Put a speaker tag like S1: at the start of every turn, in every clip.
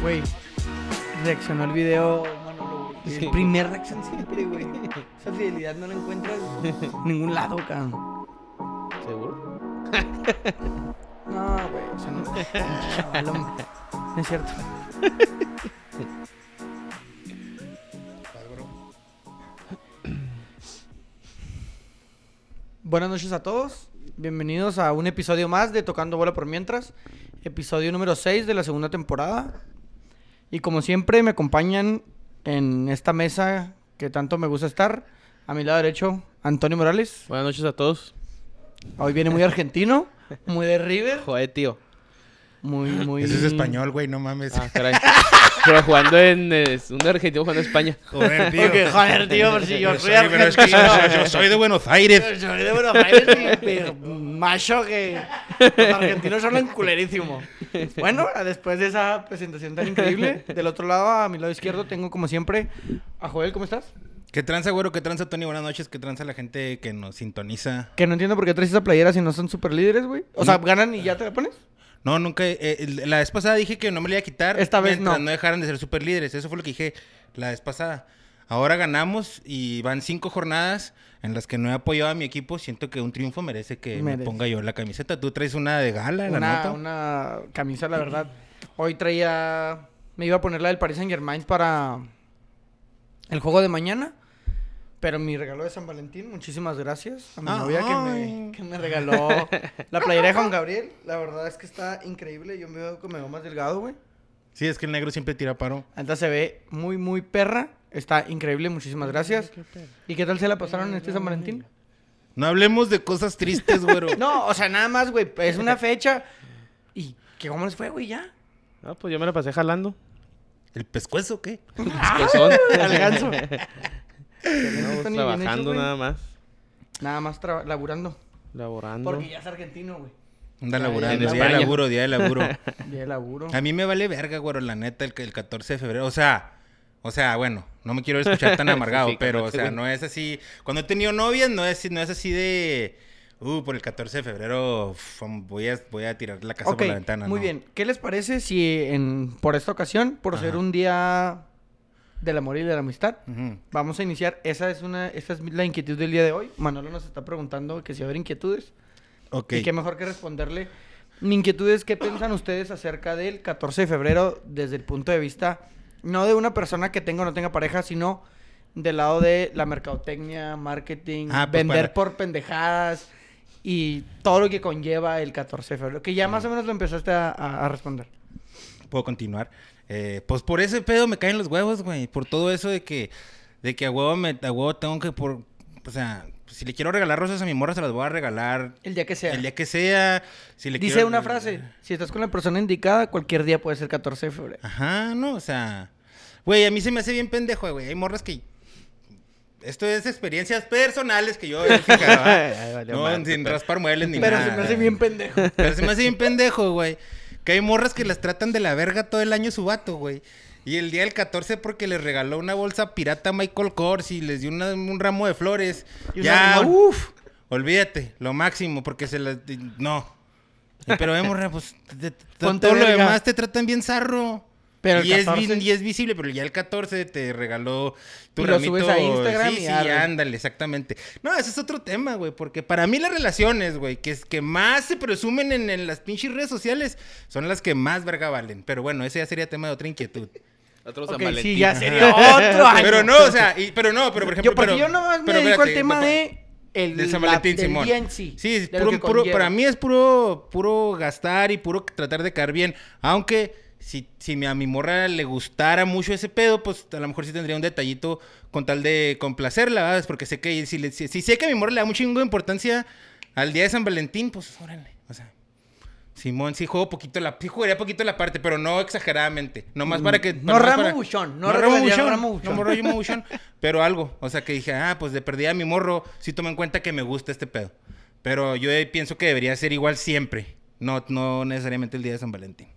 S1: Güey, reaccionó el video Manolo, güey.
S2: Sí.
S1: Es primer reacción siempre, güey. Esa fidelidad no la encuentras en ningún lado, cabrón.
S2: ¿Seguro?
S1: No, güey, o sea, no, chaval, hombre. No es cierto. Buenas noches a todos. Bienvenidos a un episodio más de Tocando Bola por Mientras. Episodio número 6 de la segunda temporada. Y como siempre, me acompañan en esta mesa que tanto me gusta estar. A mi lado derecho, Antonio Morales.
S2: Buenas noches a todos.
S1: Hoy viene muy argentino, muy de River,
S2: Joder, tío.
S1: muy, muy.
S3: Ese es español, güey, no mames.
S2: Ah, caray. Pero jugando en. eh, un argentino jugando en España.
S3: Joder, tío.
S1: Porque, joder, tío, por si yo
S3: Yo
S1: soy
S3: soy- pero es que yo, soy- yo
S1: argentino.
S3: soy de Buenos Aires.
S1: Yo soy de Buenos Aires, pero macho que los argentinos son culerísimo. Bueno, después de esa presentación tan increíble, del otro lado, a mi lado izquierdo, tengo como siempre a Joel, ¿cómo estás?
S3: ¿Qué tranza, güero? ¿Qué tranza, Tony? Buenas noches. ¿Qué tranza la gente que nos sintoniza?
S1: Que no entiendo por qué traes esa playera si no son super líderes, güey. O sea, ganan y ya te la pones.
S3: No, nunca. eh, el- la vez pasada dije que no me la iba a quitar.
S1: Esta vez
S3: mientras
S1: no.
S3: no dejaran de ser superlíderes. Eso fue lo que dije la vez pasada. Ahora ganamos y van cinco jornadas en las que no he apoyado a mi equipo. Siento que un triunfo merece que
S1: Merece.
S3: me ponga yo la camiseta. Tú traes una de gala, la
S1: Una,
S3: nota.
S1: una camisa, la verdad. Hoy traía. Me iba a poner la del Paris Saint Germain para el juego de mañana. Pero mi regalo de San Valentín, muchísimas gracias a mi
S3: Ay.
S1: novia que me, que me regaló la playera de Juan Gabriel. La verdad es que está increíble. Yo me veo que me veo más delgado, güey.
S3: Sí, es que el negro siempre tira paro.
S1: Entonces se ve muy, muy perra. Está increíble, muchísimas gracias. ¿Y qué tal se la pasaron en este San Valentín?
S3: No hablemos de cosas tristes, güero.
S1: No, o sea, nada más, güey. Es una fecha. ¿Y qué cómo les fue, güey? Ya.
S2: No, pues yo me la pasé jalando.
S3: ¿El pescuezo qué?
S2: Pescuezón.
S1: Al ganso.
S2: No,
S1: Están bien hechos,
S2: trabajando
S1: güey.
S2: nada más.
S1: Nada más traba- laburando.
S2: Laborando.
S1: Porque ya es argentino, güey.
S3: Anda
S1: En
S3: laburando. Día
S2: España.
S3: de laburo, día de laburo.
S1: Ya laburo.
S3: A mí me vale verga, güero, la neta, el, el 14 de febrero. O sea, o sea, bueno, no me quiero escuchar tan amargado,
S2: Sí,
S3: pero, o
S2: cálmate,
S3: sea,
S2: güey.
S3: no es así. Cuando he tenido novias, no es, no es así de. Uh, por el 14 de febrero uf, um, voy a, voy a tirar la casa
S1: Ok,
S3: por la ventana.
S1: muy
S3: no.
S1: bien. ¿Qué les parece si en, por esta ocasión, por ser
S3: Ajá.
S1: un día del amor y de la amistad,
S3: Ujú.
S1: vamos a iniciar? Esa es una, esta es la inquietud del día de hoy. Manolo nos está preguntando que si va a haber inquietudes.
S3: Ok.
S1: Y qué mejor que responderle. Mi inquietud es qué piensan ustedes acerca del 14 de febrero desde el punto de vista no de una persona que tenga o no tenga pareja, sino del lado de la mercadotecnia, marketing,
S3: Ah, pues
S1: vender
S3: para-
S1: por pendejadas y todo lo que conlleva el 14 de febrero, que ya más o menos lo empezaste a, a- a responder.
S3: puedo continuar. Eh, pues por ese pedo me caen los huevos, güey. Por todo eso de que, de que a huevo, me, a huevo tengo que por, o sea, si le quiero regalar rosas a mi morra se las voy a regalar
S1: El día que sea.
S3: el día que sea. Si le
S1: Dice
S3: quiero-
S1: una frase, si estás con la persona indicada, cualquier día puede ser 14 de
S3: Ah,
S1: febrero.
S3: Ajá, no, o sea, güey, a mí se me hace bien pendejo, güey. Hay morras que esto es experiencias personales que yo he fijado, ¿ah?
S2: Ay, valió
S3: no,
S2: madre,
S3: sin
S2: pero-
S3: raspar muebles ni
S1: Pero
S3: nada.
S1: se me hace bien pendejo.
S3: Pero se me hace bien pendejo, güey. Que hay morras que las tratan de la verga todo el año su vato, güey. Y el día del 14 porque les regaló una bolsa pirata a Michael Kors y les dio una- un ramo de flores.
S1: Y un
S3: ya,
S1: limón.
S3: uff. Olvídate, lo máximo, porque se las... No. Y Pero, eh, morra, pues... te- te- todo
S1: Ponte
S3: lo
S1: verga.
S3: demás te tratan bien zarro.
S1: Pero el
S3: y, es
S1: 14.
S3: vi- y es visible, pero ya el 14 te regaló tu
S1: Y lo
S3: ramito.
S1: subes a Instagram
S3: sí,
S1: y
S3: sí,
S1: arre.
S3: ándale, exactamente. No, ese es otro tema, güey, porque para mí las relaciones, güey, que, es- que más se presumen en, en las pinches redes sociales son las que más verga valen. Pero bueno, ese ya sería tema de otra inquietud.
S2: Otro
S1: Ok,
S2: San
S1: sí,
S2: Valentín.
S1: ya sería otro año.
S3: Pero no, o sea, y- pero no, pero por ejemplo...
S1: yo, porque
S3: pero,
S1: yo nomás me
S3: pero
S1: dedico al
S3: espérate,
S1: tema
S3: papá,
S1: de... El,
S3: del San
S1: la-
S3: Valentín,
S1: del
S3: Simón.
S1: día en sí.
S3: Sí, es
S1: de lo
S3: puro-
S1: que
S3: puro-
S1: conlleva.
S3: para mí es puro, puro gastar y puro tratar de caer bien. Aunque si, si mi- a mi morra le gustara mucho ese pedo, pues a lo mejor sí tendría un detallito con tal de complacerla, ¿verdad? Porque sé que si, le- si- si sé que a mi morra le da un chingo de importancia al día de San Valentín, pues órale, o sea. Simón, sí juego poquito la, sí jugaría poquito la parte, pero no exageradamente. Nomás para que.
S1: Mm, No
S3: nomás
S1: Ramo
S3: para-
S1: Buchón, no
S3: Ramo
S1: regalaría
S3: Buchón,
S1: Ramo Buchón.
S3: no morro yo motion, pero algo. O sea, que dije, ah, pues de perdida a mi morro, sí toma en cuenta que me gusta este pedo. Pero yo eh, pienso que debería ser igual siempre. No, no necesariamente el día de San Valentín.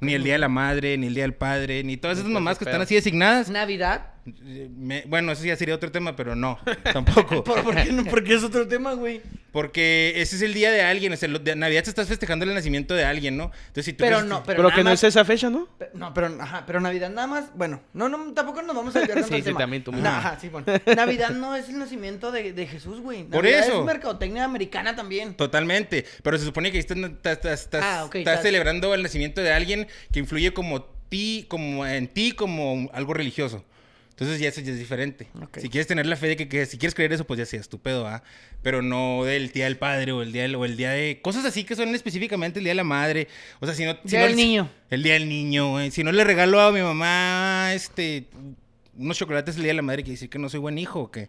S3: Ni el día de la madre, ni el día del padre, ni todas esas
S2: todo ese
S3: mamás que
S2: pedo.
S3: están así designadas.
S1: Navidad.
S3: Eh, me- bueno, eso ya sería otro tema, pero no, tampoco.
S1: ¿Por, por qué no? Porque es otro tema, güey.
S3: Porque ese es el día de alguien. O sea, lo- de Navidad te estás festejando el nacimiento de alguien, ¿no? Entonces, si tú
S1: Pero
S3: feste-
S1: no, pero,
S2: Pero,
S1: nada
S2: que no
S1: más-
S2: es esa fecha, ¿no?
S1: Pe- No, pero, ajá, pero Navidad nada más, bueno, no, no, tampoco nos vamos a desviar tanto
S2: Sí,
S1: del
S2: sí,
S1: tema.
S2: también tú
S1: Na-
S2: mismo.
S1: ajá, sí, bueno. Navidad no es el nacimiento de, de Jesús, güey.
S3: Por
S1: Navidad
S3: eso.
S1: Es mercadotecnia americana también.
S3: Totalmente. Pero se supone que ahí estás, estás- estás- estás-
S1: Ah, ok,
S3: estás
S1: estás-
S3: celebrando el nacimiento de alguien que influye como ti, como en ti, como algo religioso. Entonces ya eso ya es diferente.
S1: Ok.
S3: Si quieres tener la fe de que, que- si quieres creer eso, pues ya sea estupendo, ¿ah? Pero no del día del padre o el día del, o el día de cosas así que son específicamente el día de la madre. O sea, si no, si
S1: Día
S3: no-
S1: del niño.
S3: El día del niño, güey. Si no le regalo a mi mamá este unos chocolates el día de la madre, que decir que no soy buen hijo o qué.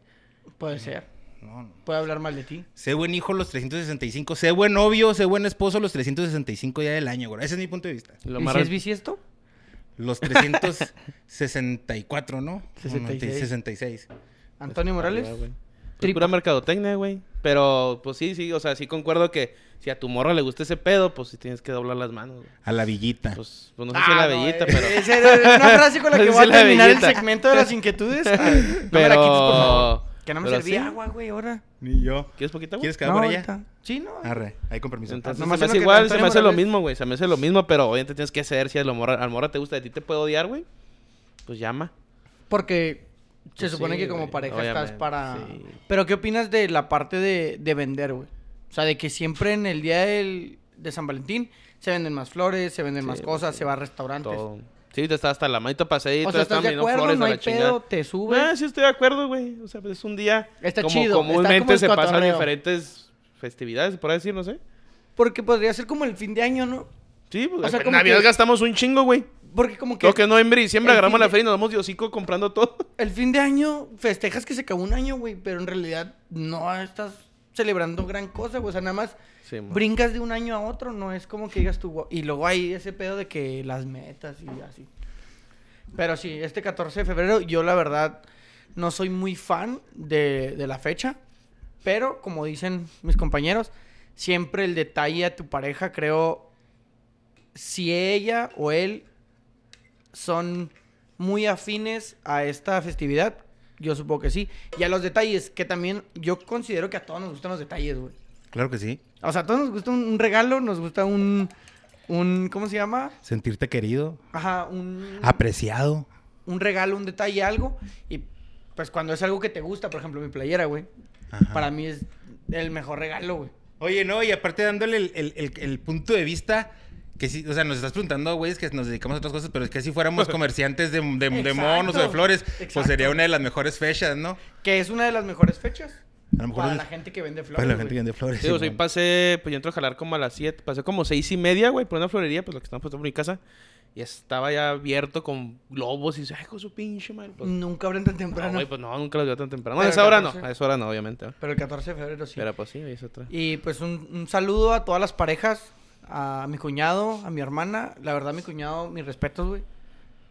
S1: Puede ser.
S3: No, no.
S1: Puede hablar mal de ti.
S3: Sé buen hijo los 365. Sé buen novio, sé buen esposo los 365 días del año, güey. Ese es mi punto de vista.
S2: Lo
S1: ¿Y
S2: más
S1: si
S2: re-
S1: es bisiesto?
S3: Los 364, ¿no?
S1: 66.
S3: 66.
S1: Antonio Morales.
S2: Ah, güey. Pues
S1: Tripa.
S2: Pura mercadotecnia, güey. Pero, pues sí, sí, o sea, sí concuerdo que si a tu morra le gusta ese pedo, pues sí tienes que doblar las manos, güey.
S3: A la villita.
S2: Pues, pues no sé si la
S1: no,
S2: bellita,
S1: eh,
S2: pero.
S1: esa era una frase con la que
S2: No sé
S1: voy a
S2: si la
S1: terminar el
S2: bellita.
S1: segmento de las inquietudes. Ah, No me la
S2: Pero-
S1: quites, por favor. Que no me
S2: pero
S1: serví
S2: sí.
S1: agua, güey, ahora.
S3: Ni yo.
S2: ¿Quieres poquita, güey?
S3: ¿Quieres quedar
S1: No,
S3: por allá?
S1: ahorita. Sí, no.
S3: Arre, ahí con permiso.
S2: Entonces,
S1: Nomás
S2: se
S1: es
S2: me hace
S1: lo que
S2: igual,
S1: Antonio
S2: se me hace lo
S1: Morales-
S2: mismo, güey. Se me hace lo mismo, pero obviamente tienes que hacer. Si a la morra, a la morra te gusta, a ti te puede odiar, güey. Pues llama.
S1: Porque se
S2: Pues
S1: supone
S2: sí,
S1: que como
S2: güey,
S1: pareja estás
S2: obviamente,
S1: para...
S2: sí.
S1: Pero ¿qué opinas de la parte de, de vender, güey? O sea, de que siempre en el día del, de San Valentín se venden más flores, se venden
S2: Sí,
S1: más
S2: güey,
S1: cosas,
S2: sí.
S1: se va a restaurantes.
S2: Todo. Sí, te está hasta la manita pasadita.
S1: o sea,
S2: está
S1: ¿estás de
S2: vendiendo
S1: acuerdo? No
S2: a
S1: hay
S2: la
S1: pedo,
S2: chingada.
S1: te subes.
S2: Ah, sí estoy de acuerdo, güey. O sea, pues es un día...
S1: Está
S2: como
S1: chido, está como
S2: comúnmente
S1: el
S2: se pasan
S1: cotorreo.
S2: diferentes festividades, por así decir, no sé.
S1: Porque podría ser como el fin de año, ¿no?
S2: Sí, pues,
S1: O sea,
S2: en
S1: como
S2: Navidad
S1: que-
S2: gastamos un chingo, güey.
S1: Porque como que
S2: Creo que en noviembre y diciembre
S1: el
S2: agarramos
S1: fin de-
S2: la feria y nos damos de hocico comprando todo.
S1: el fin de año festejas que se acabó un año, güey, pero en realidad no estás celebrando gran cosa, güey. O sea, nada más
S2: Sí, mo.
S1: brincas de un año a otro, no es como que digas tú, "Guau". y luego hay ese pedo de que las metas y así. Pero sí, este 14 de febrero yo la verdad no soy muy fan de, de la fecha, pero como dicen mis compañeros, siempre el detalle a tu pareja, creo, si ella o él son muy afines a esta festividad, yo supongo que sí, y a los detalles, que también yo considero que a todos nos gustan los detalles, güey.
S3: Claro que sí.
S1: O sea, a todos nos gusta un, un regalo, nos gusta un, un, ¿cómo se llama?
S3: Sentirte querido,
S1: Ajá, un,
S3: Ah. apreciado.
S1: un regalo, un detalle, algo. Y pues cuando es algo que te gusta, por ejemplo, mi playera, güey.
S3: Ajá.
S1: Para mí es el mejor regalo, güey.
S3: Oye, no, y aparte dándole el, el- el- el punto de vista. Que sí, o sea, nos estás preguntando, güey, es que nos dedicamos a otras cosas, pero es que si fuéramos comerciantes de, de- de monos o de
S1: Exacto.
S3: flores,
S1: Exacto.
S3: pues sería una de las mejores fechas, ¿no?
S1: Que es una de las mejores fechas.
S3: A lo mejor
S1: para
S3: es-
S1: la gente que vende flores.
S3: Para la gente que
S1: güey.
S3: vende flores.
S2: Sí, o sea, y
S3: Simón.
S2: pasé, pues yo entro a jalar como a las 7, pasé como 6 y media, güey, por una florería, pues la que estaba puesta por mi casa, y estaba ya abierto con globos y dice, ay, con su pinche madre. Pues,
S1: Nunca abren tan
S2: no,
S1: temprano.
S2: güey, pues no, nunca los veo tan temprano. Bueno,
S1: Pero
S2: a esa hora no,
S1: 14.
S2: a esa hora no, obviamente. ¿no?
S1: Pero el 14 de febrero sí.
S2: Pero pues sí, es otra.
S1: Y pues un, un saludo a todas las parejas, a mi cuñado, a mi hermana. La verdad, mi cuñado, mis respetos, güey.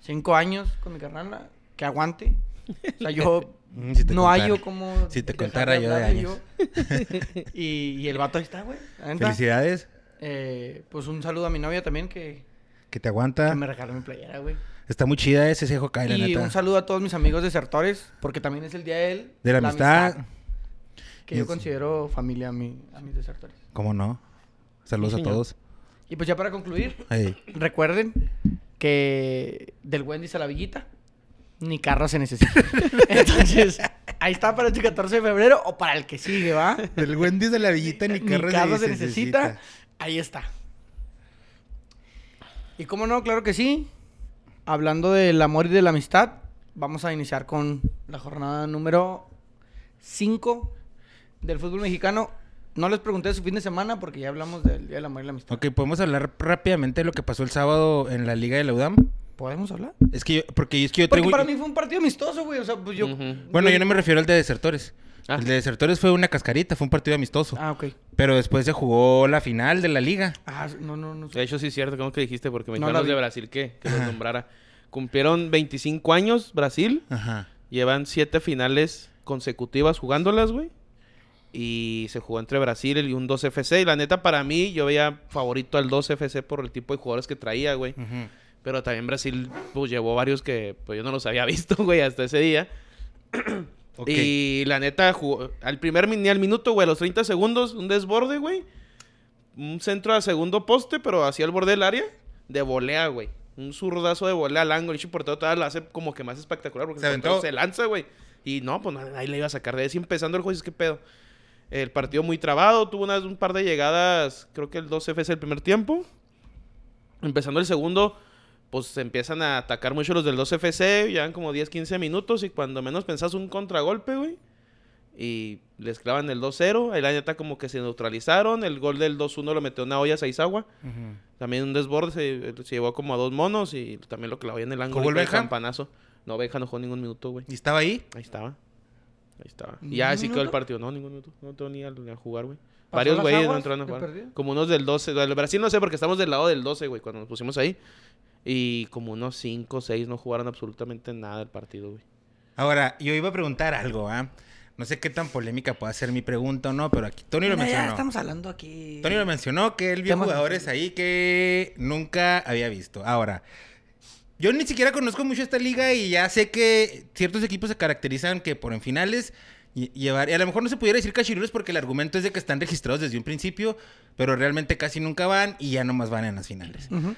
S1: Cinco años con mi carnala, que aguante. O sea, yo
S3: Mm, si te
S1: no
S3: contara.
S1: hallo como...
S3: Si te contara yo de años.
S1: Y, y el vato ahí está, güey. la neta.
S3: Felicidades,
S1: Eh, pues un saludo a mi novia también que,
S3: que te
S1: que
S3: aguanta.
S1: me regaló mi playera, güey.
S3: Está muy chida ese CJK, la
S1: Y
S3: neta.
S1: un saludo a todos mis amigos desertores, porque también es el día de él.
S3: De la, amistad,
S1: que yo
S3: Es-
S1: considero familia a, mi- a mis desertores.
S3: ¿cómo no? Saludos
S2: Sí,
S3: a
S2: señor.
S3: todos.
S1: Y pues ya para concluir,
S3: Ey,
S1: Recuerden que del Wendy's a la Villita ni carro se necesita. Entonces, ahí está para este 14 de febrero o para el que sigue, ¿va? Eh,
S3: Del Wendy's de la Villita ni carro,
S1: se, necesita. Ahí está. Y cómo no, claro que sí. Hablando del amor y de la amistad, vamos a iniciar con la jornada número 5 del fútbol mexicano. No les pregunté de su fin de semana porque ya hablamos del Día del Amor y la Amistad.
S3: Ok, ¿podemos hablar rápidamente de lo que pasó el sábado en la Liga de la UDAM?
S1: ¿Podemos hablar?
S3: Es que yo, porque es que yo
S1: Porque
S3: traigo...
S1: para mí fue un partido amistoso, güey. O sea, pues yo.
S2: Ujú.
S3: Bueno, yo no me refiero al de desertores.
S2: Ah.
S3: El de desertores fue una cascarita, fue un partido amistoso.
S1: Ah, ok.
S3: Pero después se jugó la final de la liga.
S1: Ah, no, no, no.
S2: De hecho, sí es cierto, ¿cómo que dijiste? Porque me
S1: No
S2: dijeron
S1: la
S2: los de
S1: vi.
S2: Brasil que, que los nombrara. Cumplieron 25 años Brasil,
S3: Ajá.
S2: llevan 7 finales consecutivas jugándolas, güey. Y se jugó entre Brasil y un 2FC. Y la neta, para mí, yo veía favorito al 2FC por el tipo de jugadores que traía, güey.
S3: Ujú.
S2: Pero también Brasil pues, llevó varios que pues, yo no los había visto, güey, hasta ese día.
S3: Ok.
S2: Y la neta, jugó- al primer min- ni al minuto, güey, a los 30 segundos, un desborde, güey. Un centro a segundo poste, pero hacia el borde del área, de volea, güey. Un zurdazo de volea al ángulo. Y por todo, la hace como que más espectacular porque
S3: Se
S2: el portero
S3: aventó.
S2: se lanza, güey. Y no, pues ahí le iba a sacar de ahí. Sí, empezando el juego, dices, ¿qué pedo? El partido muy trabado, tuvo unas, un par de llegadas, creo que el 2F es el primer tiempo. Empezando el segundo, pues se empiezan a atacar mucho los del 2FC, llevan como 10, 15 minutos y cuando menos pensás un contragolpe, güey. Y les clavan el 2-0, el neta como que se neutralizaron, el gol del 2-1 lo metió Naoya Saizawa,
S3: Ujú.
S2: también un desborde, se, se llevó como a dos monos y también lo clavó en el ángulo.
S3: ¿Jugó el
S2: y el
S3: Benja?
S2: campanazo. No, Benja no jugó ningún minuto, güey.
S3: ¿Y estaba ahí?
S2: Ahí estaba. Ahí estaba.
S1: ¿Ningún
S2: Y ya así quedó el
S1: minuto?
S2: partido. No, ningún minuto. No tengo ni a, ni a jugar, güey.
S1: ¿Pasó
S2: Varios
S1: las
S2: güeyes no
S1: aguas
S2: entraron a
S1: de
S2: jugar.
S1: perdida?
S2: Como unos del 12. Del Brasil no sé porque estamos del lado del 12, güey, cuando nos pusimos ahí. Y como unos 5 o 6 no jugaron absolutamente nada del partido, güey.
S3: Ahora, yo iba a preguntar algo, ¿ah? No sé qué tan polémica pueda ser mi pregunta o no, pero aquí Tony lo
S1: Mira, ya
S3: mencionó.
S1: estamos hablando aquí.
S3: Tony lo mencionó que él vio
S1: Temas
S3: jugadores ahí que nunca había visto. Ahora, yo ni siquiera conozco mucho esta liga y ya sé que ciertos equipos se caracterizan que por en finales lle- llevar, y a lo mejor no se pudiera decir cachirules porque el argumento es de que están registrados desde un principio, pero realmente casi nunca van y ya nomás van en las finales.
S1: Ujú.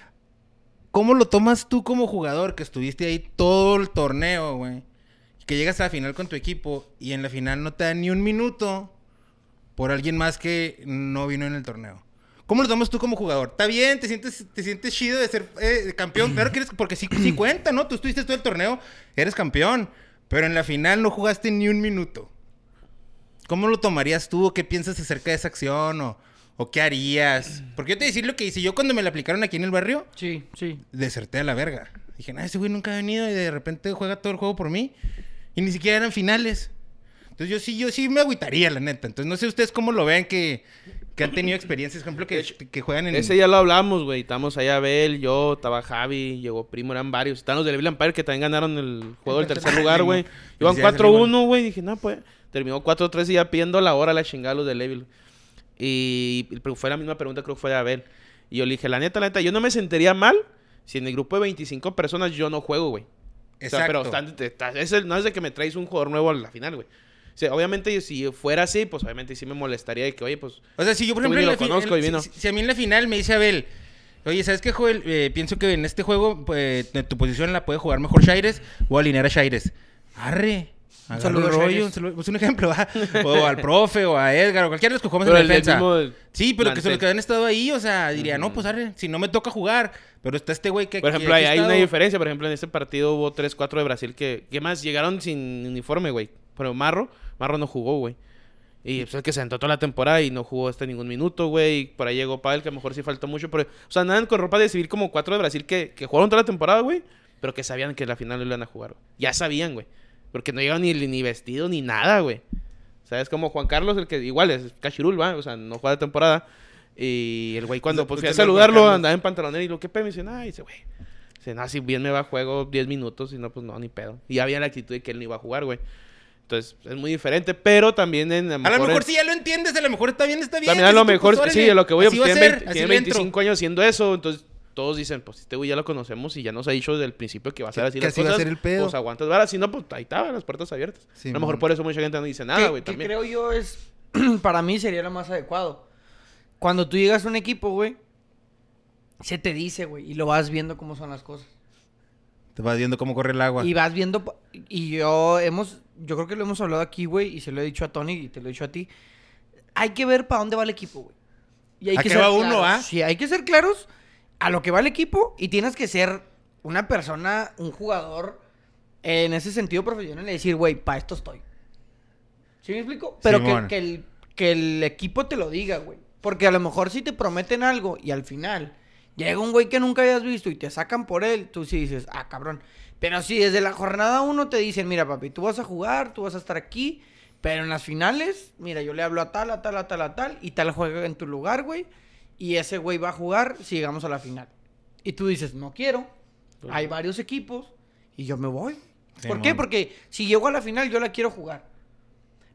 S3: ¿Cómo lo tomas tú como jugador que estuviste ahí todo el torneo, güey? Que llegas a la final con tu equipo y en la final no te dan ni un minuto por alguien más que no vino en el torneo. ¿Cómo lo tomas tú como jugador? ¿Está bien? ¿Te sientes, te sientes chido de ser eh, campeón? Claro que eres, porque sí, sí cuenta, ¿no? Tú estuviste todo el torneo, eres campeón, pero en la final no jugaste ni un minuto. ¿Cómo lo tomarías tú? ¿O ¿Qué piensas acerca de esa acción? ¿O, o qué harías? Porque yo te voy a decir lo que hice yo cuando me la aplicaron aquí en el barrio
S1: Sí, sí.
S3: deserté a la verga. Dije, nah, ese güey nunca ha venido y de repente juega todo el juego por mí. Y ni siquiera eran finales. Entonces yo sí, yo sí me agüitaría, la neta. Entonces no sé ustedes cómo lo vean que, que han tenido experiencias, por ejemplo, que, que juegan en...
S2: Ese ya lo hablamos, güey. Estamos ahí Abel, yo, estaba Javi, llegó Primo, eran varios. Están los del Evil Empire que también ganaron el juego del tercer lugar, güey. Iban
S3: Felicidades,
S2: 4-1, güey. Dije, no, pues. Terminó 4-3 y ya pidiendo la hora a la chingada los del Evil. Y pero fue la misma pregunta, creo que fue de Abel. Y yo le dije, la neta, la neta, yo no me sentiría mal si en el grupo de 25 personas yo no juego, güey. O sea, pero están- te- estás- es el- no es de que me traes un jugador nuevo a la final, güey. O sea, obviamente, si fuera así, pues obviamente sí me molestaría de que, oye, pues
S3: O sea, si yo, por
S2: Tú
S3: ejemplo,
S2: ni
S3: en
S2: lo
S3: la fi-
S2: conozco
S3: en-
S2: y vino.
S3: si, si a mí en la final me dice Abel, oye, ¿sabes qué, Joel? Eh, pienso que en este juego pues, en tu posición la puede jugar mejor Shaires o alinear a Shaires. Arre. Un
S1: saludo a Shaires.
S3: rollo, un saludo- pues un ejemplo, ¿va? o al profe, o a Edgar, o cualquiera de los que jugamos
S2: Pero
S3: en
S2: el- el
S3: defensa.
S2: mismo
S3: sí, pero que son
S2: plantel.
S3: los que han estado ahí, o sea, diría, no, pues arre, si no me toca jugar, pero está este güey que.
S2: Por
S3: que
S2: ejemplo,
S3: aquí
S2: ahí
S3: ha
S2: hay una
S3: estado.
S2: diferencia. Por ejemplo, en este partido hubo 3-4 de Brasil que, que más llegaron sin uniforme, güey. Pero Marro, Marro no jugó, güey. Y pues, es que se sentó toda la temporada y no jugó hasta ningún minuto, güey. Y por ahí llegó Pavel, que a lo mejor sí faltó mucho. Pero, o sea, andaban con ropa de civil como 4 de Brasil que, que jugaron toda la temporada, güey. Pero que sabían que la final lo iban a jugar. güey. Ya sabían, güey. Porque no llegaron ni, ni vestido ni nada, güey. O sea, es como Juan Carlos, el que igual es Cachirul, ¿va? O sea, no juega la temporada. Y el güey cuando
S3: Usted-
S2: pues, fui a
S3: usted lo es Juan
S2: saludarlo
S3: Carlos.
S2: andaba en pantalonera y lo que pedo. Me dice, ah, dice, güey. Dice, no, si bien me va a juego 10 minutos, si no, pues no, ni pedo. Y ya había la actitud de que él no iba a jugar, güey. Entonces, es muy diferente, pero también en...
S3: A lo mejor
S2: en-
S3: sí ya lo entiendes, a lo mejor está bien, está bien.
S2: También a lo
S3: dices tú, pues,
S2: mejor, sí,
S3: órale,
S2: a lo que voy pues,
S3: así va
S2: tiene,
S3: ser,
S2: 20
S3: así
S2: tiene
S3: le entro.
S2: 25 años haciendo eso, entonces todos dicen, pues este güey ya lo conocemos y ya nos ha dicho desde el principio que va a ser
S3: Que-
S2: así
S3: que
S2: las
S3: así va a
S2: cosas,
S3: ser el pedo.
S2: Pues aguantas vara, si no, pues ahí estaba, las puertas abiertas.
S3: Sí,
S2: a lo mejor
S3: mon.
S2: por eso mucha gente no dice nada,
S1: Que-
S2: Ah, güey,
S1: que
S2: también.
S1: creo yo es, para mí sería lo más adecuado. Cuando tú llegas a un equipo, güey, se te dice, güey, y lo vas viendo cómo son las cosas.
S3: Te vas viendo cómo corre el agua.
S1: Y vas viendo, po- y yo hemos, yo creo que lo hemos hablado aquí, güey, y se lo he dicho a Tony y te lo he dicho a ti. Hay que ver para dónde va el equipo, güey. Y hay
S3: ¿A
S1: que
S3: qué
S1: ser
S3: va uno,
S1: claros.
S3: ah?
S1: Sí, hay que ser claros a lo que va el equipo y tienes que ser una persona, un jugador eh, en ese sentido profesional y decir, güey, para esto estoy. ¿Sí me explico? Pero que,
S3: Simón.
S1: que el, que el equipo te lo diga, güey. Porque a lo mejor si te prometen algo y al final llega un güey que nunca habías visto y te sacan por él, tú sí dices, ah, cabrón. Pero si desde la jornada uno te dicen, mira, papi, tú vas a jugar, tú vas a estar aquí, pero en las finales, mira, yo le hablo a tal, a tal, a tal, a tal, y tal juega en tu lugar, güey, y ese güey va a jugar si llegamos a la final. Y tú dices, no quiero, hay varios equipos, y yo me voy. ¿Por qué?
S3: Simón.
S1: Porque si llego a la final, yo la quiero jugar.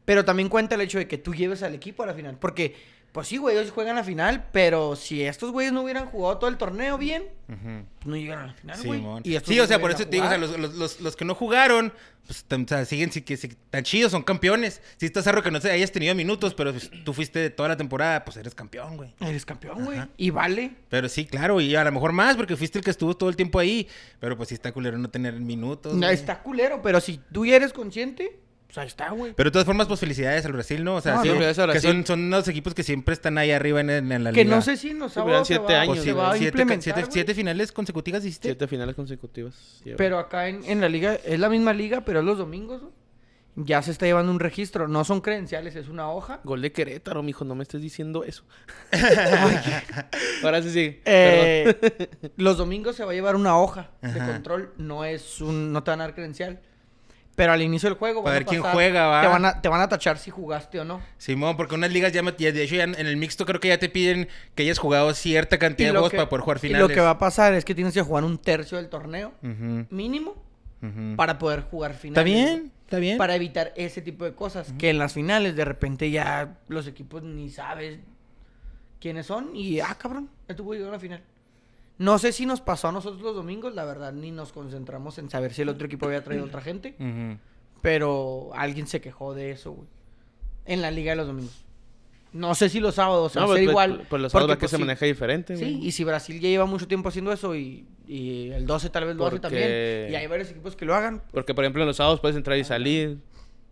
S1: Pero también cuenta el hecho de que tú lleves al equipo a la final. Porque Pues sí, güey, ellos juegan la final, pero si estos güeyes no hubieran jugado todo el torneo bien,
S3: Ujú.
S1: pues no llegan a la
S3: Ah,
S1: final, güey.
S3: Simón.
S1: Y estos
S3: Sí, o
S1: güeyes
S3: sea, por
S1: vienen a
S3: eso te digo, o sea,
S1: jugar.
S3: los, los- los- los que no jugaron, pues tam- o sea, siguen sí que sí, tan chidos, son campeones. Si estás arro que no te hayas tenido minutos, pero pues, tú fuiste toda la temporada, pues eres campeón, güey.
S1: Eres campeón, güey. Y vale.
S3: Pero sí, claro, y a lo mejor más, porque fuiste el que estuvo todo el tiempo ahí. Pero pues sí está culero no tener minutos.
S1: No,
S3: güey.
S1: Está culero, pero si tú ya eres consciente, pues ahí está, güey.
S3: Pero de todas formas, pues felicidades al Brasil, ¿no? O sea,
S1: No,
S3: sí,
S1: no.
S2: Felicidades a
S3: que
S2: Brasil.
S3: son, son unos equipos que siempre están ahí arriba en, en- en la
S1: Que
S3: liga.
S1: no sé si nos
S2: Sí, pero eran
S1: siete
S2: siete años,
S1: años, se
S2: güey.
S1: va a
S3: siete,
S1: implementar,
S3: siete-
S1: güey.
S3: siete finales consecutivas hiciste.
S2: Siete finales consecutivas. lleva.
S1: Pero acá en, en la liga, es la misma liga, pero es los domingos, güey. Ya se está llevando un registro. No son credenciales, es una hoja.
S2: Gol de Querétaro, mijo, no me estés diciendo eso. Ahora sí sigue. Perdón.
S1: Eh, los domingos se va a llevar una hoja de control. No es un... No te van a dar credencial. Pero al inicio del juego
S3: Para
S1: van
S3: ver quién
S1: pasar-
S3: juega, va.
S1: Te van, a, te van a tachar si jugaste o no.
S3: Simón, porque unas ligas ya, me- ya- de hecho ya en en el mixto creo que ya te piden que hayas jugado cierta cantidad de
S1: lo
S3: juegos
S1: que-
S3: para poder jugar
S1: y
S3: finales.
S1: lo que va a pasar es que tienes que jugar un tercio del torneo
S3: Ujú,
S1: mínimo
S3: ujú.
S1: para poder jugar finales.
S3: Está bien, está bien.
S1: Para evitar ese tipo de cosas. Que en las finales de repente ya los equipos ni sabes quiénes son. Y ah, cabrón, este güey llegó a la final. No sé si nos pasó a nosotros los domingos, la verdad, ni nos concentramos en saber si el otro equipo había traído otra gente.
S3: Ujú.
S1: Pero alguien se quejó de eso, güey. En la liga de los domingos. No sé si los sábados,
S2: No,
S1: al
S2: pues,
S1: ser
S2: pues,
S1: igual.
S2: Pues los
S1: porque,
S2: sábados que
S1: pues,
S2: se
S1: sí.
S2: maneja diferente,
S1: Sí,
S2: güey.
S1: y si Brasil ya lleva mucho tiempo haciendo eso y, y el 12 tal vez lo hace también.
S2: Porque-
S1: Y hay varios equipos que lo hagan.
S2: Porque, por ejemplo, en los sábados puedes entrar y salir,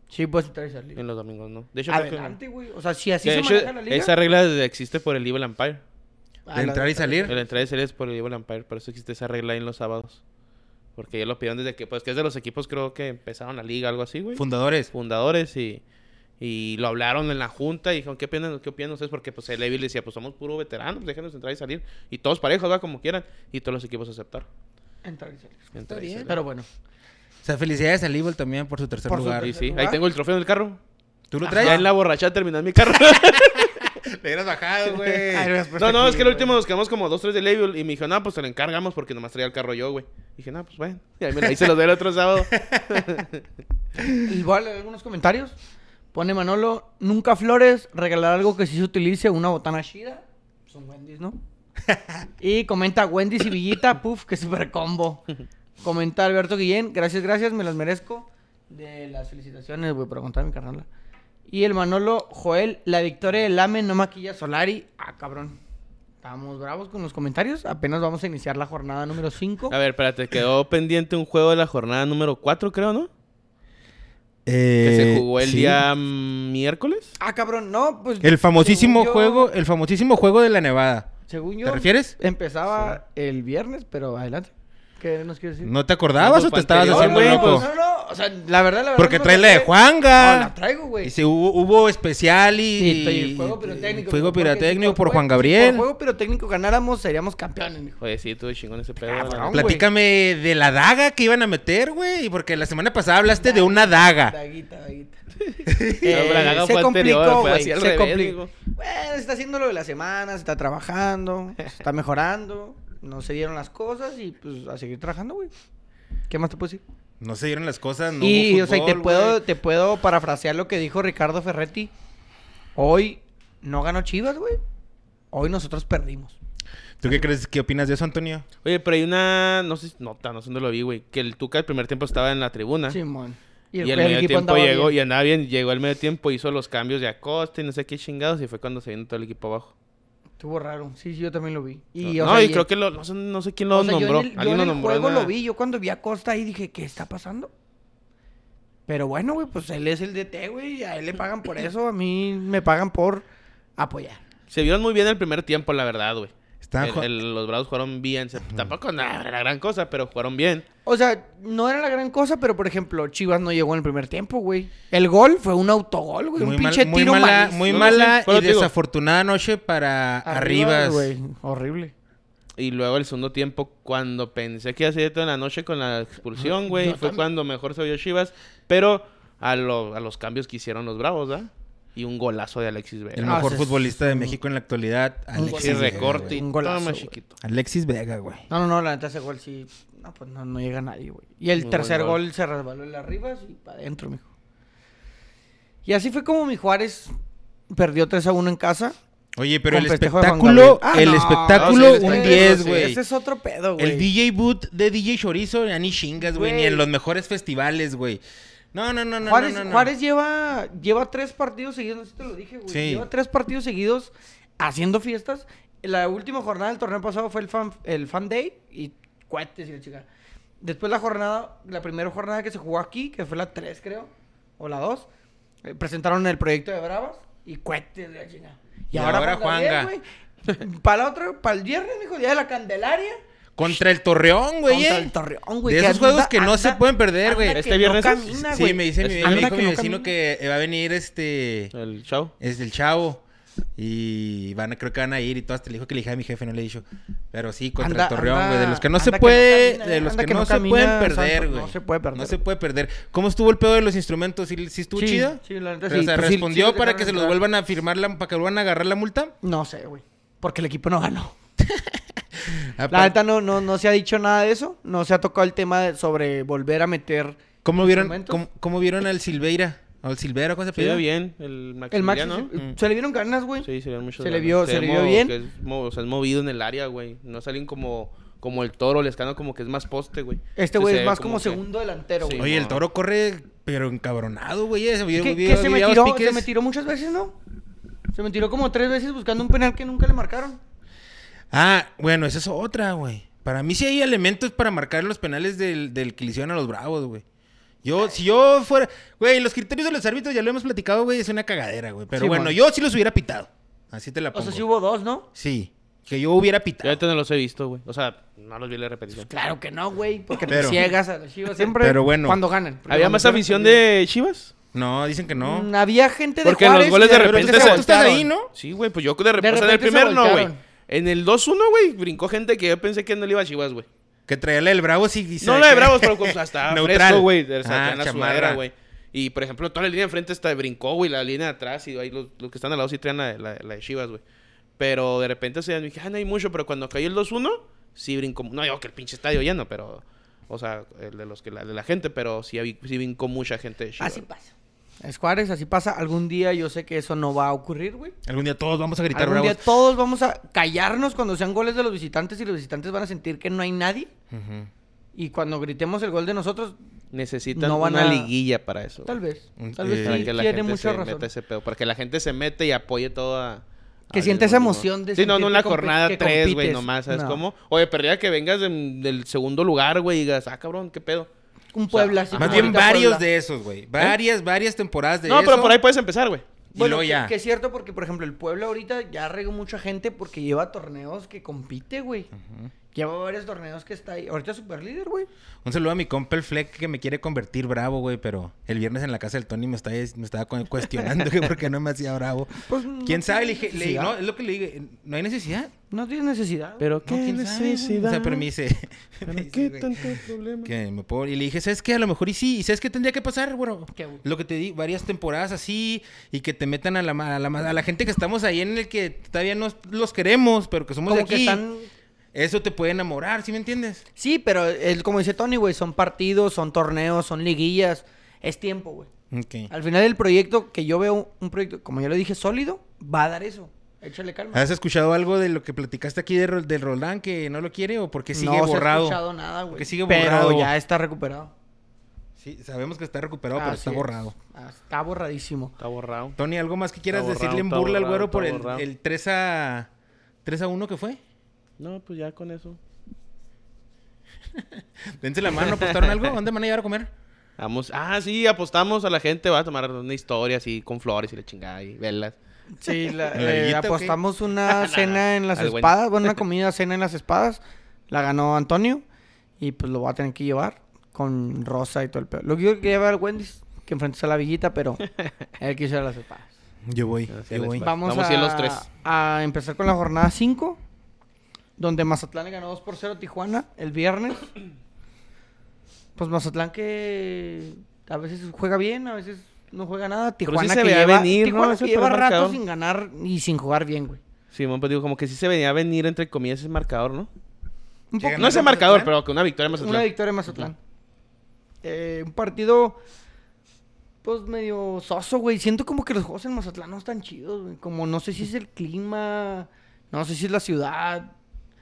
S1: Sí, puedes entrar y salir.
S2: en los domingos no. De hecho, creo que-
S1: Adelante, güey. O sea, si así
S2: de
S1: se
S2: hecho,
S1: maneja la liga.
S2: esa regla existe por el Evil Empire.
S1: a
S3: De
S1: la-
S3: entrar y salir.
S2: El entrar y salir es por el Evil Empire, por eso existe esa regla en los sábados. Porque ya lo pidieron desde que, pues, que es de los equipos creo que empezaron la liga, algo así, güey.
S3: Fundadores.
S2: fundadores y, y lo hablaron en la junta y dijeron, ¿qué opinan, qué opinan ustedes? Porque pues el Evil decía, pues somos puro veterano, pues déjenos entrar y salir. Y todos parejos, va como quieran. Y todos los equipos aceptaron.
S1: Entrar y salir.
S2: Entrar y salir.
S1: Pero bueno.
S3: O sea, felicidades al Evil también por su tercer
S1: Por su
S3: lugar.
S2: Y
S1: tercer-
S2: sí,
S1: lugar.
S2: ahí tengo el trofeo en el carro.
S3: ¿Tú lo
S2: Ya
S3: traes?
S2: en la borrachada terminé mi carro.
S3: Le hubieras bajado, güey.
S1: pues,
S2: no, no, es que el último nos quedamos como dos, tres del Evil. Y me dijo, no, pues te lo encargamos porque nomás traía el carro yo, güey. Dije, no, pues bueno. Y ahí, me la- ahí se los doy el otro sábado.
S1: Igual algunos comentarios. Pone Manolo, nunca flores, regalar algo que sí se utilice, una botana chida. Son Wendy's, ¿no? y comenta Wendy's y Villita, puf, que super combo. Comenta Alberto Guillén, gracias, gracias, me las merezco. De las felicitaciones, güey, por contar mi carnal. Y el Manolo Joel, la victoria del Lame no maquilla a Solari. Ah, cabrón. Estamos bravos con los comentarios. Apenas vamos a iniciar la jornada número 5.
S2: A ver, espérate, quedó pendiente un juego de la jornada número 4, creo, ¿no?
S3: Eh,
S2: Que se jugó el
S3: sí.
S2: día mm, miércoles.
S1: Ah, cabrón, no, pues.
S3: El famosísimo
S1: según yo-
S3: juego, el famosísimo juego de la Nevada.
S1: Según yo.
S3: ¿Te refieres?
S1: Empezaba el viernes, pero adelante. ¿Qué nos quieres decir?
S3: ¿No te acordabas
S2: No,
S3: o te
S2: pues,
S3: estabas
S2: anterior,
S3: haciendo
S2: güey,
S3: loco?
S1: pues, no, no, O sea, la verdad, la verdad.
S3: Porque
S1: no
S3: trae la
S1: sé.
S3: de
S1: No, la
S3: Juanga.
S1: traigo, güey.
S3: Y sí, hubo, hubo especial y,
S1: Sí, y fuego pirotécnico.
S3: fuego
S1: porque
S3: pirotécnico
S1: si
S3: por Juan
S1: si por
S3: Gabriel.
S1: fuego pirotécnico ganáramos, seríamos campeones, mijo.
S2: Oye, sí, tuve chingón ese pedo.
S1: Cabrón,
S2: la neta.
S1: güey.
S3: Platícame de la daga que iban a meter, güey. Porque la semana pasada hablaste de una daga.
S1: Daguita, daguita. Eh,
S2: Pero la daga
S1: se
S2: fue anterior,
S1: complicó,
S2: fue
S1: güey.
S2: así al
S1: Se
S2: revés,
S1: complicó.
S2: digo.
S1: Bueno, se está haciendo lo de la semana, se está trabajando, se está mejorando. No se dieron las cosas y pues a seguir trabajando, güey. ¿Qué más te puedo decir?
S3: No se dieron las cosas, no
S1: y,
S3: hubo
S1: o sea, y te
S3: fútbol,
S1: puedo,
S3: güey.
S1: te puedo parafrasear lo que dijo Ricardo Ferretti. Hoy no ganó Chivas, güey. Hoy nosotros perdimos.
S3: ¿Tú qué crees? ¿Qué opinas de eso, Antonio?
S2: Oye, pero hay una, no sé, si- nota, no sé dónde lo vi, güey, que el Tuca el primer tiempo estaba en la tribuna.
S1: Simón.
S2: ¿Eh? Y el, medio tiempo
S1: andaba
S2: llegó
S1: bien.
S2: y andaba bien, llegó al medio tiempo, hizo los cambios de Acosta y no sé qué chingados y fue cuando se vino todo el equipo abajo.
S1: Estuvo raro. Sí, sí, yo también lo vi. Y,
S2: Y, no,
S1: o sea,
S2: y creo que lo- no, sé, no sé quién lo
S1: o sea,
S2: nombró.
S1: Yo en el, yo
S2: Alguien
S1: en
S2: lo
S1: el
S2: nombró. en
S1: juego
S2: una-
S1: lo vi. Yo cuando vi a Costa ahí dije, ¿qué está pasando? Pero bueno, güey, pues él es el DT, güey. A él le pagan por eso. A mí me pagan por apoyar.
S2: Se vieron muy bien el primer tiempo, la verdad, güey.
S3: Estaban
S2: El-
S3: jug-
S2: el- los Bravos jugaron bien. se- tampoco nada, era la gran cosa, pero jugaron bien.
S1: O sea, no era la gran cosa, pero por ejemplo, Chivas no llegó en el primer tiempo, güey. El gol fue un autogol, güey.
S3: muy,
S1: un
S3: mal-
S1: pinche
S3: muy
S1: tiro
S3: mala,
S1: malísimo.
S3: muy
S2: No, no
S3: mala
S2: sé, por
S3: y
S2: eso te digo.
S3: desafortunada noche para Arribas.
S1: güey. Horrible.
S2: Y luego el segundo tiempo, cuando pensé que iba a ser todo en la noche con la expulsión, güey, fue cuando mejor se vio Chivas. Pero a, lo- a los cambios que hicieron los Bravos, ¿ah? Y un golazo de Alexis
S3: El
S2: Vega.
S1: Ah,
S3: mejor
S1: sí, sí.
S3: futbolista de México en la actualidad,
S2: Sí,
S3: Alexis
S1: golazo,
S3: Vega.
S2: recorte
S3: güey.
S2: y
S1: Un
S2: todo
S1: golazo,
S2: más
S1: güey.
S2: chiquito.
S3: Alexis Vega, güey.
S1: No, no, no, la neta ese gol sí. No, pues no, no llega nadie, güey. Y el
S2: Muy
S1: tercer
S2: buen gol.
S1: gol. se resbaló en las ribas y para adentro, mijo. Y así fue como mi Juárez perdió 3 a 1 en casa.
S3: Oye, pero
S1: Con
S3: el
S1: festejo de Juan
S3: espectáculo,
S1: Gabriel. Ah,
S3: el
S1: no,
S3: espectáculo,
S2: no, sí, el
S3: un
S2: espectáculo,
S3: 10,
S2: sí.
S3: güey.
S1: Ese es otro pedo, güey.
S3: El DJ boot de DJ Chorizo, ya ni chingas, güey, ni
S1: Güey.
S3: en los mejores festivales, güey. No, no, no, no,
S1: Juárez,
S3: no, no, no.
S1: Juárez lleva, lleva tres partidos seguidos, no sé si te lo dije, güey.
S3: Sí.
S1: Lleva tres partidos seguidos haciendo fiestas. La última jornada del torneo pasado fue el Fan, el fan Day y cohetes y la chica. Después la jornada, la primera jornada que se jugó aquí, que fue la 3, creo, o la 2, eh, presentaron el proyecto de Bravas y cohetes y la chica.
S3: Y ahora Juanga.
S1: Para la otra, para el viernes, mijo, día de la Candelaria.
S3: Contra el Torreón, güey.
S1: Contra
S3: eh.
S1: el Torreón, güey,
S3: De
S1: que
S3: esos juegos
S1: anda-
S3: que no se
S1: anda-
S3: pueden perder,
S1: anda
S3: güey.
S1: que
S2: ¿Este viernes es?
S1: camina,
S3: Sí,
S1: güey.
S3: me dice
S2: Es-
S3: mi, me
S1: anda
S3: dijo
S1: que
S3: mi
S1: no
S3: vecino
S1: camina.
S3: que eh, va a venir este
S2: El chavo.
S3: es del chavo y van a- creo que van a ir y todo hasta le dijo que le dije a mi jefe, no le he dicho. Pero sí, contra
S1: Anda-
S3: el Torreón,
S1: anda-
S3: güey, de los que no se
S1: anda que no
S3: puede,
S1: camina,
S3: de los
S1: anda
S3: que,
S1: que
S3: no,
S1: no
S3: se
S1: camina,
S3: pueden perder,
S1: Santos,
S3: güey.
S1: no se puede perder.
S3: No se puede perder. ¿Cómo estuvo el pedo de los instrumentos? ¿Sí, sí estuvo
S1: Sí,
S3: chido?
S1: sí, la neta
S3: Pero, O
S1: sí. pues
S3: sea,
S1: Sí, sí,
S3: respondió
S1: sí, los
S3: para
S1: dejaron
S3: que se los
S1: entrar.
S3: vuelvan a firmar la, para que vuelvan a agarrar la multa.
S1: No sé, güey. Porque el equipo no ganó. La
S3: Aparte-
S1: neta no, no, no se ha dicho nada de eso. No se ha tocado el tema de- sobre volver a meter
S3: ¿Cómo vieron
S1: ¿Instrumentos?
S3: cómo, cómo vieron al Silveira? Al Silveira, ¿cómo se
S2: Se vio
S3: apellida?
S2: bien el Maximiliano.
S1: el Max.
S2: ¿no?
S1: se- Se le vieron ganas, güey.
S2: Sí, se le vio mucho.
S1: Se le vio- se le vio bien.
S2: o sea, es movido en el área, güey. No salen como, como el toro, el escano como que es más poste, güey.
S1: Este
S2: Sí,
S1: güey
S2: se
S1: es
S2: ve
S1: más como,
S2: que-
S1: segundo delantero,
S2: Sí.
S1: güey.
S3: Oye, el
S2: no.
S3: toro corre, pero encabronado, güey. eh, Ese video-
S1: Que,
S3: video-
S1: que se, me
S3: videos
S1: tiró,
S3: piques.
S1: se me tiró muchas veces, ¿no? Se me tiró como tres veces buscando un penal que nunca le marcaron.
S3: Ah, bueno, esa es otra, güey. Para mí sí hay elementos para marcar los penales del, del que le hicieron a los bravos, güey. Yo, si yo fuera... Güey, los criterios de los árbitros, ya lo hemos platicado, güey, es una cagadera, güey. Pero
S1: Sí,
S3: bueno,
S1: man.
S3: yo sí los hubiera pitado. Así te la
S1: O
S3: pongo.
S1: sea, sí hubo dos, ¿no?
S3: Sí, que yo hubiera
S2: Yo
S3: pitado.
S2: ahorita no los he visto, güey. O sea, no los vi en la repetición.
S1: Pues Claro que no, güey. Porque
S3: Pero-
S1: te ciegas a las chivas siempre.
S3: Pero bueno.
S1: Cuando ganan. Porque
S2: ¿Había
S1: cuando
S2: más
S1: pierden,
S2: afición
S1: también.
S2: de Chivas?
S3: No, dicen que no.
S1: Mm, Había gente de
S2: Porque los
S1: Juárez y
S2: goles de
S3: Pero
S2: repente
S3: tú estás-
S2: se
S3: tú estás ahí,
S1: voltearon.
S3: ¿no?
S2: Sí, güey, pues yo de repente, o sea, en el
S1: repente se
S2: primer no, güey.
S1: voltearon.
S2: En el 2-1, güey, brincó gente que yo pensé que no le iba a Chivas, güey.
S3: Que traía la del Bravo sí.
S2: No la de Bravos, pero pues hasta fresco, güey. O sea,
S3: Ah,
S2: en la
S3: chamarra.
S2: sudadera, güey. Y, por ejemplo, toda la línea de frente hasta brincó, güey. La línea de atrás y ahí los, los que están al lado sí traen la, de- la de- la de Chivas, güey. Pero de repente se dije, ah, no hay mucho. Pero cuando cayó el 2-1, sí brincó. No digo que el pinche estadio lleno, pero... O sea, el de, los que, la, de la gente, pero sí, habí- sí brincó mucha gente de Chivas.
S1: Así pasa. Es Juárez, así pasa. Algún día yo sé que eso no va a ocurrir, güey.
S3: Algún día todos vamos a gritar
S1: Algún
S3: Bravos.
S1: día todos vamos a callarnos cuando sean goles de los visitantes y los visitantes van a sentir que no hay nadie.
S3: Ujú.
S1: Y cuando gritemos el gol de nosotros,
S2: Necesitan
S1: No van
S2: una
S1: a-
S2: liguilla para eso.
S1: tal
S2: güey.
S1: vez.
S3: Mm,
S1: Tal
S3: eh,
S1: vez
S2: Para
S1: sí
S2: que la
S1: tiene
S2: gente
S1: mucha
S2: se
S1: razón.
S2: meta ese pedo. Para que la gente se mete y apoye toda...
S1: Que
S2: al
S1: sienta esa
S2: mismo tiempo.
S1: emoción de
S2: Sí, no,
S1: sentir
S2: no
S1: que
S2: una
S1: compi-
S2: jornada
S1: que
S2: tres, güey,
S1: compites.
S2: nomás, ¿sabes
S1: No.
S2: cómo? Oye, perdida que vengas en- del segundo lugar, güey, y digas, ah, cabrón, qué pedo.
S1: Un Puebla
S2: O sea,
S1: así
S3: Más
S1: como
S3: bien
S1: ahorita
S3: varios
S1: Puebla.
S3: de esos, güey. Varias, varias temporadas de
S2: No, pero
S3: eso.
S2: por ahí puedes empezar, güey.
S3: Y
S1: Bueno,
S3: luego
S1: que-
S3: ya.
S1: que es cierto porque, por ejemplo, el Puebla ahorita ya regó mucha gente porque lleva torneos que compite, güey. Lleva varios torneos que está ahí. Ahorita es super líder, güey.
S3: Un saludo a mi compa el Fleck que me quiere convertir bravo, güey, pero el viernes en la casa del Tony me, está, me estaba cu- cuestionando que por qué no me hacía bravo.
S1: Pues, no
S3: ¿Quién sabe? Le
S1: tiene
S3: dije, le-
S1: necesidad.
S3: no, es lo que le dije, no hay necesidad.
S1: No tienes necesidad.
S2: Pero
S3: No, ¿quién sabe, güey? O sea, pero me dice, me dice, güey,
S2: problema?
S3: que me puedo... Y le dije, ¿sabes qué? A lo mejor y sí, ¿y sabes qué tendría que pasar? Bueno,
S1: ¿Qué, güey?
S3: lo que te di, varias temporadas así y que te metan a la, ma- a la, ma- a la gente que estamos ahí en el que todavía no los queremos, pero que somos
S1: Como
S3: de aquí.
S1: que están
S3: Eso te puede enamorar, ¿sí me entiendes?
S1: Sí, pero el- como dice Tony, güey, son partidos, son torneos, son liguillas. Es tiempo, güey.
S3: Ok.
S1: Al final el proyecto que yo veo, un proyecto, como ya lo dije, sólido, va a dar eso. Échale calma.
S3: ¿Has escuchado algo de lo que platicaste aquí de, Rol- del Roldán que no lo quiere o porque sigue
S1: no se ha
S3: borrado?
S1: escuchado nada, güey.
S3: Porque sigue borrado.
S1: Pero ya está recuperado.
S3: Sí, sabemos que está recuperado, pero
S1: Así
S3: está
S1: es.
S3: borrado.
S1: Ah, Está borradísimo.
S2: Está borrado.
S3: Tony, ¿algo más que quieras
S2: borrado,
S3: decirle en
S2: está
S3: burla al
S2: borrado,
S3: güero
S2: está
S3: por el,
S2: borrado.
S3: el 3 a 3 a 1 que fue?
S2: No, pues ya con eso.
S3: Dense la mano, ¿apostaron algo? ¿A ¿Dónde van a llevar a comer?
S2: Vamos. Ah, sí, apostamos a la gente. Va a tomar una historia así con flores y la chingada y velas.
S1: Sí, la-
S3: ¿La
S1: eh,
S3: liguita o qué?
S1: apostamos una cena en las
S2: Al buen-
S1: espadas, bueno, una comida cena en las espadas. La ganó Antonio y pues lo va a tener que llevar con Rosa y todo el pedo. Lo que yo quería ver al Wendy's, que enfrentó a la villita, pero él quiso ir a las espadas.
S3: Yo voy,
S2: Así
S3: yo
S2: les
S3: voy.
S2: va.
S1: Vamos,
S2: Vamos a
S1: a,
S2: ir los tres.
S1: a empezar con la jornada 5, donde Mazatlán le ganó 2 por 0 a Tijuana el viernes. Pues Mazatlán que a veces juega bien, a veces no juega nada.
S2: sí
S1: Tijuana
S2: se
S1: que
S2: veía
S1: lleva,
S2: venir, ¿no?
S1: Tijuana
S2: Ese
S1: que lleva
S2: primer
S1: rato
S2: marcador.
S1: sin ganar y sin jugar bien, güey.
S2: Simón, pues digo, como que sí se venía a venir, entre comillas, ese marcador, ¿no? No
S1: Un
S3: Llegan
S1: poco-
S2: ese
S3: Mazatlán?
S2: marcador, pero que una victoria más
S1: una victoria de Mazatlán. Eh, un partido pues medio soso, güey. Siento como que los juegos en Mazatlán no están chidos, güey. Como no sé si es el clima, no sé si es la ciudad.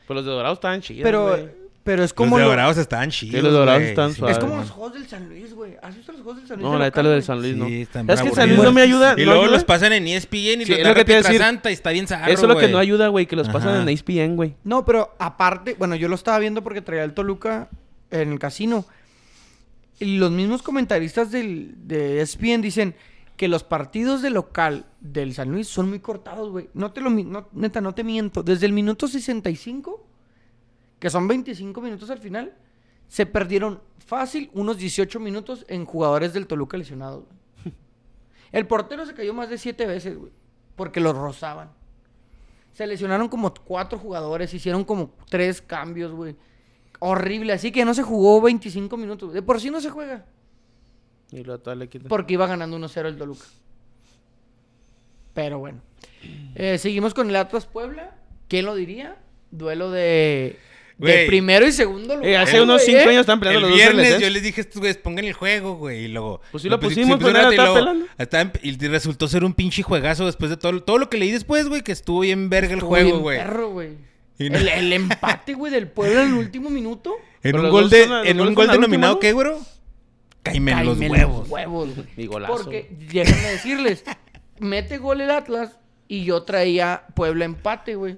S2: Pues los de Dorados estaban chidos,
S1: pero,
S2: güey.
S1: pero es como.
S3: los
S1: lo-
S3: dorados están chidos.
S2: los dorados
S3: güey.
S2: están
S3: Sí,
S1: es
S2: suaves,
S1: como
S2: güey.
S1: los juegos del San Luis, güey. ¿Has visto los juegos del San Luis?
S2: No,
S1: de
S2: la neta
S1: local,
S2: lo del
S1: güey?
S2: San Luis
S3: Sí,
S2: no. Es
S3: están
S2: que el San
S3: aburridos.
S2: Luis no me ayuda.
S3: Y
S2: no
S3: luego
S2: ayuda.
S3: los pasan en E ESPN y
S2: Sí,
S3: los
S2: es lo
S3: dan
S2: que
S3: a
S2: te iba a
S3: Pietra
S2: decir.
S3: Santa y está bien zarro,
S2: Eso es lo que
S3: güey.
S2: no ayuda, güey, que los pasan
S3: Ajá.
S2: en E ESPN, güey.
S1: No, pero aparte, bueno, yo lo estaba viendo porque traía el Toluca en el casino. Y los mismos comentaristas del, de E ESPN dicen que los partidos de local del San Luis son muy cortados, güey. No te lo mi- no, neta, no te miento. Desde el minuto 65, que son 25 minutos al final, se perdieron fácil unos 18 minutos en jugadores del Toluca lesionados. güey. El portero se cayó más de 7 veces, güey, porque los rozaban. Se lesionaron como cuatro jugadores, hicieron como tres cambios, güey. Horrible, así que no se jugó 25 minutos. De por sí no se juega,
S2: Y lo tal le quita.
S1: porque iba ganando 1-0 el Toluca. Pero bueno. Eh, seguimos con el Atlas Puebla. ¿Quién lo diría? Duelo de, de
S3: Güey.
S1: primero y segundo lugar.
S2: Eh, hace unos
S1: güey,
S2: 5
S1: ¿eh?
S2: años estaban peleando
S3: El
S2: los dos
S3: viernes
S2: LCs.
S3: yo les dije a estos güeyes, pongan el juego, güey. Y luego.
S2: Pues sí lo
S3: pus-
S2: pusimos,
S3: pusieron
S2: pero nadie
S3: rato
S2: lo
S3: y
S2: estaba
S3: luego- hasta- Y resultó ser un pinche juegazo después de todo, todo lo que leí después, güey, que estuvo bien verga el
S1: Estuvo
S3: juego,
S1: bien
S3: güey.
S1: perro, güey.
S3: Y no-
S1: El, el empate, güey, del Puebla en el último minuto.
S3: En
S2: Pero
S3: un
S2: los
S3: gol
S2: dos
S3: de,
S2: son- los
S3: en
S2: goles
S3: un
S2: son
S3: gol
S2: al último,
S3: denominado,
S2: ¿no?
S3: ¿qué, güey? Caimen los
S1: Cáimenle
S3: huevos.
S1: huevos, güey.
S2: Y golazo,
S1: Porque, déjenme decirles, mete gol el Atlas y yo traía Puebla empate, güey.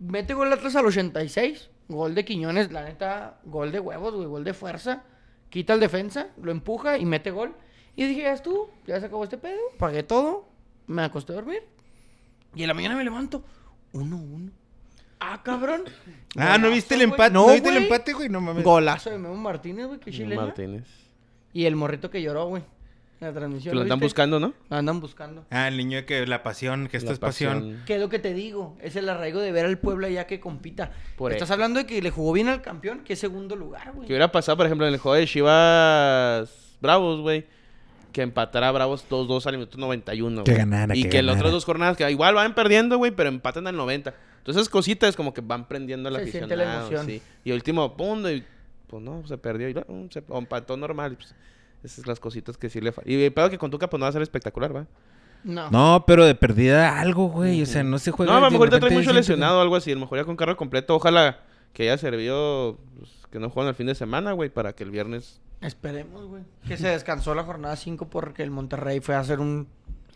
S1: Mete gol el Atlas al 86, gol de Quiñones, la neta, gol de huevos, güey, gol de fuerza. Quita el defensa, lo empuja y mete gol. Y dije, ya estuvo, ya se acabó este pedo, pagué todo, me acosté a dormir. Y en la mañana me levanto, 1-1. Ah, cabrón.
S3: Ah, ¿no
S1: Golazo,
S3: viste el
S1: güey.
S3: empate? ¿No,
S1: No,
S3: viste el
S1: güey.
S3: empate, güey? No mames.
S1: Golazo de Memo Martínez, güey, que chilena.
S2: Martínez.
S1: Y el morrito que lloró, güey. La transmisión.
S2: Que lo andan
S1: ¿viste?
S2: buscando, ¿no?
S1: Lo andan buscando.
S3: Ah, el niño que la pasión, que esto
S2: La
S3: es pasión.
S1: ¿Qué es lo que te digo? Es el arraigo de ver al Puebla ya que compita.
S2: Por
S1: Estás
S2: eso.
S1: hablando de que le jugó bien al campeón, que es segundo lugar, güey.
S2: Que hubiera pasado, por ejemplo, en el juego de Chivas Bravos, güey. Que empatara Bravos 2-2 al minuto 91.
S3: Que
S2: güey.
S3: ganara,
S2: Y
S3: que
S2: que, las
S3: ganara.
S2: otras dos jornadas, que igual van perdiendo, güey, pero empatan al 90. Entonces, esas cositas como que van prendiendo la
S1: Se
S2: afición.
S1: siente la emoción.
S2: Sí. Y último, pum, y pues no, se perdió. Y, luego, mm, se o empató normal. y, pues, esas son las cositas que sí le faltan. Y pero que con Tuca, pues no va a ser espectacular, ¿va?
S1: No.
S3: No, pero de perdida algo, güey. O sea, no se juega.
S2: no, a lo
S3: Pues, de
S2: mejor te trae
S3: repente
S2: mucho
S3: siento que-
S2: lesionado o algo así. A lo mejor ya con carro completo. Ojalá que haya servido pues, que no juegan el fin de semana, güey, para que el viernes
S1: Esperemos, güey. Que se descansó la jornada 5 porque el Monterrey fue a hacer un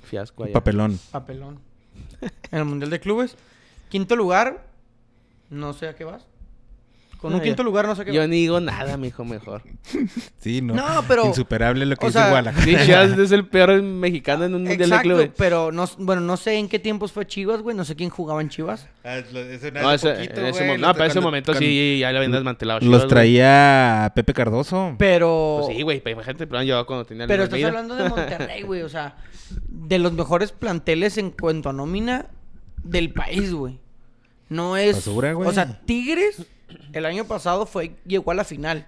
S2: fiasco
S3: Un
S2: allá.
S3: Papelón.
S1: papelón en el Mundial de Clubes. Quinto lugar, no sé a qué vas. Con un
S2: Ah,
S1: quinto
S2: ya.
S1: lugar, no sé a qué
S2: Yo
S1: vas.
S2: ni digo nada, mijo, mejor.
S3: Sí, no.
S1: No, pero-
S3: Insuperable lo que
S1: o
S3: hizo
S1: sea,
S3: Guadalajara.
S2: Sí, Chivas es el peor mexicano en un mundial
S1: Exacto,
S2: de clubes.
S1: pero no, bueno, no sé en qué tiempos fue Chivas, güey. No sé quién jugaba en Chivas.
S2: Pues
S3: Ah, es lo- eso era
S2: No,
S3: hace
S2: ese,
S3: poquito,
S2: en ese
S3: güey,
S2: mo- no,
S3: los-
S2: para ese
S3: cuando-
S2: momento
S3: cuando
S2: sí ya le habían desmantelado. a Chivas,
S3: Los
S2: güey.
S3: traía Pepe Cardoso.
S1: Pero.
S2: Pues sí, güey, pero imagínate, pero han llevado cuando tenía la
S1: Pero estás
S2: Almeida.
S1: hablando de Monterrey, güey. O sea, de los mejores planteles en cuanto a nómina del país, güey. No es.
S3: Basura, güey.
S1: O sea, Tigres el año pasado fue llegó a la final.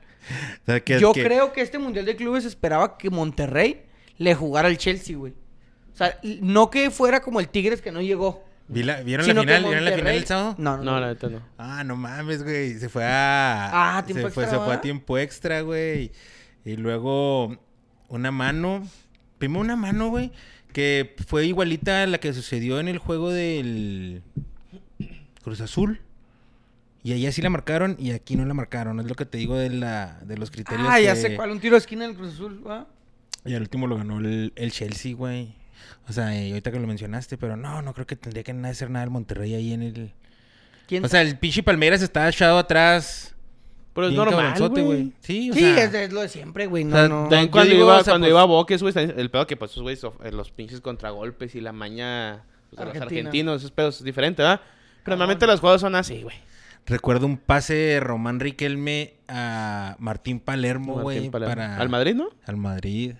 S3: O sea, que-
S1: Yo
S3: que-
S1: creo que este Mundial de Clubes esperaba que Monterrey le jugara al Chelsea, güey. O sea, no que fuera como el Tigres que no llegó.
S3: vi la- ¿Vieron la
S1: sino que
S3: final? ¿Vieron la
S1: Monterrey-
S3: final el sábado?
S1: No, no.
S2: No,
S1: no.
S2: la neta no.
S3: Ah, no mames, güey. Se fue a.
S1: Ah, tiempo
S3: se fue,
S1: extra,
S3: Se fue a
S1: ¿verdad?
S3: tiempo extra, güey. Y luego una mano. Primero una mano, güey. Que fue igualita a la que sucedió en el juego del Cruz Azul. Y allá sí la marcaron y aquí no la marcaron. Es lo que te digo de, la, de los criterios.
S1: Ah, ya
S3: que-
S1: sé cuál. Un tiro de esquina del Cruz Azul, ¿va?
S3: Y al último lo ganó el, el Chelsea, güey. O sea, y ahorita que lo mencionaste, pero no, no creo que tendría que na- hacer nada el Monterrey ahí en el.
S1: ¿Quién
S3: O sea, el pinche Palmeiras estaba echado atrás.
S2: Pero es
S3: Bien
S2: normal,
S3: cabronzote,
S2: güey.
S3: Sí, o
S1: Sí,
S3: sea,
S1: es, es lo de siempre, güey. No,
S3: sea,
S1: no.
S2: También
S3: yo
S2: cuando
S3: digo,
S2: iba,
S3: o sea,
S2: cuando
S3: pues-
S2: iba a Boques, güey, también el pedo que pasó, güey, so- eh, los pinches contragolpes y la maña pues, de los
S1: Argentina.
S2: argentinos, esos pedos es diferente, ¿verdad? Pero normalmente las jugadas son así, güey.
S3: recuerdo un pase de Román Riquelme a Martín Palermo,
S2: Martín
S3: güey,
S2: Palermo.
S3: para
S2: Al Madrid, ¿no?
S3: Al Madrid.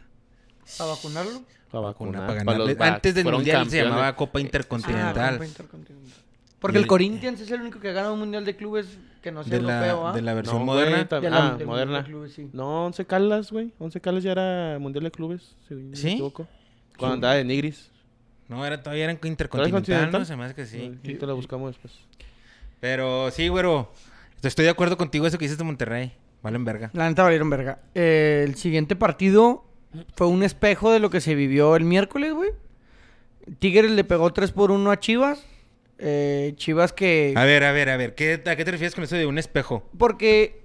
S1: ¿A vacunarlo?
S2: Para
S3: Una-
S2: vacunar,
S3: para
S2: para los
S3: ganarle.
S2: va-
S3: Antes del
S2: fueron
S3: mundial se
S2: campeones.
S3: llamaba Copa
S1: Ah,
S3: Intercontinental.
S1: Copa Intercontinental. Porque
S3: Y-
S1: el Corinthians es el único que gana un mundial de clubes que no sea
S3: de,
S1: europeo,
S3: la,
S1: ¿ah?
S3: de la
S2: No,
S3: versión
S2: güey,
S3: moderna.
S2: tam-
S1: De la-
S2: ah,
S1: de Mundial
S2: moderna.
S1: de Clubes, sí.
S2: No, Once Caldas, güey. Once Caldas ya era Mundial de Clubes, si no
S3: ¿Sí?
S2: me equivoco. Cuando andaba de Nigris.
S3: No, era todavía era intercontinental,
S2: Intercontinental?
S3: ¿no? Se me hace que sí.
S2: Sí. Te la buscamos después.
S3: Pero sí, güero. Estoy de acuerdo contigo eso que dices de Monterrey. Valen verga.
S1: La neta valieron verga. Eh, el siguiente partido fue un espejo de lo que se vivió el miércoles, güey. Tigres le pegó 3 por 1 a Chivas. Eh, Chivas que...
S3: A ver, a ver, a ver. ¿qué, ¿A qué te refieres con eso de un espejo?
S1: Porque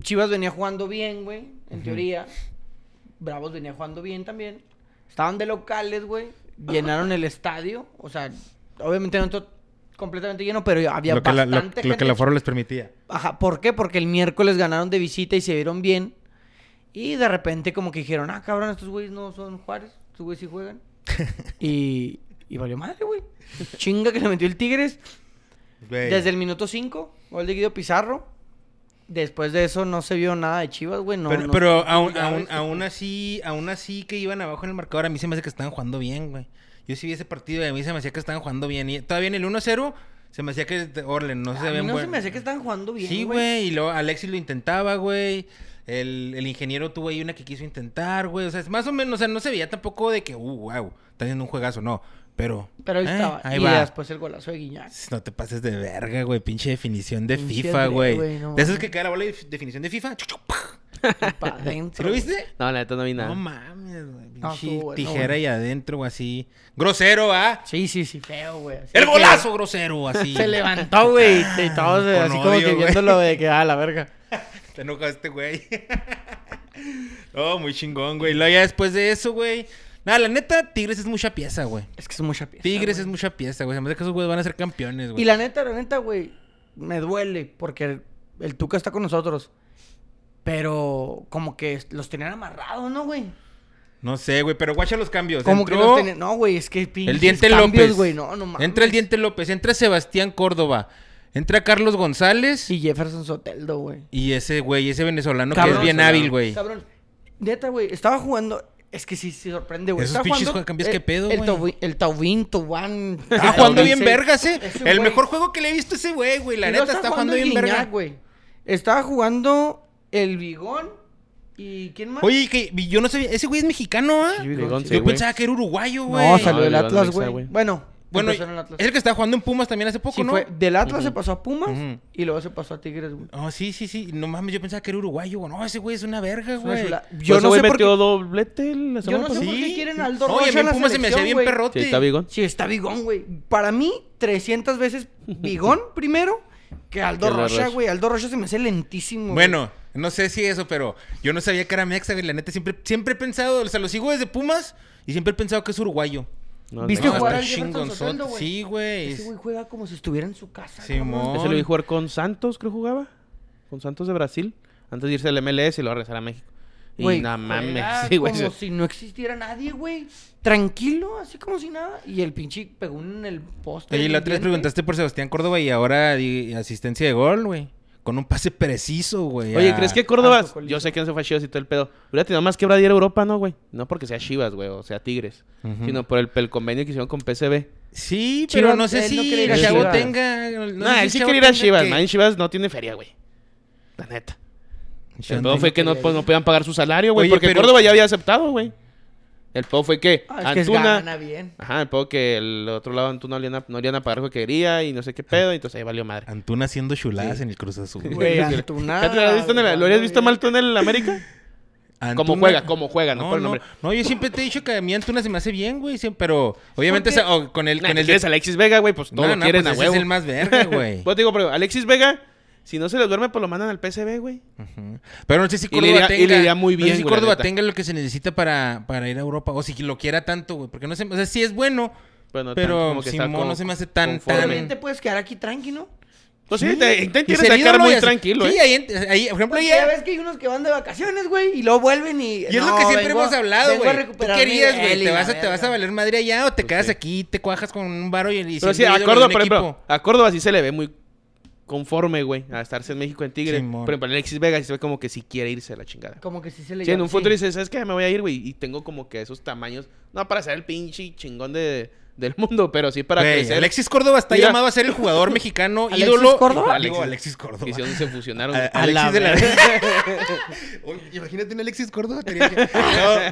S1: Chivas venía jugando bien, güey, en teoría. Bravos venía jugando bien también. Estaban de locales, güey. Llenaron el estadio. O sea, obviamente no todo completamente lleno, pero había
S3: lo que, la,
S1: bastante
S3: lo-
S1: gente.
S3: lo que la Foro les permitía.
S1: Ajá, ¿por qué? Porque el miércoles ganaron de visita y se vieron bien. Y de repente como que dijeron, ah, cabrón, estos güeyes no son Juárez. Estos güeyes sí juegan. y, y valió madre, güey. Chinga que le metió el Tigres.
S3: Güey.
S1: Desde el minuto 5, gol de Guido Pizarro. Después de eso no se vio nada de Chivas, güey. No,
S3: pero
S1: no-
S3: pero aún,
S1: ya
S3: aún,
S1: ves que-
S3: aún así, aún así que iban abajo en el marcador, a mí se me hace que estaban jugando bien, güey. Yo sí vi ese partido y a mí se me hacía que estaban jugando bien. Y todavía en el 1-0 se me hacía que Orlen no se
S1: A mí
S3: habían
S1: no se me hace que están jugando bien,
S3: Sí, güey, y luego Alexis lo intentaba, güey. El, el ingeniero tuvo ahí una que quiso intentar, güey. O sea, es más o menos, o sea, no se veía tampoco de que, uh, wow, está haciendo un juegazo, no. Pero,
S1: Pero ahí
S3: eh,
S1: estaba.
S3: Ahí
S1: y
S3: va.
S1: después el golazo de Guiñac.
S3: No te pases de verga, güey. Pinche definición de
S1: Pinche
S3: FIFA,
S1: André,
S3: güey.
S1: güey, no
S3: de esas
S1: mames.
S3: que cae la bola de def- definición de FIFA. chuc, chuc, pa.
S1: Para adentro.
S3: ¿Sí lo
S1: güey.
S3: viste?
S2: No, la neta no vi nada.
S3: No mames, güey.
S1: No,
S3: Pinche
S1: estuvo bueno,
S3: tijera
S1: bueno.
S3: y adentro, güey, así. Grosero, ¿ah?
S1: Sí, sí, sí, feo, güey. Así
S3: ¡El
S1: que-
S3: golazo grosero! Así.
S1: Se levantó, güey. Y todos eh,
S3: Con
S1: así como
S3: odio,
S1: que
S3: güey.
S1: viéndolo de que, ah, la verga.
S3: Te enojaste, güey. oh, muy chingón, güey. Luego ya después de eso, güey. Nada, la neta, Tigres es mucha pieza, güey.
S1: Es que es mucha pieza.
S3: Tigres es
S1: güey.
S3: mucha pieza, güey. Se me hace que esos güeyes van a ser campeones, güey.
S1: Y la neta, la neta, güey, me duele porque el, el Tuca está con nosotros. Pero como que los tenían amarrados, ¿no, güey?
S3: No sé, güey, pero guacha los cambios.
S1: Como que
S3: Pues Entró
S1: los tenían... No, güey, es que pinches
S3: El Diente
S1: cambios,
S3: López.
S1: güey. No, no mames.
S3: Entra el Diente López, entra Sebastián Córdoba, entra Carlos González
S1: Y Jefferson Soteldo, güey.
S3: y ese güey, ese venezolano que es
S1: Cabrón,
S3: bien
S2: cabrón,
S3: hábil, güey.
S1: Cabrón. Neta, güey, estaba jugando... Es que sí, sí sorprende, güey.
S3: Esos
S1: Estaba
S3: pinches
S1: jugando- eh,
S3: cambios, ¿qué pedo,
S1: el,
S3: güey?
S1: Taubín- el Taubín, Tubán...
S3: Está jugando bien
S1: Ese-
S3: vergas, eh.
S1: ese
S3: El
S1: güey.
S3: mejor juego que le he visto a ese güey, güey. La
S1: Y
S3: neta,
S1: luego
S3: está, jugando bien
S1: Guiñac,
S3: verga.
S1: güey. Estaba jugando el Bigón y ¿quién más?
S3: Oye, que y yo no sabía. Ese güey es mexicano, ¿ah?
S1: Sí,
S2: Bigón,
S1: Bigón,
S2: sí,
S1: sí.
S3: Yo
S2: güey.
S3: pensaba que era uruguayo, güey.
S1: No, salió
S2: No,
S1: del
S2: Bigón
S1: Atlas,
S2: Nexa,
S1: güey.
S2: güey.
S1: Bueno,
S3: Bueno,
S1: empezó en el Atlas.
S3: es el que estaba jugando en Pumas también hace poco,
S1: Sí,
S3: ¿no?
S1: fue- del Atlas se pasó a Pumas
S3: Ujú.
S1: y luego se pasó a Tigres, güey.
S3: Oh, sí, sí, sí. No mames, yo pensaba que era uruguayo. güey. No, ese güey es una verga,
S1: Es una
S3: güey.
S1: chula-
S2: Yo no sé por qué...
S1: qué,
S2: doblete la
S1: yo
S2: semana
S1: no sé
S2: pasada.
S1: por qué
S3: Sí.
S1: quieren a Aldo
S3: Oye,
S1: Rocha
S3: a mí
S1: en
S3: en
S1: la
S3: Pumas se me hacía
S1: selección,
S3: bien
S1: güey.
S3: perrote.
S2: Sí, está Bigón.
S1: Sí, está Bigón, güey. Para mí 300 veces Bigón primero que Aldo
S2: Que la
S1: Rocha,
S2: Rocha.
S1: güey. Aldo Rocha se me hace lentísimo. güey.
S3: Bueno, no sé si eso, pero yo no sabía que era mexa, güey. La neta, siempre, siempre he pensado, o sea, lo sigo desde Pumas y siempre he pensado que es uruguayo.
S2: No,
S1: ¿Viste
S2: no,
S3: No,
S1: jugar
S3: está
S1: al Jefferson
S3: chingonzote.
S1: Soteldo, güey?
S3: Sí, güey.
S1: ese güey juega como si estuviera en su casa.
S3: Simón.
S1: cabrón.
S2: Ese lo vi jugar con Santos, creo jugaba. Con Santos de Brasil. Antes de irse al MLS y luego regresar a México. Y
S1: Güey,
S2: nada mames.
S1: juega
S2: Sí, güey.
S1: Como si no existiera nadie, güey. Tranquilo, así como si nada. Y el pinche pegó en el poste.
S3: Oye,
S1: del
S3: la otra vez
S1: diente.
S3: preguntaste por Sebastián Córdoba y ahora di- asistencia de gol, güey. Con un pase preciso, güey. Ah,
S2: Oye,
S3: a-
S2: ¿crees que Córdoba?
S1: Alto Colizo.
S2: Yo sé que no se fue a Chivas y todo el pedo. Hubiera tenido más que ir a Europa, ¿no, güey? No porque sea Chivas, güey, o sea Tigres.
S3: Ujú.
S2: Sino por el, el convenio que hicieron con PSV.
S3: Sí,
S1: Chivas,
S3: pero no sé
S1: él no
S3: si
S1: quiere ir
S2: a
S3: Chavo
S2: Chivas.
S3: tenga...
S2: No,
S3: sé si
S2: él sí
S3: Chavo
S2: quiere ir a
S3: tenga
S2: Chivas.
S3: que-
S2: Man, Chivas no tiene feria, güey. La neta.
S3: Chivas
S2: El
S3: no
S2: pedo fue
S3: tiene-
S2: que no, pues,
S1: feria, güey.
S2: no podían pagar su salario, güey.
S3: Oye,
S2: Porque
S3: pero-
S2: Córdoba ya había aceptado, güey. El pedo fue que
S1: Ah, es que es
S2: Antuna...
S1: gana bien.
S2: Ajá, el pedo que el otro lado Antuna no le iban a- no le iban a pagar lo que quería y no sé qué pedo. y entonces ahí valió madre.
S3: Antuna haciendo chuladas en el Cruz Azul.
S1: Güey,
S2: ¿Ya te
S1: Antuna.
S2: ¿Lo habías visto en el, ¿lo habías visto
S1: bien.
S2: mal tú en el América? Como
S3: Antuna-
S2: juega, como juega, no,
S3: No,
S2: por el
S3: no,
S2: nombre.
S3: no, yo siempre te he dicho que a mí Antuna se me hace bien, güey. siempre- Pero obviamente
S1: Porque-
S3: esa- o con el...
S2: Nah,
S3: con
S2: si
S3: el
S2: quieres Alexis Vega, güey, pues todo
S3: No,
S2: lo
S3: no,
S2: quieren
S3: pues
S2: a
S3: ese
S2: huevo.
S3: es el más verga, güey.
S2: Pues te digo, pero Alexis Vega, si no se le duerme, pues lo mandan al PSV, güey.
S3: Ujú. Pero no sé si
S2: Y le
S3: Córdoba
S2: iría- y le
S3: tenga...
S2: iría muy
S3: no sé
S2: bien,
S3: si
S2: güey, la
S3: Córdoba
S2: neta.
S3: tenga lo que se necesita para, para ir a Europa. O si lo quiera tanto, güey. Porque no sé... O sea, sí es bueno...
S2: Pero, no
S3: Pero
S2: tanto como que está
S3: Simón
S2: con-
S3: no se me hace tan-
S1: Pero
S2: conforme.
S1: bien te puedes quedar aquí tranqui, ¿no?
S2: Pues sí, te
S3: Y
S2: intentas
S3: ser
S2: sacar
S3: ídolo y
S2: muy
S3: así-
S2: tranquilo,
S3: Sí,
S2: ¿eh?
S3: ahí, ent- ahí, por ejemplo,
S1: Porque
S3: ahí-
S1: ya ves que hay unos que van de vacaciones, güey, y luego vuelven y...
S3: Y es lo que siempre hemos hablado, güey. Tú querías, güey, te, vas a- te vas a
S1: valer.
S3: valer madre allá o te quedas
S2: sí.
S3: aquí, te cuajas con un varo y y
S2: Pero sí,
S3: siendo
S2: a
S3: ídolo de
S2: Córdoba,
S3: un
S2: por ejemplo,
S3: equipo.
S2: a Córdoba sí se le ve muy conforme, güey, a estarse en México en Tigre.
S3: Simón.
S2: Por ejemplo, Alexis Vega sí se ve como que si quiere irse a la chingada.
S1: Como que sí se le
S2: Sí, en
S1: llama-
S2: un futuro dices, ¿sabes qué? Me voy a ir, güey. Y tengo como que esos tamaños. No para ser el pinche chingón de, del mundo, pero sí para
S3: Güey,
S2: crecer.
S3: Alexis Córdoba está
S2: Mira.
S3: llamado a ser el jugador mexicano
S1: ¿Alexis
S3: ídolo.
S1: Córdoba?
S3: Digo, Alexis Córdoba.
S2: Y se fusionaron.
S3: A-
S1: A la
S3: Alexis de la Oye, Imagínate un Alexis Córdoba. tenía que-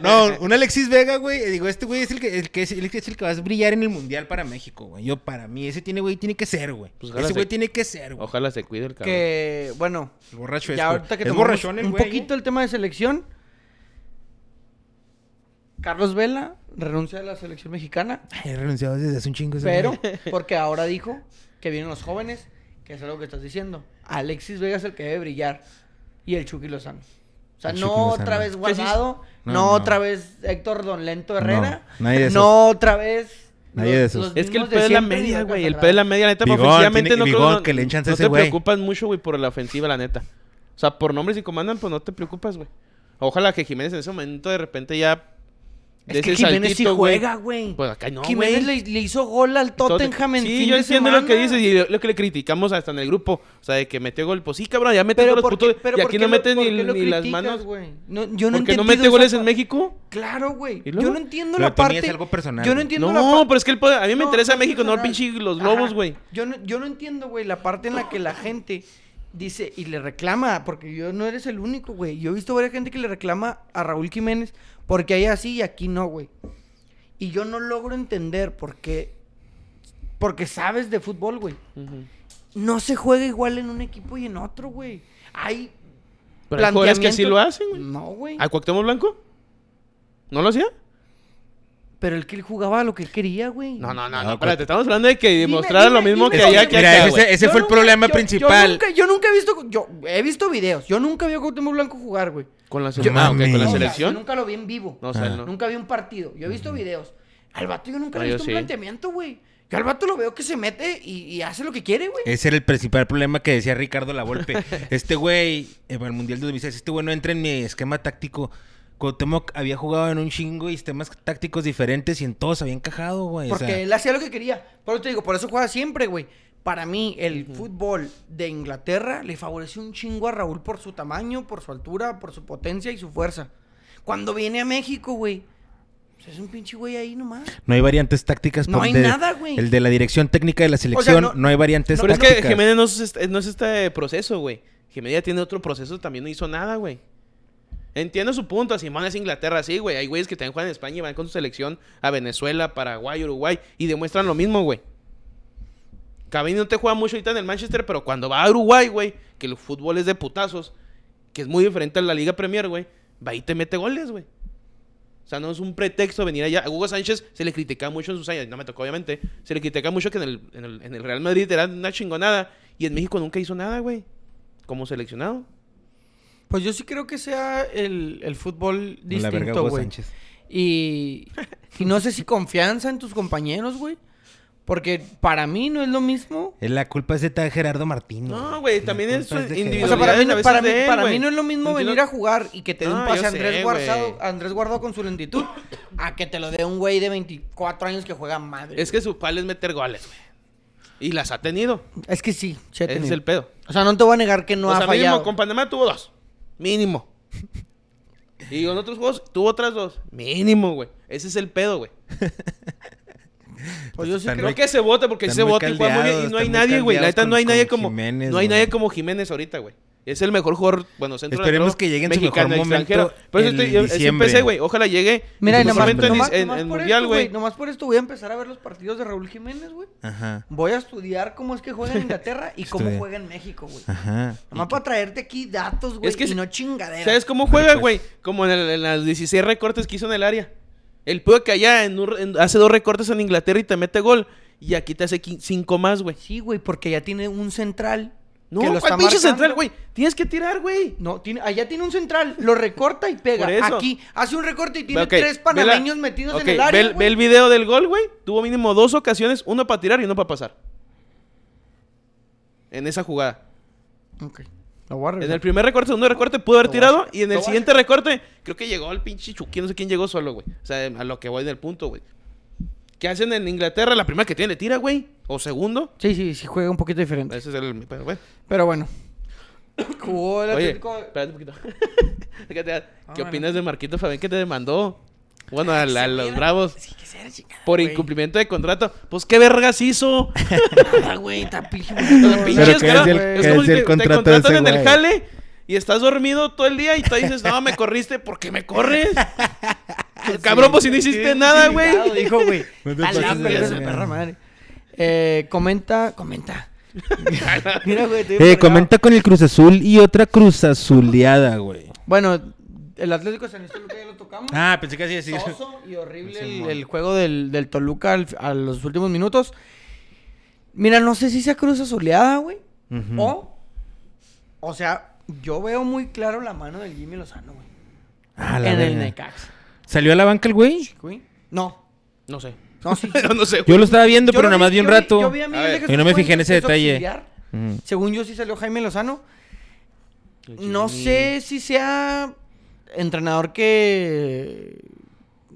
S3: No, no, un Alexis Vega, güey. eh, Digo, este güey es el que, el que es, el que es el que va a brillar en el mundial para México, güey. Yo, para mí, ese tiene, güey, tiene que ser, güey.
S2: Pues ojalá
S3: ese
S2: se-
S3: güey tiene que ser, güey.
S2: Ojalá se cuide el cabrón.
S1: Que, bueno,
S3: El borracho es,
S1: ya
S3: güey.
S1: ahorita que
S3: es
S1: tomamos
S3: borrachón el
S1: un
S3: güey, ¿eh?
S1: poquito el tema de selección, Carlos Vela renuncia a la selección mexicana,
S4: He renunciado desde hace un chingo. ese
S1: pero
S4: güey.
S1: porque ahora dijo que vienen los jóvenes, que es algo que estás diciendo. Alexis Vega es el que debe brillar y el Chucky Lozano. O sea,
S4: El Chucky
S1: no
S4: Lozano.
S1: otra vez Guardado, no,
S3: No, no.
S1: otra vez Héctor Don Lento Herrera,
S4: No,
S1: no,
S4: nadie de esos.
S1: otra vez.
S4: Nadie de esos.
S2: Es que el
S1: mismos
S2: pedo de la
S1: siempre y
S2: media,
S1: vacas
S2: güey. El
S1: sagradas.
S2: pedo de la media, la neta,
S4: Bigón,
S2: ofensivamente
S4: tiene-
S2: no
S4: Bigón,
S2: creo no-
S4: que le enchan a
S2: no
S4: ese
S2: te
S4: güey.
S2: preocupas mucho, güey, por la ofensiva, la neta. O sea, por nombres y comandan, pues no te preocupas, güey. Ojalá que Jiménez en ese momento de repente ya. de
S1: Es que
S2: ese
S1: Jiménez sí
S2: saltito, güey.
S1: juega, güey.
S2: Pues acá no,
S1: Jiménez
S2: güey.
S1: le, le hizo gol al Tottenham en
S2: Sí,
S1: fin
S2: yo
S1: de
S2: entiendo lo que
S1: semana.
S2: dices y este lo, lo que le criticamos hasta en el grupo. O sea, de que metió gol. Pues sí, cabrón, ya metes
S1: Pero,
S2: los
S1: ¿por qué-
S2: putos.
S1: pero
S2: y
S1: ¿por
S2: aquí
S1: qué
S2: no
S1: lo-
S2: metes
S1: por
S2: ni,
S1: qué lo
S2: ni las
S1: criticas,
S2: manos.
S1: güey? No, yo no
S2: porque no
S1: he
S2: mete
S1: entendido
S2: goles
S1: esa
S2: en
S1: parte.
S2: México.
S1: Claro, güey.
S2: ¿Y luego?
S1: Yo no entiendo
S3: Pero
S1: la
S3: para mí
S1: parte.
S3: es algo personal,
S1: Yo no
S3: güey.
S1: entiendo la
S2: No,
S1: parte.
S2: pero es que el poder- a mí me
S1: No,
S2: interesa
S1: no es
S2: México, no el
S1: personal.
S2: pinche los
S1: Ajá.
S2: lobos, güey.
S1: Yo no, yo no entiendo, güey, la parte en la que la gente dice y le reclama, porque yo no eres el único, güey. Yo he visto varias gente que le reclama a Raúl Jiménez porque ahí así y aquí no, güey. Y yo no logro entender por qué. Porque sabes de fútbol, güey.
S2: Ujú.
S1: No se juega igual en un equipo y en otro, güey. Hay.
S2: Pero hay jugadores que sí lo
S1: planteamientos-
S2: hacen, güey.
S1: No, güey.
S2: ¿A Cuauhtémoc Blanco? ¿No lo hacía?
S1: Pero el que él jugaba lo que él quería, güey.
S2: No, no, no,
S3: No,
S2: no.
S3: Cuau-
S2: Espérate, estamos hablando de que
S1: Dime,
S2: demostrara
S1: dime,
S2: lo mismo
S1: dime
S2: que
S1: con
S2: allá
S1: el-
S2: que
S3: Mira,
S2: acá,
S3: ese-
S2: güey.
S3: ese fue el problema principal.
S1: Yo nunca, yo nunca he visto. Yo he visto videos. Yo nunca vi a Cuauhtémoc Blanco jugar, güey.
S2: Con la,
S4: Yo-
S2: ah, ok, con
S4: Mami.
S2: la
S1: Nunca,
S2: selección.
S1: yo nunca lo vi en vivo.
S2: No, o sea,
S4: Ah.
S2: no.
S1: Nunca vi un partido. Yo he visto videos. Al vato yo nunca
S2: No,
S1: le he
S2: yo
S1: visto
S2: sí.
S1: un planteamiento, güey. Yo al vato lo veo que se mete y, y hace lo que quiere, güey.
S3: Ese era el principal problema que decía Ricardo Lavolpe. Este güey, eh, para el Mundial 2006, este güey no entra en mi esquema táctico. Cuauhtémoc había jugado en un chingo y sistemas tácticos diferentes y en todos había encajado, güey. o
S1: Porque
S3: sea,
S1: él hacía lo que quería. Por eso te digo, por eso juega siempre, güey. Para mí, el fútbol de Inglaterra le favoreció un chingo a Raúl por su tamaño, por su altura, por su potencia y su fuerza. Cuando viene a México, güey, pues es un pinche güey ahí nomás.
S3: no hay variantes tácticas.
S1: No
S3: por-
S1: hay
S3: de-
S1: nada, güey.
S3: El de la dirección técnica de la selección, no,
S1: no-
S3: hay variantes
S2: Pero es
S3: tácticas.
S2: que Jiménez no es, este- no es este proceso, güey. Jiménez ya tiene otro proceso, también no hizo nada, güey. Entiendo su punto, Simón es Inglaterra, sí, güey. Hay güeyes que también juegan en España y van con su selección a Venezuela, Paraguay, Uruguay y demuestran lo mismo, güey. Cavani no te juega mucho ahorita en el Manchester, pero cuando va a Uruguay, güey, que el fútbol es de putazos, que es muy diferente a la Liga Premier, güey, va y te mete goles, güey. O sea, no es un pretexto venir allá. A Hugo Sánchez se le criticaba mucho en sus años. No me tocó, obviamente. Se le criticaba mucho que en el, en el- en el Real Madrid era una chingonada. Y en México nunca hizo nada, güey. Como seleccionado.
S1: Pues yo sí creo que sea el, el fútbol
S3: La verga
S1: distinto,
S3: Hugo
S1: güey.
S3: Sánchez.
S1: Y, y no sé si confianza en tus compañeros, güey. Porque para mí no es lo mismo.
S3: Es La culpa es de tal Gerardo Martino.
S2: No, güey, también
S3: La
S2: es
S3: culpa de
S2: individual.
S1: O sea, para mí, no-
S2: a veces
S1: para mí-
S2: de él,
S1: para
S2: güey.
S1: mí no es lo mismo
S2: Entiendo-
S1: venir a jugar y que te dé
S2: No,
S1: un pase
S2: yo
S1: a Andrés,
S2: sé,
S1: Guardado,
S2: güey.
S1: a Andrés Guardado con su lentitud a que te lo dé un güey de 24 años que juega madre.
S2: Es que su pal es meter goles, güey. Y las ha tenido.
S1: Es que sí, sí ha
S2: Ese es
S1: tenido.
S2: el pedo.
S1: O sea, no te voy a negar que no
S2: o
S1: ha
S2: sea, mínimo,
S1: fallado.
S2: con Panamá tuvo dos. Mínimo. Y con otros juegos tuvo otras dos. Mínimo, güey. Ese es el pedo, güey.
S1: Pues yo sí
S3: Tan
S2: Creo
S1: creo
S3: muy-
S2: que se vote porque
S3: están
S2: se
S3: muy
S2: vota y juega muy bien. Y
S3: caldeados,
S2: no hay
S3: están muy
S2: nadie, güey. La
S3: caldeados
S2: neta, no hay
S3: con-
S2: nadie
S3: con
S2: como.
S3: Jiménez,
S2: no hay
S3: güey.
S2: nadie como Jiménez ahorita, güey. Es el mejor jugador, bueno, centro
S3: Esperemos que llegue en su mejor momento
S2: Pero eso
S3: en
S2: estoy, yo- eso
S3: diciembre.
S2: empecé, güey. Ojalá llegue
S1: Mira,
S2: en
S1: y
S2: su
S1: nomás,
S2: momento en,
S1: nomás-
S2: en-
S1: nomás
S2: en
S1: por
S2: Mundial,
S1: esto, güey,
S2: güey.
S1: Nomás por esto voy a empezar a ver los partidos de Raúl Jiménez, güey.
S3: Ajá,
S1: Voy a estudiar cómo es que juega en Inglaterra y cómo
S3: Estudia.
S1: juega en México, güey.
S3: ajá.
S1: Nomás para traerte aquí datos, güey,
S2: Es que
S1: y
S2: se-
S1: no chingaderas.
S2: ¿Sabes cómo juega, güey? Como en, el- en las 16 recortes que hizo en el área. El pedo que allá en un- en- hace dos recortes en Inglaterra y te mete gol. Y aquí te hace 5 más, güey.
S1: Sí, güey, porque ya tiene un central.
S2: No,
S1: que lo
S2: ¿cuál
S1: está
S2: pinche
S1: marcando.
S2: central, güey? Tienes que tirar, güey.
S1: No, tiene, allá tiene un central, lo recorta y pega.
S2: Por eso.
S1: Aquí hace un recorte y tiene
S2: Ok, ve
S1: tres
S2: la-
S1: panameños metidos
S2: ok,
S1: en el
S2: ve
S1: área.
S2: el- Ve,
S1: güey.
S2: el video del gol, güey. Tuvo mínimo dos ocasiones, uno para tirar y uno para pasar. En esa jugada.
S1: Ok, lo voy a
S2: En
S1: regresar.
S2: el primer recorte, segundo recorte, pudo haber
S1: Lo voy a
S2: tirado.
S1: sacar,
S2: Y en
S1: lo
S2: el
S1: voy a
S2: siguiente recorte, creo que llegó el pinche Chucky, no sé quién llegó solo, güey. O sea, a lo que voy del punto, güey. ¿Qué hacen en Inglaterra? La primera que tiene, tira, güey. O segundo.
S1: Sí, sí, sí, juega un poquito diferente.
S2: Ese es el. Pero, güey.
S1: Pero bueno. Jugó el
S2: Oye,
S1: Atlético-
S2: espérate un poquito. Fíjate, ¿Qué
S1: Ah, bueno.
S2: opinas de Marquito Fabián que te demandó? Bueno, a, la- a
S1: Sí,
S2: los
S1: mira.
S2: bravos.
S1: Sí, que sea la chingada,
S2: Por
S1: güey.
S2: incumplimiento de contrato. Pues qué vergas hizo.
S1: Nada, güey, está pinche. Pero
S2: Pinches
S4: que es
S2: caras,
S4: el-
S2: es
S4: que
S2: como
S4: es
S2: si
S4: el
S2: te- te
S4: contrato
S2: contratan
S4: ese
S2: en el
S4: güey.
S2: jale y estás dormido todo el día y tú dices, no, me corriste, ¿por qué me corres? Pues, cabrón, pues si no hiciste nada, güey.
S1: Dijo, güey.
S3: No te
S1: "A la
S3: pases de
S1: perra,
S3: verga".
S1: perra madre. Eh, comenta, comenta. Mira, güey, estoy
S3: Eh,
S1: embargado.
S3: comenta con el Cruz Azul y otra Cruz Azuleada, güey.
S1: Bueno, el Atlético de San Luis Toluca ya lo tocamos.
S3: Ah, pensé que así decía.
S1: Soso y horrible el- el,
S3: Simón.
S1: juego del, del Toluca al- a los últimos minutos. Mira, no sé si sea cruz azuleada, güey.
S4: Ujú.
S1: O, o sea, yo veo muy claro la mano del Jimmy Lozano, güey.
S3: Ah,
S1: En
S3: la
S1: el
S3: verga.
S1: Necax.
S3: ¿Salió a la banca el güey?
S1: No.
S2: No sé.
S1: No, sí.
S2: Yo no sé, güey.
S3: Yo lo estaba viendo,
S1: Yo
S3: pero
S1: lo
S3: nada más vi un
S1: yo
S3: rato.
S1: yo vi a Miguel
S2: A
S1: de
S2: ver.
S1: Jesús
S3: Y no me
S1: Fuentes,
S3: fijé en ese
S1: que es
S3: detalle.
S1: auxiliar.
S3: Mm.
S1: Según yo sí salió Jaime Lozano. No sé si sea entrenador que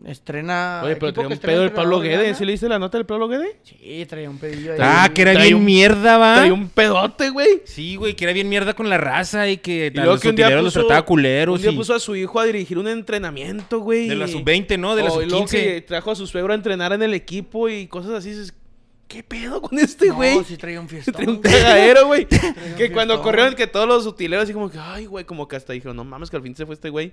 S1: estrena.
S2: Oye, pero
S1: equipo
S2: traía
S1: que
S2: un
S1: estrena
S2: pedo del Pablo
S1: entrenador de
S2: Guede.
S1: gana.
S2: ¿Sí le diste la nota del Pablo Guede?
S1: Sí, traía un pedillo ahí.
S3: Ah, que era
S2: Trae
S3: bien
S2: un-
S3: mierda, va.
S2: Traía un pedote, güey.
S3: Sí, güey, que era bien mierda con la raza y que
S2: Y
S3: a
S2: luego
S3: los
S2: que un día
S3: utileros los
S2: puso-
S3: trataba culeros.
S2: Un día
S3: y-
S2: puso a su hijo a dirigir un entrenamiento, güey.
S3: De la sub-20, ¿no? De la
S2: Oh, y luego que
S3: sub-15.
S2: trajo a su suegro a entrenar en el equipo y cosas así. dices, ¿Qué pedo con este,
S1: No,
S2: güey?
S1: sí traía un fiestón.
S2: Trae un cagadero, güey. que
S1: un
S2: cuando
S1: fiestón.
S2: corrieron que todos los utileros así como que, ay, güey, como que hasta dijeron, no mames que al fin se fue este güey.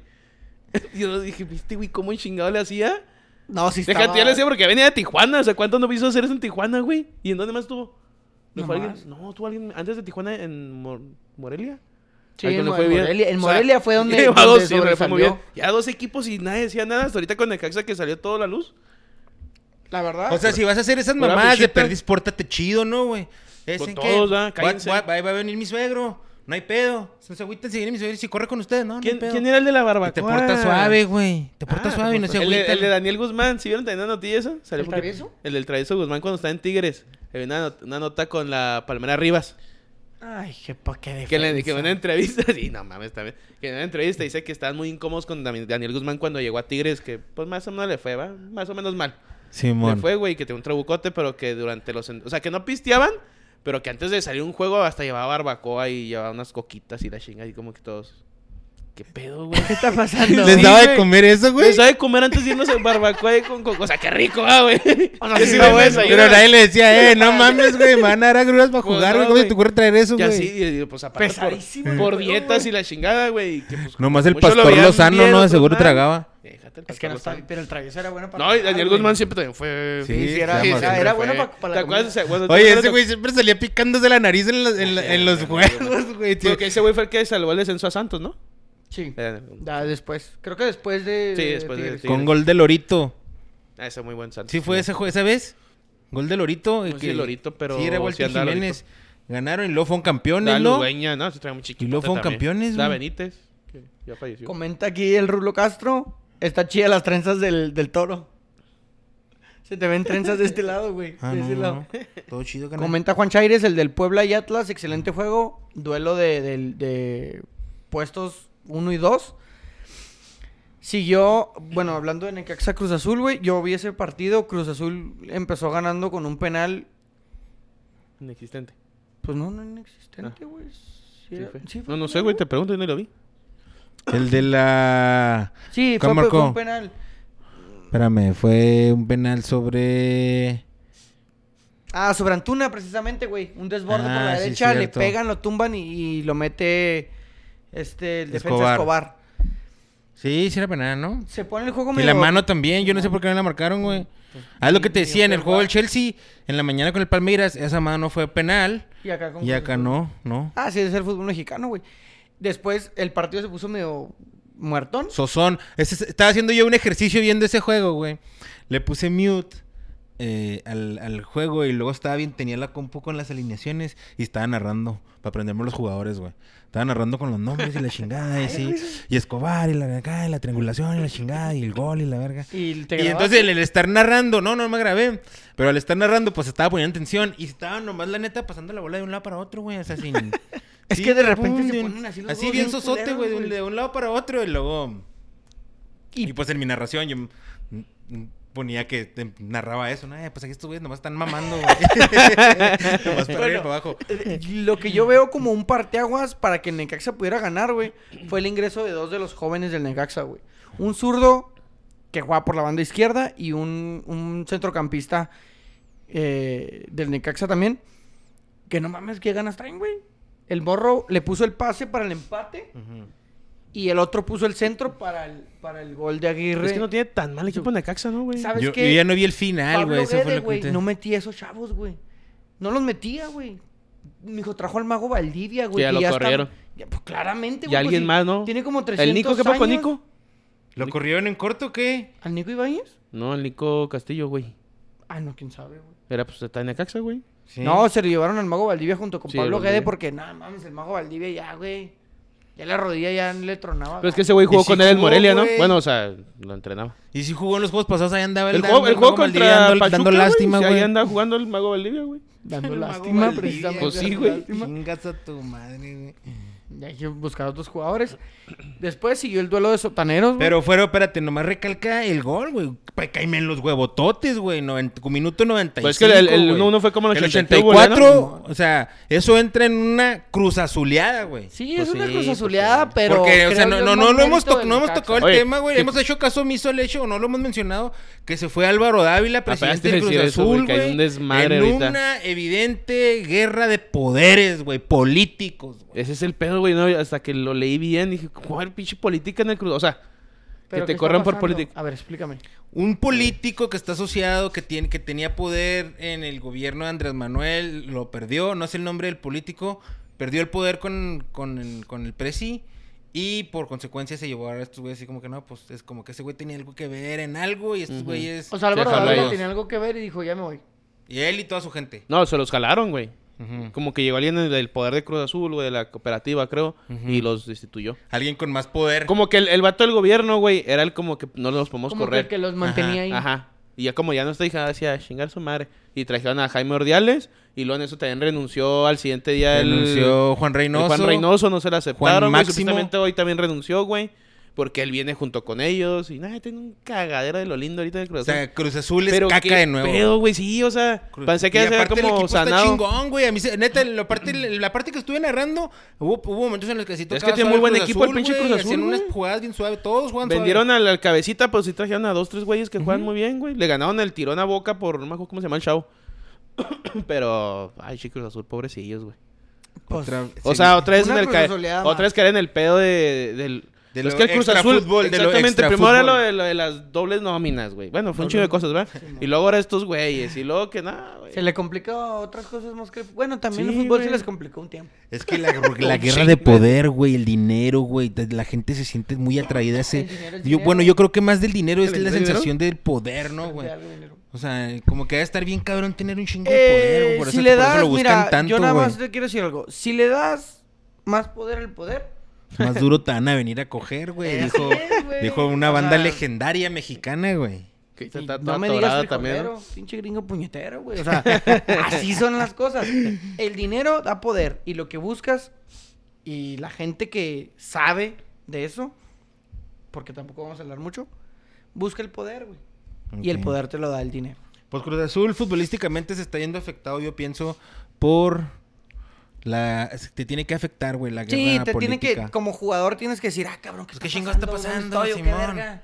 S2: Y Yo dije, ¿viste, güey, cómo chingado le hacía?
S1: No, sí estaba...
S2: Déjate, ya le hacía porque venía de Tijuana. O sea, ¿cuánto no hizo hacer eso en Tijuana, güey? ¿Y en dónde más estuvo? ¿No,
S1: No
S2: fue
S1: más.
S2: alguien? No, tuvo alguien antes de Tijuana en Mor- Morelia.
S1: Sí,
S2: Ahí
S1: en,
S2: donde fue bien.
S1: Morelia, en
S2: O sea,
S1: Morelia fue donde,
S2: lleva
S1: donde
S2: dos, sí, fue muy bien.
S1: sobresalió.
S2: Ya dos equipos y nadie decía nada. Hasta ahorita con Necaxa que salió toda la luz.
S1: La
S2: Ah,
S1: verdad.
S3: O sea, si vas a hacer esas
S2: Pura
S3: mamadas de
S2: fichita.
S3: perdiz, pórtate chido, ¿no, güey? Es
S2: Con
S3: en
S2: todos,
S3: que
S2: ¿va?
S3: va-
S2: Cállense.
S3: va- va- ahí va a venir mi suegro. No hay pedo. No se agüiten si viene mi suegro y si corre con ustedes, ¿no? no hay
S2: ¿Quién,
S3: pedo.
S2: quién era el de la
S3: Y
S2: barbacoa?
S3: Te portas suave, güey. Te portas
S2: Ah,
S3: suave y no se
S2: el, de,
S3: agüita.
S2: el de Daniel Guzmán, ¿sí vieron también la noticia esa? Salió
S1: ¿El
S2: porque-
S1: travieso?
S2: El del travieso Guzmán cuando estaba en Tigres. Le vi una, not- una nota con la Palmera Rivas.
S1: Ay, qué pa' qué defensa.
S2: Que le que en una entrevista, sí, no mames también. Que en una entrevista dice que estaban muy incómodos con Dami- Daniel Guzmán cuando llegó a Tigres, que pues más o menos le fue, ¿va? Más o menos mal.
S3: Simón.
S2: Le fue, güey, que tenía un trabucote, pero que durante los... en- O sea, que no pisteaban, pero que antes de salir un juego hasta llevaba barbacoa y llevaba unas coquitas y la chinga y como que todos... ¿Qué pedo, güey?
S1: ¿Qué está pasando?
S3: ¿Les
S2: Sí,
S3: daba de
S2: güey.
S3: comer eso, güey?
S2: Les sabe comer antes de irnos al barbacoa y con, con- O sea, qué rico, ah, güey.
S1: no,
S2: Yo
S1: sí
S2: sí
S1: está
S2: me
S1: bueno,
S2: desayuno.
S3: Pero nadie le decía, eh, no mames, güey, me van a dar agruras para
S2: Pues no,
S3: jugar, güey. ¿Cómo se
S2: güey.
S3: te ocurre traer eso,
S2: Ya sí,
S3: güey?
S2: y digo, pues aparte por-
S1: Pesadísimo,
S2: Por,
S1: güey.
S2: dietas y la chingada, güey. y que, pues,
S3: Nomás el
S2: muchos lo
S3: pastor
S2: veían
S3: Lozano,
S2: bien, pues,
S3: ¿no? De
S2: otros
S3: seguro
S2: mal.
S3: tragaba.
S2: Déjate el
S1: Es
S2: pastor
S1: que no está...
S2: Lozano.
S1: Pero el travieso era bueno para...
S2: No, y
S1: nada,
S2: Daniel
S1: güey.
S2: Guzmán siempre también fue.
S3: Sí,
S1: Sí, era,
S3: sí,
S1: era-
S3: siempre
S1: era
S2: fue.
S1: bueno para, para
S2: ¿Te acuerdas?
S1: la comida.
S2: O sea, cuando-
S3: Oye,
S2: cuando-
S3: ese güey siempre salía picándose la nariz en, la- en la- en los juegos, güey. tío.
S2: Creo que ese güey fue el que salvó el descenso a Santos, ¿no?
S1: Sí.
S2: Eh,
S1: Da, después. Creo que después de...
S2: Sí, después de-
S1: Tigres.
S2: sí.
S3: Con gol de Lorito.
S2: Ah, ese muy buen Santos.
S3: Sí fue ese jue- esa vez. Gol de Lorito. y
S2: No sé si Pues Lorito, pero
S3: Sí, era
S2: sí
S3: Walter
S2: andaba
S3: Jiménez. Ganaron y luego fueron campeones,
S2: La
S3: ¿no?
S2: Ludueña, ¿no? Se trae muy chiquito.
S3: Y luego fueron campeones,
S2: La
S3: güey.
S2: Benítez, que ya falleció.
S1: Comenta aquí el Rulo Castro. Está chida las trenzas del, del toro. Se te ven trenzas de este lado, güey.
S3: Ah,
S1: de
S3: no,
S1: ese lado.
S3: no. Todo chido, carnal.
S1: Comenta Juan Chaires, el del Puebla y Atlas, excelente juego. Duelo de, del- de puestos 1 y 2. Siguió, bueno, hablando de Necaxa Cruz Azul, güey. Yo vi ese partido, Cruz Azul empezó ganando con un penal,
S2: Inexistente.
S1: pues no, no inexistente, güey. Sí,
S2: Ah. Sí
S1: era-
S2: fue.
S1: sí fue
S2: no, no sé,
S1: penal,
S2: güey, te pregunto, yo no lo vi.
S3: El de la.
S1: Sí, fue, fue-
S3: ¿Cuál
S1: fue
S3: marcó?
S1: un penal.
S3: Espérame, fue un penal sobre.
S1: Ah, sobre Antuna, precisamente, güey. Un desborde por
S3: Ah,
S1: la
S3: sí,
S1: derecha, le
S3: cierto.
S1: pegan, lo tumban y, y lo mete este, el defensa
S3: Escobar.
S1: Escobar.
S3: Sí, sí era penal, ¿no?
S1: Se pone el juego
S3: Y
S1: medio...
S3: la mano también, yo no sé por qué no la marcaron, güey.
S2: Pues,
S3: Ah, es lo que te
S1: ni- ni
S3: decía en el
S1: fue
S3: juego del
S1: igual.
S3: Chelsea, en la mañana con el Palmeiras, esa mano fue penal.
S1: Y acá, con
S3: Y
S1: Cruz
S3: acá
S1: Azul.
S3: no, no.
S1: Ah, sí, es el fútbol mexicano, güey. Después el partido se puso medio muertón.
S3: Sosón. Ese es- estaba haciendo yo un ejercicio viendo ese juego, güey. Le puse mute eh, al, al juego y luego estaba bien, tenía la compu con las alineaciones y estaba narrando para aprenderme los jugadores, güey. Estaba narrando con los nombres y la chingada y así. Y Escobar y la, acá, y la triangulación y la chingada y el gol y la verga.
S1: Y, te
S3: Y
S1: grababa.
S3: entonces el, el estar narrando, no, no me grabé. Pero al estar narrando, pues estaba poniendo atención. Y estaba nomás la neta pasando la bola de un lado para otro, güey. O sea, sin.
S1: Es
S3: sí,
S1: que de repente
S3: pum,
S1: se
S3: de un-
S1: ponen así los
S3: Así
S1: huevos
S3: bien
S1: bien
S3: sosote,
S1: culeros,
S3: güey. De, un-
S1: güey.
S3: de un lado para otro. Y luego. Y, pues en mi narración, yo. mm, mm, Ponía que te- narraba eso, ¿no? Eh, Pues aquí estos güeyes nomás están mamando, güey. nomás para arriba y para abajo.
S1: eh, Lo que yo veo como un parteaguas para que el Necaxa pudiera ganar, güey, fue el ingreso de dos de los jóvenes del Necaxa, güey. Un zurdo que juega por la banda izquierda y un, un centrocampista eh, del Necaxa también. Que no mames, qué ganas traen, güey. El morro le puso el pase para el empate y el otro puso el centro para el, para el gol de Aguirre.
S2: Es que no tiene tan mal equipo Necaxa, ¿no, güey?
S1: ¿Sabes
S3: Yo,
S1: qué?
S3: yo ya no vi el final,
S1: Pablo
S3: güey. Eso fue
S1: Guede,
S3: lo que.
S1: güey,
S3: te-
S1: no metía a esos chavos, güey. No los metía, güey. Mijo, trajo al mago Valdivia, güey.
S2: ya
S1: que
S2: lo
S1: está-
S2: corrieron.
S1: ya, pues, claramente,
S2: Y
S1: pues,
S2: alguien
S1: sí.
S2: más, ¿no?
S1: Tiene como 300
S2: ¿El Nico qué pasó,
S1: años.
S2: Nico?
S3: ¿Lo corrieron en corto o qué?
S1: ¿Al Nico Ibáñez?
S2: No, el Nico Castillo, güey.
S1: Ah, no, quién sabe, güey.
S2: Era pues está en Necaxa, güey.
S3: Sí.
S1: No, se lo llevaron al Mago Valdivia junto con
S2: Sí,
S1: Pablo
S2: Valdivia.
S1: Guede porque, nada mames, el Mago Valdivia ya, güey. Ya la rodilla ya le tronaba.
S2: Pero es que ese güey jugó
S3: sí
S2: con él en
S3: jugó,
S2: Morelia, ¿no?
S3: güey.
S2: Bueno, o sea, lo entrenaba.
S3: Y si jugó en los juegos pasados, ahí andaba el,
S2: El
S3: Dan-
S2: juego, el juego
S3: Mago Maldivia
S2: contra
S3: dando,
S2: Pachuca,
S3: dando lástima,
S2: güey.
S3: güey.
S2: Ahí anda jugando el Mago Valdivia, güey.
S1: Dando
S3: El Mago
S1: lástima,
S3: Valdivia,
S1: precisamente.
S2: Pues sí,
S1: dando
S2: güey.
S1: lástima.
S3: Chingas a tu madre, güey.
S1: Ya hay que buscar otros jugadores. Después siguió el duelo de sotaneros, güey.
S3: Pero fueron, espérate, nomás recalca el gol, güey. Pa- Caíme en los huevototes, güey. noventa- con minuto 95.
S2: Pues es que el- el
S3: güey.
S2: 1-1 fue como el
S3: el
S2: 84,
S3: 84. O sea, eso entra en una cruz azuleada, güey.
S1: Sí,
S2: Pues
S1: es una
S2: sí,
S1: cruz
S2: pues sí.
S1: azuleada, pero.
S3: Porque, o
S1: creo
S3: sea, no,
S1: yo
S3: no,
S1: es
S3: no,
S1: más
S3: lo hemos
S1: mérito
S3: toc-
S1: del
S3: no hemos
S1: Necaxa.
S3: tocado el
S2: Oye,
S3: tema, güey.
S2: que-
S3: Hemos hecho caso omiso al hecho, o no lo hemos mencionado, que se fue Álvaro Dávila,
S2: Apenas
S3: presidente
S2: te iba
S3: de
S2: a
S3: Cruz
S2: decir eso, güey,
S3: Azul,
S2: que hay
S3: güey.
S2: un desmadre
S3: en
S2: ahorita.
S3: una evidente guerra de poderes, güey, políticos, güey.
S2: Ese es el pedo, güey. ¿no? Hasta que lo leí bien, dije, ¿cuál pinche política en el Cruz? O sea,
S1: ¿Pero
S2: te
S1: qué está
S2: corran por
S1: pasando?
S2: política.
S1: A ver, explícame.
S3: Un político que está asociado, que, tiene, que tenía poder en el gobierno de Andrés Manuel, lo perdió, no sé el nombre del político, perdió el poder con, con el, con el presi y por consecuencia se llevó a estos güeyes así como que no, pues es como que ese güey tenía algo que ver en algo y estos
S2: Ujú.
S3: güeyes...
S1: O sea, Álvaro
S2: Sí, jalo
S1: Dávila
S2: ellos.
S1: tenía algo que ver y dijo, ya me voy.
S3: Y él y toda su gente.
S2: no, se los jalaron, güey. Como que llegó alguien del- del poder de Cruz Azul, güey, de la cooperativa, creo, y los destituyó.
S3: Alguien con más poder.
S2: Como que el, el vato del gobierno, güey, era el como que no los podemos
S1: Como que
S2: correr.
S1: el que los mantenía ahí.
S2: Ajá. Y ya como ya no está hija, decía chingar su madre. Y trajeron a Jaime Ordiales. Y luego en eso también renunció al siguiente día el-
S3: Renunció Juan
S2: el
S3: Reynoso.
S2: Juan Reynoso, no se la aceptaron. güey.
S3: Máximo.
S2: Supuestamente hoy también renunció, güey. Porque él viene junto con ellos. Y nada, tiene un cagadero de lo lindo ahorita de
S3: O
S2: Cruz Azul.
S3: sea, Cruz Azul es
S2: Pero
S3: caca
S2: qué
S3: de nuevo.
S2: pedo, güey. Sí, o sea,
S3: Cruz-
S2: pensé que
S3: Y
S2: iba a ser
S3: aparte el
S2: como
S3: equipo está
S2: sanado.
S3: chingón, güey. A mí, se- neta, la parte, la parte que estuve narrando, hubo, hubo momentos en los que sí
S2: que
S3: tocaba
S2: tiene
S3: suave
S2: muy buen
S3: Cruz
S2: equipo el
S3: Azul,
S2: pinche
S3: güey,
S2: Cruz Azul,
S3: Hacían unas
S2: güey.
S3: jugadas bien suaves. Todos juegan
S2: Vendieron al, al cabecita, pero sí trajeron a dos, tres güeyes que juegan muy bien, güey. Le ganaron el tirón a boca por, no me acuerdo cómo se llama el chavo. pero, ay, chicos azul, pobrecillos, güey.
S1: Pues,
S2: O sea, otra vez, en
S1: Una
S2: el
S1: Cruz
S2: ca-
S1: Azuleada
S2: otra vez caer en el pedo de, del...
S3: De
S2: Pero es
S3: lo
S2: que el Cruz Azul...
S3: extrafútbol, de lo
S2: exactamente, primero era lo
S3: extrafútbol.
S2: de, lo de las dobles nóminas, güey. Bueno, fue un chingo de cosas, ¿verdad? y luego ahora estos güeyes, y luego que nada, güey.
S1: Se le complicó otras cosas más que. Bueno, también
S2: Sí,
S1: el fútbol
S2: güey.
S1: se les complicó un tiempo.
S3: Es que la, la guerra de poder, güey, el dinero, güey, de- la gente se siente muy atraída a ese...
S1: El dinero, el
S3: yo-
S1: dinero.
S3: bueno, yo creo que más del dinero es
S2: ¿El
S3: la
S2: dinero?
S3: sensación del poder, ¿no, güey?
S1: De algo de dinero.
S3: O sea, como que debe estar bien cabrón tener un chingo de poder,
S1: Eh,
S3: güey. Por
S1: si
S3: eso,
S1: le
S3: por eso
S1: das,
S3: lo buscan
S1: mira,
S3: tanto,
S1: yo nada
S3: güey.
S1: más te quiero decir algo. Si le das más poder al poder,
S3: Más duro te van a venir a coger, güey.
S1: Así
S3: Dijo,
S2: Eh,
S1: es, güey.
S3: dijo una
S1: O
S3: banda
S1: sea,
S3: legendaria mexicana, güey.
S2: Que
S1: y
S2: está toda
S1: no me
S2: atorada
S1: digas
S2: también,
S1: también.
S2: ¿no?
S1: pinche gringo puñetero, güey. O sea, así son las cosas. El dinero da poder y lo que buscas y la gente que sabe de eso, porque tampoco vamos a hablar mucho, busca el poder, güey. Y el
S3: Ok.
S1: poder te lo da el dinero.
S3: Pues Cruz Azul futbolísticamente se está yendo afectado, yo pienso, por la... Te tiene que afectar, güey, la guerra
S1: Sí, te tiene
S3: política.
S1: que, como jugador tienes que decir, ah, cabrón, ¿qué,
S3: Pues,
S1: está
S3: ¿qué chingados está
S1: pasando?
S3: pasando,
S1: ¿Dónde estoy o ¿Qué
S3: Simón?
S1: verga?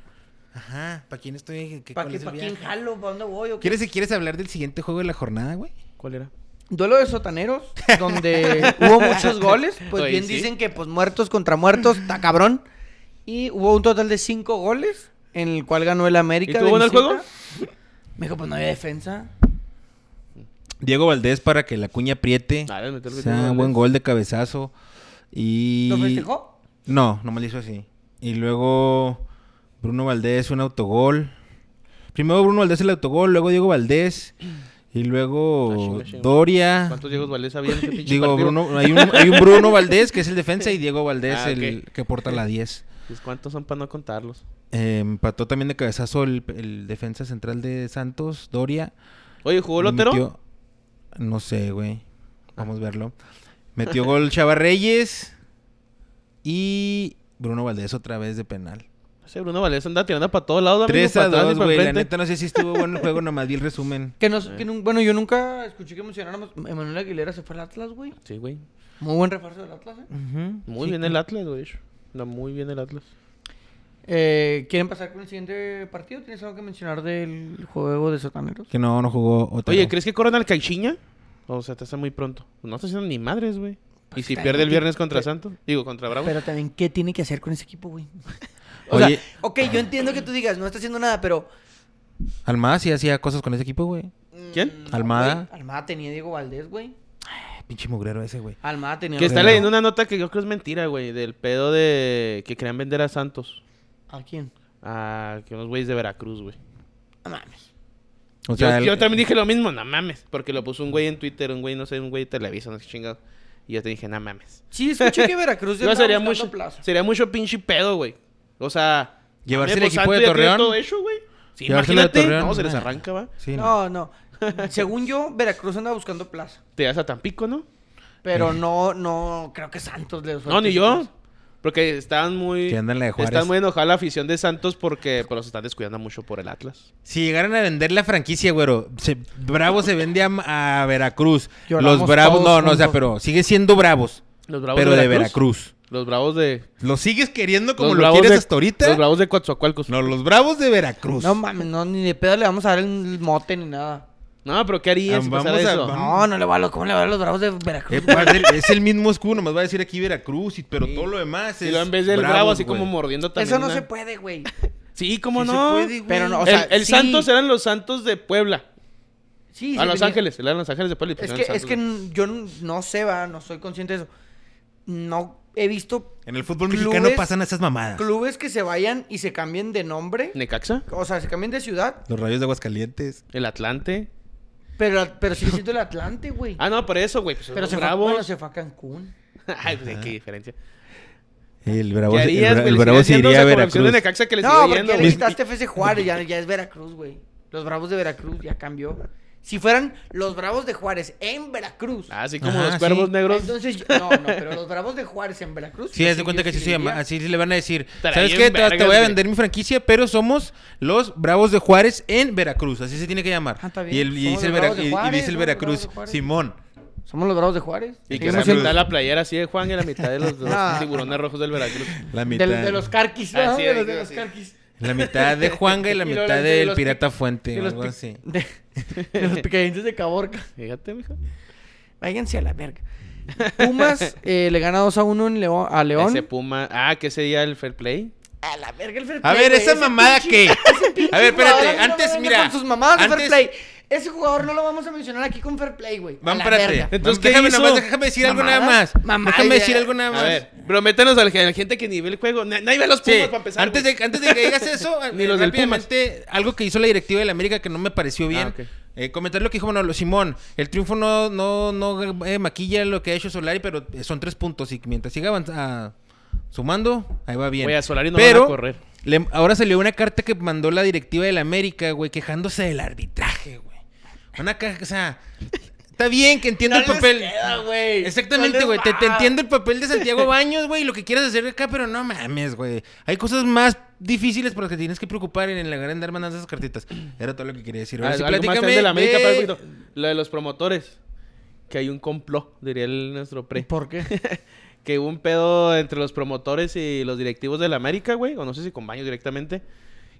S3: Ajá, ¿para quién estoy? ¿Qué,
S1: ¿Para
S3: cuál
S1: qué,
S3: es el
S1: pa' quién
S3: viaje?
S1: jalo? ¿Para dónde voy? o qué?
S3: ¿Quieres, ¿Quieres hablar del siguiente juego de la jornada, güey?
S2: ¿Cuál era?
S1: Duelo de sotaneros, donde hubo muchos goles. Pues
S2: Oye,
S1: bien
S2: sí.
S1: dicen que pues muertos contra muertos, está cabrón. Y hubo un total de cinco goles, en el cual ganó el América.
S2: ¿Y tú
S1: de
S2: bueno el
S1: visita.
S2: juego?
S1: Me dijo, pues no había defensa.
S3: Diego Valdés para que la cuña apriete.
S2: Ah, le metió el
S3: O
S2: que
S3: sea,
S2: tiene
S3: buen
S2: Valdés.
S3: gol de cabezazo. Y...
S1: ¿Lo festejó?
S3: No, nomás le hizo así. Y luego Bruno Valdés, un autogol. Primero Bruno Valdés el autogol, luego Diego Valdés. Y
S2: Ah,
S3: luego
S2: chinga, chinga.
S1: Ah.
S3: Doria.
S2: ¿Cuántos Diego Valdés había en ese pinche
S3: Digo,
S2: partido?
S3: Bruno, hay un, hay un Bruno Valdés que es el defensa y Diego Valdés
S2: Ah,
S3: el
S2: ok.
S3: que porta la 10.
S2: Pues, ¿Cuántos son para no contarlos?
S3: Eh, empató también de cabezazo el, el defensa central de Santos, Doria.
S2: Oye, ¿jugó
S3: Le
S2: Lotero?
S3: metió- No sé, güey. Vamos a verlo. Metió gol Chava Reyes y Bruno Valdés otra vez de penal.
S2: Ese Bruno Valdés anda tirando para todos lados.
S3: 3 a 2, güey. La neta
S2: no...
S3: no sé si estuvo bueno el juego, nomás vi el resumen.
S1: Que no,
S2: Eh.
S1: que nun- bueno, yo nunca escuché que mencionáramos. Emanuel Aguilera se fue al Atlas, güey.
S2: Sí, güey.
S1: Muy buen refuerzo del Atlas, ¿eh?
S2: Muy bien el Atlas, güey. Anda muy bien el Atlas.
S1: Eh, quieren pasar con el siguiente partido? ¿Tienes algo que mencionar del juego de sotaneros?
S3: Que no, no jugó Otero.
S2: Oye, ¿crees que corran al Caixinha? O sea, te hace muy pronto. Pues No está haciendo ni madres, güey. Y si
S1: está
S2: pierde el
S1: bien,
S2: viernes contra Santos, digo, contra Bravo.
S1: Pero también, ¿qué tiene que hacer con ese equipo, güey? O sea,
S3: Oye,
S1: ok, yo entiendo que tú digas, no está haciendo nada, pero...
S3: Almada sí hacía cosas con ese equipo, güey.
S2: ¿Quién?
S1: No,
S3: Almada.
S1: Mm, güey. Almada tenía Diego Valdés, güey.
S3: Ay, Pinche mugrero ese, güey.
S1: Almada tenía...
S2: Que está
S1: Pero-
S2: leyendo una nota que yo creo es mentira, güey, del pedo de que querían vender a Santos.
S1: ¿A quién?
S2: a que unos güeyes de Veracruz, güey.
S1: No mames.
S3: O
S2: Yo,
S3: sea, el-
S2: yo también dije lo mismo, no mames. Porque lo puso un güey en Twitter, un güey, no sé, un güey de Televisa, no sé qué chingados. Y yo te dije, no mames.
S1: Sí, escuché que Veracruz ya
S2: Yo
S1: andaba
S2: sería
S1: buscando
S2: mucho,
S1: plaza.
S2: sería mucho pinche pedo, güey. O sea,
S3: Llevarse
S2: mames,
S3: el equipo
S2: Santos
S3: de
S2: ya tiene
S3: Torreón.
S2: todo hecho, güey. Sí,
S3: Llevárselo de
S2: imagínate.
S3: Torreón,
S2: no, se les
S3: nah.
S2: arranca, va.
S3: Sí, no.
S1: No, no. Según yo, Veracruz anda buscando plaza.
S2: Te das a Tampico, ¿no?
S1: Pero no, no, creo que Santos le
S2: No, ni
S1: suelte
S2: yo.
S1: plaza.
S2: Porque están muy.
S3: Que andan la de Juárez.
S2: Están muy enojada la afición de Santos porque pero se están descuidando mucho por el Atlas.
S3: Si llegaran a vender la franquicia, güero, se- Bravos se vende a, a Veracruz.
S1: Lloramos
S3: los Bravos, no,
S1: todos
S3: no, o sea,
S1: juntos.
S3: pero sigue siendo Bravos,
S2: Los bravos
S3: pero de Veracruz.
S2: Los bravos de.
S3: Lo sigues queriendo como
S2: los
S3: lo
S2: Bravos
S3: quieres
S2: de-
S3: hasta ahorita.
S2: Los bravos de Coatzacoalcos.
S3: No, los Bravos de
S2: Pues-
S3: Veracruz.
S1: No mames, no, ni de pedo le vamos a dar el mote ni nada.
S2: No, pero ¿qué harías si
S3: Vamos
S2: pasara
S3: a-
S2: eso?
S3: vamos-
S1: No, no le va a lo, ¿cómo le va a los bravos de Veracruz?
S3: Eh, pues, es, el, es el mismo escudo, nomás va a decir aquí Veracruz, y- pero todo lo demás es.
S2: Y luego en vez del bravo,
S3: Bravos,
S2: así como
S3: güey.
S2: mordiendo Eh, también.
S1: Eso no
S2: una-
S1: se puede, güey.
S2: Sí, cómo
S3: Sí se
S2: no.
S3: puede, güey.
S1: Pero no, o sea,
S2: el el
S1: sí.
S2: Santos eran los Santos de Puebla.
S1: Sí,
S2: a
S1: sí
S2: Los
S1: venía.
S2: Ángeles, eran Los Ángeles de Puebla. y
S1: Es
S2: pusieron
S1: que,
S2: Santos,
S1: es que
S2: güey.
S1: n- yo n- no sé, va, no soy consciente de eso. No he visto
S3: En el fútbol
S1: Clubes-
S3: mexicano pasan esas mamadas.
S1: clubes que se vayan y se cambien de nombre.
S2: Necaxa,
S1: O sea, se cambien de ciudad.
S3: Los rayos de Aguascalientes.
S2: el Atlante.
S1: Pero, pero sigue siendo el Atlante, güey.
S2: Ah, no, por eso, güey. pues,
S1: pero
S2: los
S1: se fue,
S2: bravos.
S1: bueno, se fue a Cancún.
S2: Ay, pues, qué diferencia.
S3: El
S2: ¿Qué
S3: Bravos, el,
S2: harías,
S3: Bra-
S2: güey?
S3: el
S2: Le
S3: Bravos
S2: sigues yendo,
S3: iría
S2: o
S3: a
S2: sea, con la opción
S3: Veracruz.
S2: de Necaxa que le
S1: No,
S2: sigue
S1: porque
S2: yendo,
S1: le
S2: güey.
S1: quitaste FC Juárez, ya, ya es Veracruz, güey. Los Bravos de Veracruz ya cambió. Si fueran los Bravos de Juárez en Veracruz.
S2: Ah, Así como
S3: Ajá,
S2: los cuervos
S3: sí.
S2: negros.
S1: Entonces, yo- no, no, pero los Bravos de Juárez en Veracruz.
S3: Sí,
S1: yo
S3: haz de cuenta
S1: yo
S3: que así
S1: sí
S3: se
S1: diría.
S3: llama. Así le van a decir.
S2: Estaría
S3: ¿Sabes
S2: bien
S3: qué? Te, te
S2: vergas,
S3: voy a
S2: güey.
S3: vender mi franquicia, pero somos los Bravos de Juárez en Veracruz. Así se tiene que llamar.
S1: Ah, está bien.
S3: Y, el, y
S1: Somos
S3: dice, el
S1: los Bravos
S3: Vera-
S1: de
S3: y- y
S1: Juárez,
S3: dice el
S1: somos los Bravos
S3: Veracruz,
S1: de Juárez.
S3: Simón.
S1: Somos los Bravos de Juárez.
S2: Y que
S1: Seguimos
S2: se
S3: Veracruz.
S2: mitad la playera así de Juan y la mitad de los, de los
S1: Ah.
S2: tiburones rojos del Veracruz.
S1: siendo-
S3: La mitad.
S1: del- de los carquis, ¿no?
S2: Ah, sí,
S1: de
S2: ahí
S1: los, de
S2: quedó
S1: los
S2: así.
S1: carquis.
S3: La mitad de Juanga y la
S2: Y luego
S3: mitad
S2: le- de
S3: del
S2: los
S3: Pirata
S2: y
S3: Fuente.
S2: los
S3: Algo
S2: pic-
S3: así.
S1: De, de los picadientes de Caborca.
S2: Fíjate, mijo.
S1: Váyanse a la verga. Pumas eh, le gana 2 a 1 en Leo- a León.
S2: Ese Puma. Ah, que ese día el fair play.
S1: A la verga el fair
S3: A
S1: play,
S3: ver,
S1: güey,
S3: esa
S1: ese
S3: mamada
S1: pinche-
S3: que.
S1: pinche
S3: A ver,
S1: jugador, no
S3: espérate.
S1: me
S3: Antes,
S1: venga
S3: mira.
S1: Con sus mamadas de fair
S3: antes-
S1: play. Ese jugador no lo vamos a mencionar aquí con fair play, güey.
S3: Vamos,
S1: a la
S3: espérate. Este
S1: verga.
S2: Entonces,
S3: Vamos,
S2: ¿qué
S3: déjame
S2: hizo?
S3: nomás, déjame decir algo nada
S1: Mamadas,
S3: más.
S1: mamadas,
S3: Déjame
S1: ya.
S3: decir algo nada
S2: A
S3: más.
S2: ver, prométanos a la gente que nivel el juego. Na- Nadie ve a los
S3: Sí,
S2: Pumas para empezar.
S3: antes,
S2: güey.
S3: de, antes de que digas eso,
S2: Ni
S3: eh,
S2: los del
S3: rápidamente, algo que hizo la directiva del América que no me pareció bien.
S2: Ah, ok.
S3: Eh, comentar lo que dijo Manolo Simón. El triunfo no, no, no eh, maquilla lo que ha hecho Solari, pero eh, son tres puntos. Y mientras siga avanz- ah, sumando, ahí va bien.
S2: Güey, a Solari no
S3: pero
S2: van a correr.
S3: le- ahora salió una carta que mandó la directiva del América, güey, quejándose del arbitraje, güey. Una caja, o sea, está bien que entienda
S1: No
S3: el
S1: les
S3: papel.
S1: queda, güey. Ah. No
S3: Exactamente,
S1: les
S3: güey. Te, te
S1: va.
S3: entiendo el papel de Santiago Baños, güey, y lo que quieras hacer acá, pero no mames, güey. Hay cosas más difíciles por las que tienes que preocupar en la gran dar mandando esas cartitas. Era todo lo que quería decir.
S2: Ah,
S3: Ahora sí,
S2: algo más
S3: platícame
S2: de la América,
S3: de-
S2: espera un poquito. Lo de los promotores. Que hay un complot, diría el, nuestro pre.
S1: ¿Por qué?
S2: que hubo un pedo entre los promotores y los directivos del América, güey, o no sé si con Baños directamente,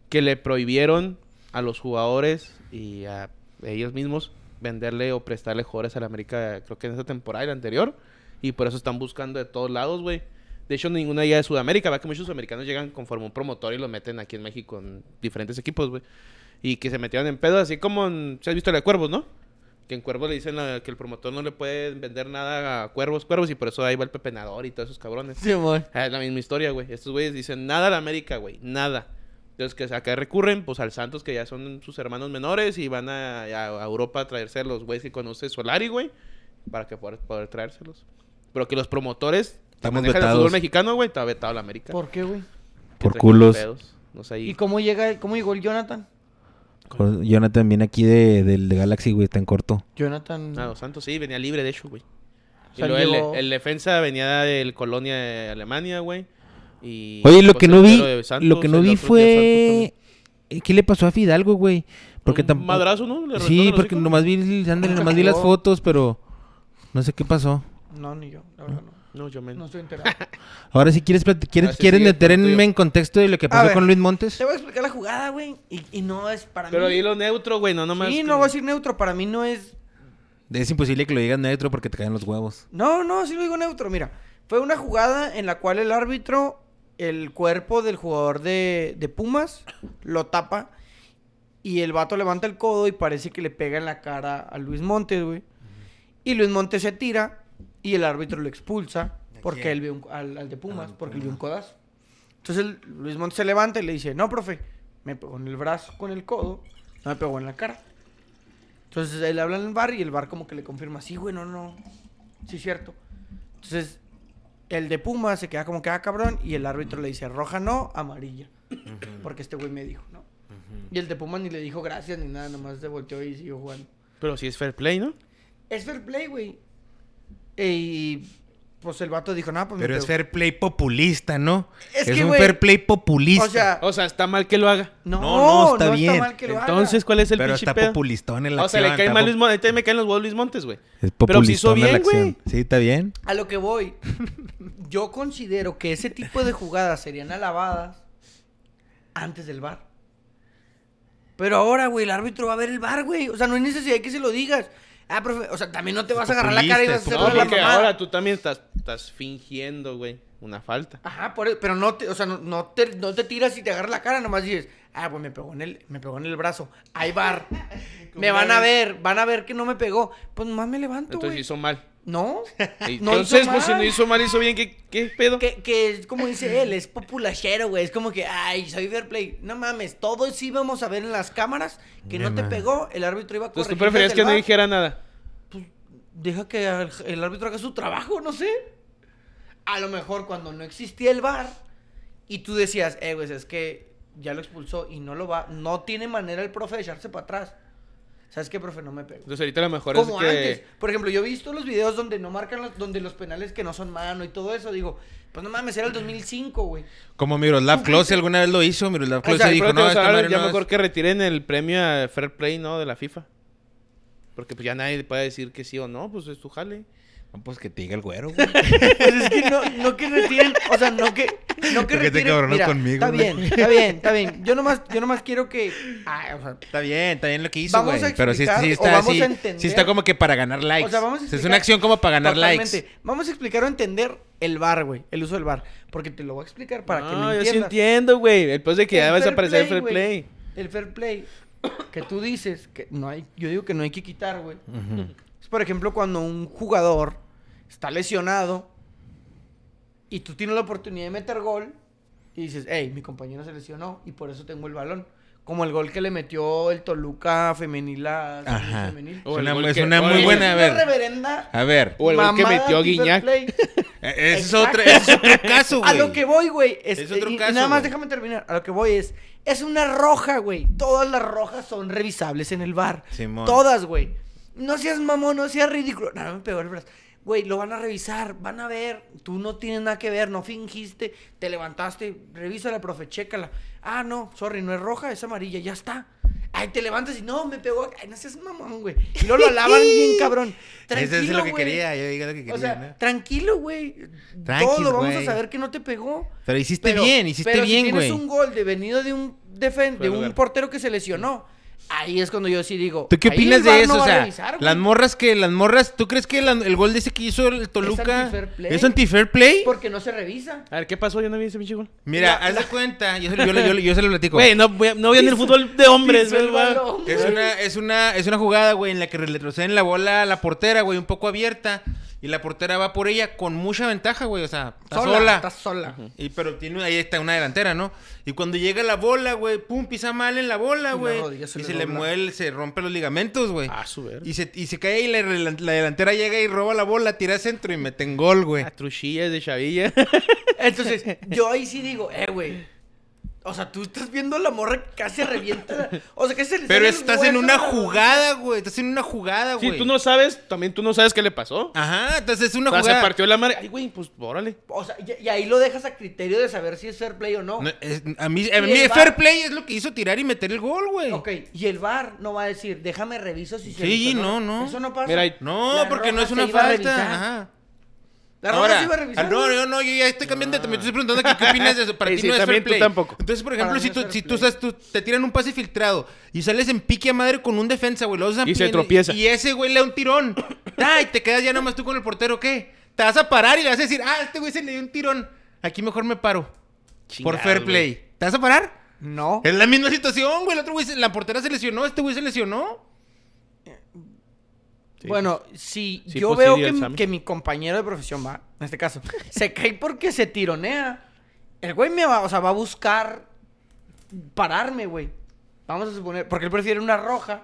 S2: que le prohibieron a los jugadores y a ellos mismos venderle o prestarle jugadores al América, creo que en esa temporada y la anterior, y por eso están buscando de todos lados, güey. De hecho, ninguna ya de Sudamérica, va que muchos sudamericanos llegan conforme un promotor y lo meten aquí en México en diferentes equipos, güey. Y que se metieron en pedo, así como en, si has visto la de Cuervos, ¿no? Que en Cuervos le dicen a- que el promotor no le puede vender nada a Cuervos, Cuervos, y por eso ahí va el pepenador y todos esos cabrones.
S1: Sí, güey.
S2: Ah, Es la misma historia, güey. Estos güeyes dicen nada a la América, güey. Nada. Entonces, que acá recurren? Pues al Santos, que ya son sus hermanos menores y van a, a- a Europa a traerse a los güeyes que conoce Solari, güey, para que poder, poder traérselos. Pero que los promotores que
S3: Estamos
S2: manejan el
S3: vetados.
S2: fútbol mexicano, güey, está vetado la América.
S1: ¿Por qué, güey?
S2: Que
S3: por
S2: traen
S3: culos.
S2: pedos. No sé, y-
S1: ¿Y cómo, llega, cómo llegó el Jonathan?
S3: Con Jonathan viene aquí de, del de Galaxy, güey, está en corto.
S1: Jonathan.
S2: Ah, los Santos sí, venía libre, de hecho, güey.
S1: O
S2: Y
S1: sea,
S2: luego el-
S1: llegó-
S2: el, defensa venía del Colonia de Alemania, güey. Y
S3: Oye, lo
S2: pues,
S3: que
S2: el
S3: no vi,
S2: portero de Santos,
S3: lo que no
S2: el
S3: vi
S2: otro día
S3: fue... ¿Qué le pasó a Fidalgo, güey? Porque
S2: Un
S3: tampoco...
S2: madrazo, ¿no? Le reventó en
S3: Sí,
S2: el
S3: porque
S2: hocico.
S3: nomás vi, ándale, nomás vi las
S1: Yo-
S3: fotos, pero no sé qué pasó.
S1: No, ni yo. La verdad, no.
S2: Santos también. No, yo menos.
S1: No estoy enterado.
S3: Ahora si quieres plati- quieres,
S2: Ah, sí,
S3: quieres
S2: sigue, pero tú
S3: meterme
S2: ya-
S3: en contexto de lo que
S1: A
S3: pasó
S1: ver.
S3: con Luis Montes.
S1: Te voy a explicar la jugada, güey. Y, y no es para
S2: Pero
S1: mí.
S2: dilo neutro, güey, no nomás.
S1: sí,
S2: que-
S1: no voy a decir neutro. Para mí no es
S3: Es imposible que lo digas neutro porque te caen los huevos.
S1: No, no, sí lo digo neutro. Mira, fue una jugada en la cual el árbitro, el cuerpo del jugador de, de Pumas, lo tapa y el vato levanta el codo y parece que le pega en la cara a Luis Montes, güey. Y Luis Montes se tira y el árbitro lo expulsa porque
S3: quién?
S1: él vio un- al, al de Pumas,
S3: Ah,
S1: porque él vio un codazo. Entonces el- Luis Montes se levanta y le dice, no, profe, me pegó en el brazo con el codo, no me pegó en la cara. Entonces él habla en el bar y el bar como que le confirma, sí, güey, no, no, sí es cierto. Entonces el de Puma se queda como que, ah, cabrón, y el árbitro le dice, roja no, amarilla, porque este güey me dijo, ¿no? Y el de Puma ni le dijo gracias ni nada, nomás se volteó y siguió jugando.
S2: Pero si es fair play, ¿no?
S1: Es fair play, güey. Y pues el vato dijo, nada, pues me
S3: Pero es
S1: pegó".
S3: fair play populista, ¿no?
S1: Es
S3: Es,
S1: que,
S3: un
S1: güey,
S3: fair play populista.
S1: O sea,
S2: O sea, está mal que lo haga.
S1: Ah. no,
S3: no,
S1: no,
S3: está
S1: está,
S3: bien.
S1: mal que lo haga.
S2: Entonces, ¿cuál es el
S3: pero
S2: pinche
S3: está
S2: pedo?
S3: populistón en la
S2: O sea, le
S3: acción,
S2: cae
S3: está
S2: mal
S3: po-
S2: Luis Montes. Ahorita me caen los huevos Luis Montes, güey.
S3: Es
S2: Pero si hizo
S3: populistón en la
S2: bien, güey.
S3: acción. Sí, está bien.
S1: A lo que voy, yo considero que ese tipo de jugadas serían alabadas antes del bar. Pero ahora, güey, el árbitro va a ver el bar, güey. O sea, no hay necesidad de que se lo digas. Ah, profe, o sea, también no te vas a agarrar la cara y vas a hacer
S3: populista, es
S2: No,
S1: la
S3: populista.
S2: porque
S1: mamada.
S2: ahora tú también estás, estás fingiendo, güey, una falta.
S1: Ajá, por eso, pero no te, o sea, no, no te, no te tiras y te agarras la cara, nomás dices, ah, pues me pegó en el, me pegó en el brazo, ahí bar, me van a ver, van a ver que no me pegó, pues nomás me levanto,
S2: Entonces
S1: güey.
S2: hizo mal.
S1: No, no
S2: Entonces,
S1: hizo
S2: pues si
S1: mal.
S2: no hizo mal, hizo bien, ¿qué, qué pedo?
S1: Que, que es como dice él, es populachero, güey. Es como que, ay, soy fair play. No mames, todos íbamos a ver en las cámaras que no,
S3: No
S1: te
S3: mames.
S1: pegó, el árbitro iba a
S2: Entonces tú
S1: corregir
S2: preferías
S1: desde
S2: que
S1: el
S2: no
S1: bar. Pues,
S2: dijera nada.
S1: Deja que el, el árbitro haga su trabajo, no sé. A lo mejor cuando no existía el bar y tú decías, eh, güey, es que ya lo expulsó y no lo va, no tiene manera el profe de echarse para atrás. ¿Sabes qué, profe? No me pegó.
S2: Entonces ahorita a lo mejor es
S1: Como
S2: que...
S1: antes. Por ejemplo, yo he visto los videos donde no marcan los, donde los penales que no son mano y todo eso. Digo, pues no mames, era el 2005, güey.
S3: Como Miroslav Klose alguna vez lo hizo, Miroslav
S2: O
S3: Klose
S2: sea,
S3: dijo,
S2: creo que
S3: no,
S2: los
S3: esta
S2: árabes
S3: madre
S2: ya
S3: no es-
S2: mejor que retiren el premio a Fair Play, ¿no? De la FIFA. Porque pues ya nadie puede decir que sí o no, pues es tu jale.
S3: No, Pues que te diga el güero, güey.
S1: Pues es que no, no que retiren, o sea, no que, no que
S3: ¿Por qué te
S1: retiren.
S3: cabronas
S1: Mira,
S3: conmigo,
S1: está
S3: güey?
S1: bien, está bien, está bien. Yo nomás, yo nomás quiero que. Ah, o sea,
S3: Está bien, está bien lo que hizo,
S1: Vamos
S3: güey.
S1: a
S3: Pero sí,
S1: explicar
S3: sí
S1: o
S3: está
S1: vamos
S3: sí-
S1: a entender.
S3: sí está como que para ganar likes.
S1: O sea, vamos a
S3: es
S1: explicar
S3: una acción como para ganar
S1: Totalmente.
S3: likes.
S1: Vamos a explicar o entender el bar, güey. El uso del bar. Porque te lo voy a explicar para que
S2: no,
S1: lo
S2: yo sí
S1: entiendas.
S2: entiendo, güey. El pues de que
S1: El
S2: ya va a
S1: fair
S2: desaparecer el
S1: play,
S2: Fair Play.
S1: güey, El fair play que tú dices que no hay, yo digo que no hay que quitar, güey. Es por ejemplo cuando un jugador está lesionado y tú tienes la oportunidad de meter gol y dices, hey, mi compañero se lesionó y por eso tengo el balón. Como el gol que le metió el Toluca femenil a
S3: Ajá.
S1: femenil.
S2: O
S3: Es
S2: el
S3: una,
S2: gol
S3: es
S2: que-
S3: una
S2: o
S3: muy
S2: el-
S3: buena, a
S1: Es una
S3: ver.
S1: reverenda
S3: A ver.
S2: O el gol que
S1: mamada
S2: metió
S1: anti-fair
S2: Guiñac.
S1: play.
S3: Eh, Ese es
S1: Exacto.
S3: otro, ese es otro caso, güey.
S1: A lo que voy, güey. Es,
S3: Es otro
S1: y- y
S3: caso,
S1: nada más
S3: güey.
S1: déjame terminar. A lo que voy es. Es una roja, güey. Todas las rojas son revisables en el bar.
S3: Simón.
S1: Todas, güey. No seas mamón, no seas ridículo. Nada, me pegó el brazo. Güey, lo van a revisar, van a ver. Tú no tienes nada que ver, no fingiste. Te levantaste, revísala, profe, chécala. Ah, no, sorry, no es roja, es amarilla, ya está. Ay, te levantas y no, me pegó. Ay, no seas mamón, güey. Y luego lo alaban bien, cabrón. Tranquilo,
S3: Ese es lo que
S1: güey.
S3: quería, yo diga lo que quería.
S1: O sea,
S3: ¿no?
S1: tranquilo, güey.
S3: Tranquis,
S1: Todo vamos a
S3: güey.
S1: saber que no te pegó.
S3: Pero hiciste
S1: Pero-
S3: bien, hiciste
S1: pero si
S3: bien, güey.
S1: tienes un gol de venido de un defen- de
S2: Fuera de
S1: un
S2: lugar.
S1: portero que se lesionó, ahí es cuando yo sí digo.
S3: ¿Tú qué
S1: ahí
S3: opinas
S1: el VAR
S3: de
S1: no
S3: eso?
S1: va
S3: o
S1: a
S3: sea,
S1: revisar, güey.
S3: las morras que las morras, ¿tú crees que la- el gol de ese que hizo el Toluca
S1: anti-fair play.
S3: es anti-fair play?
S1: porque no se revisa.
S2: A ver, ¿qué pasó? Yo no vi ese pinche gol.
S3: Mira, haz de cuenta, yo se, yo, yo- yo se lo platico.
S2: Güey, no, voy a- no voy a en el fútbol de hombres,
S1: Piso el
S2: güey. va.
S1: balón,
S3: Es
S1: güey.
S3: una, es una, es una jugada, güey, en la que retroceden la bola a la portera, güey, un poco abierta. Y la portera va por ella con mucha ventaja, güey. O sea, está sola.
S1: Estás sola.
S3: Y pero tiene ahí está una delantera, ¿no? Y cuando llega la bola, güey, pum, pisa mal en la bola,
S1: Y la
S3: güey.
S1: rodilla
S3: Y
S1: se
S3: se,
S1: le
S3: le
S1: dobla.
S3: mueve, el- se rompe los ligamentos, güey.
S2: Ah, su verga.
S3: Y se, y se cae y la, relan- la delantera llega y roba la bola, tira centro y meten gol, güey.
S1: Ah,
S2: A truchillas de Chavilla.
S1: Entonces, yo ahí sí digo, eh, güey. O sea, tú estás viendo a la morra que casi revienta. O sea, que se le
S3: Pero
S1: sale el
S3: estás en
S1: hueso
S3: una
S1: de la-
S3: jugada, güey. Estás en una jugada,
S2: Si
S3: güey.
S2: tú no sabes, también tú no sabes qué le pasó.
S3: Ajá, entonces es una
S2: o sea, se
S3: jugada.
S2: partió la madre. Ay, güey, pues órale.
S1: O sea, y, y ahí lo dejas a criterio de saber si es fair play o no.
S3: No, es- a mí, a
S1: Y
S3: mí
S1: el
S3: fair
S1: VAR.
S3: play es lo que hizo tirar y meter el gol, güey.
S1: Ok, y el VAR no va a decir, déjame reviso si se
S3: Sí,
S1: hizo o
S3: no, no.
S1: Eso no pasa.
S2: Mira, y-
S3: No,
S1: La
S3: porque no
S1: roja
S3: es
S1: se
S3: una
S1: iba a
S3: falta.
S1: revisar.
S3: Ajá.
S1: la roja se iba a revisar.
S3: ah, no,
S1: güey.
S3: no, no, yo ya estoy cambiando de tema. Yo te estoy preguntando que, qué opinas de eso. Para
S2: Sí,
S3: ti
S2: sí,
S3: no es fair
S2: también tú
S3: play.
S2: tampoco.
S3: Entonces, por
S1: Para
S3: ejemplo,
S1: mí
S3: si,
S1: no
S3: tú,
S1: es fair
S3: si tú,
S1: play.
S3: sabes, tú te tiran un pase filtrado y sales en pique a madre con un defensa, güey. luego
S2: Y se
S3: amplían
S2: tropieza.
S3: Y ese güey le da un tirón. Ah, y te quedas ya nomás tú con el portero, ¿qué? Te vas a parar y le vas a decir, ah, este güey se le dio un tirón. Aquí mejor me paro. por
S2: Chingado,
S3: fair play.
S2: güey.
S3: ¿Te vas a parar?
S1: No.
S3: Es la misma situación, güey. El otro güey, se- la portera se lesionó, este güey se lesionó.
S2: Sí,
S1: bueno, si
S2: Sí,
S1: yo
S2: pues,
S1: veo
S2: sí,
S1: que,
S2: el
S1: mi-
S2: Sammy.
S1: que mi compañero de profesión va, en este caso, se cae porque se tironea El güey me va, o sea, va a buscar pararme, güey. Vamos a suponer, porque él prefiere una roja.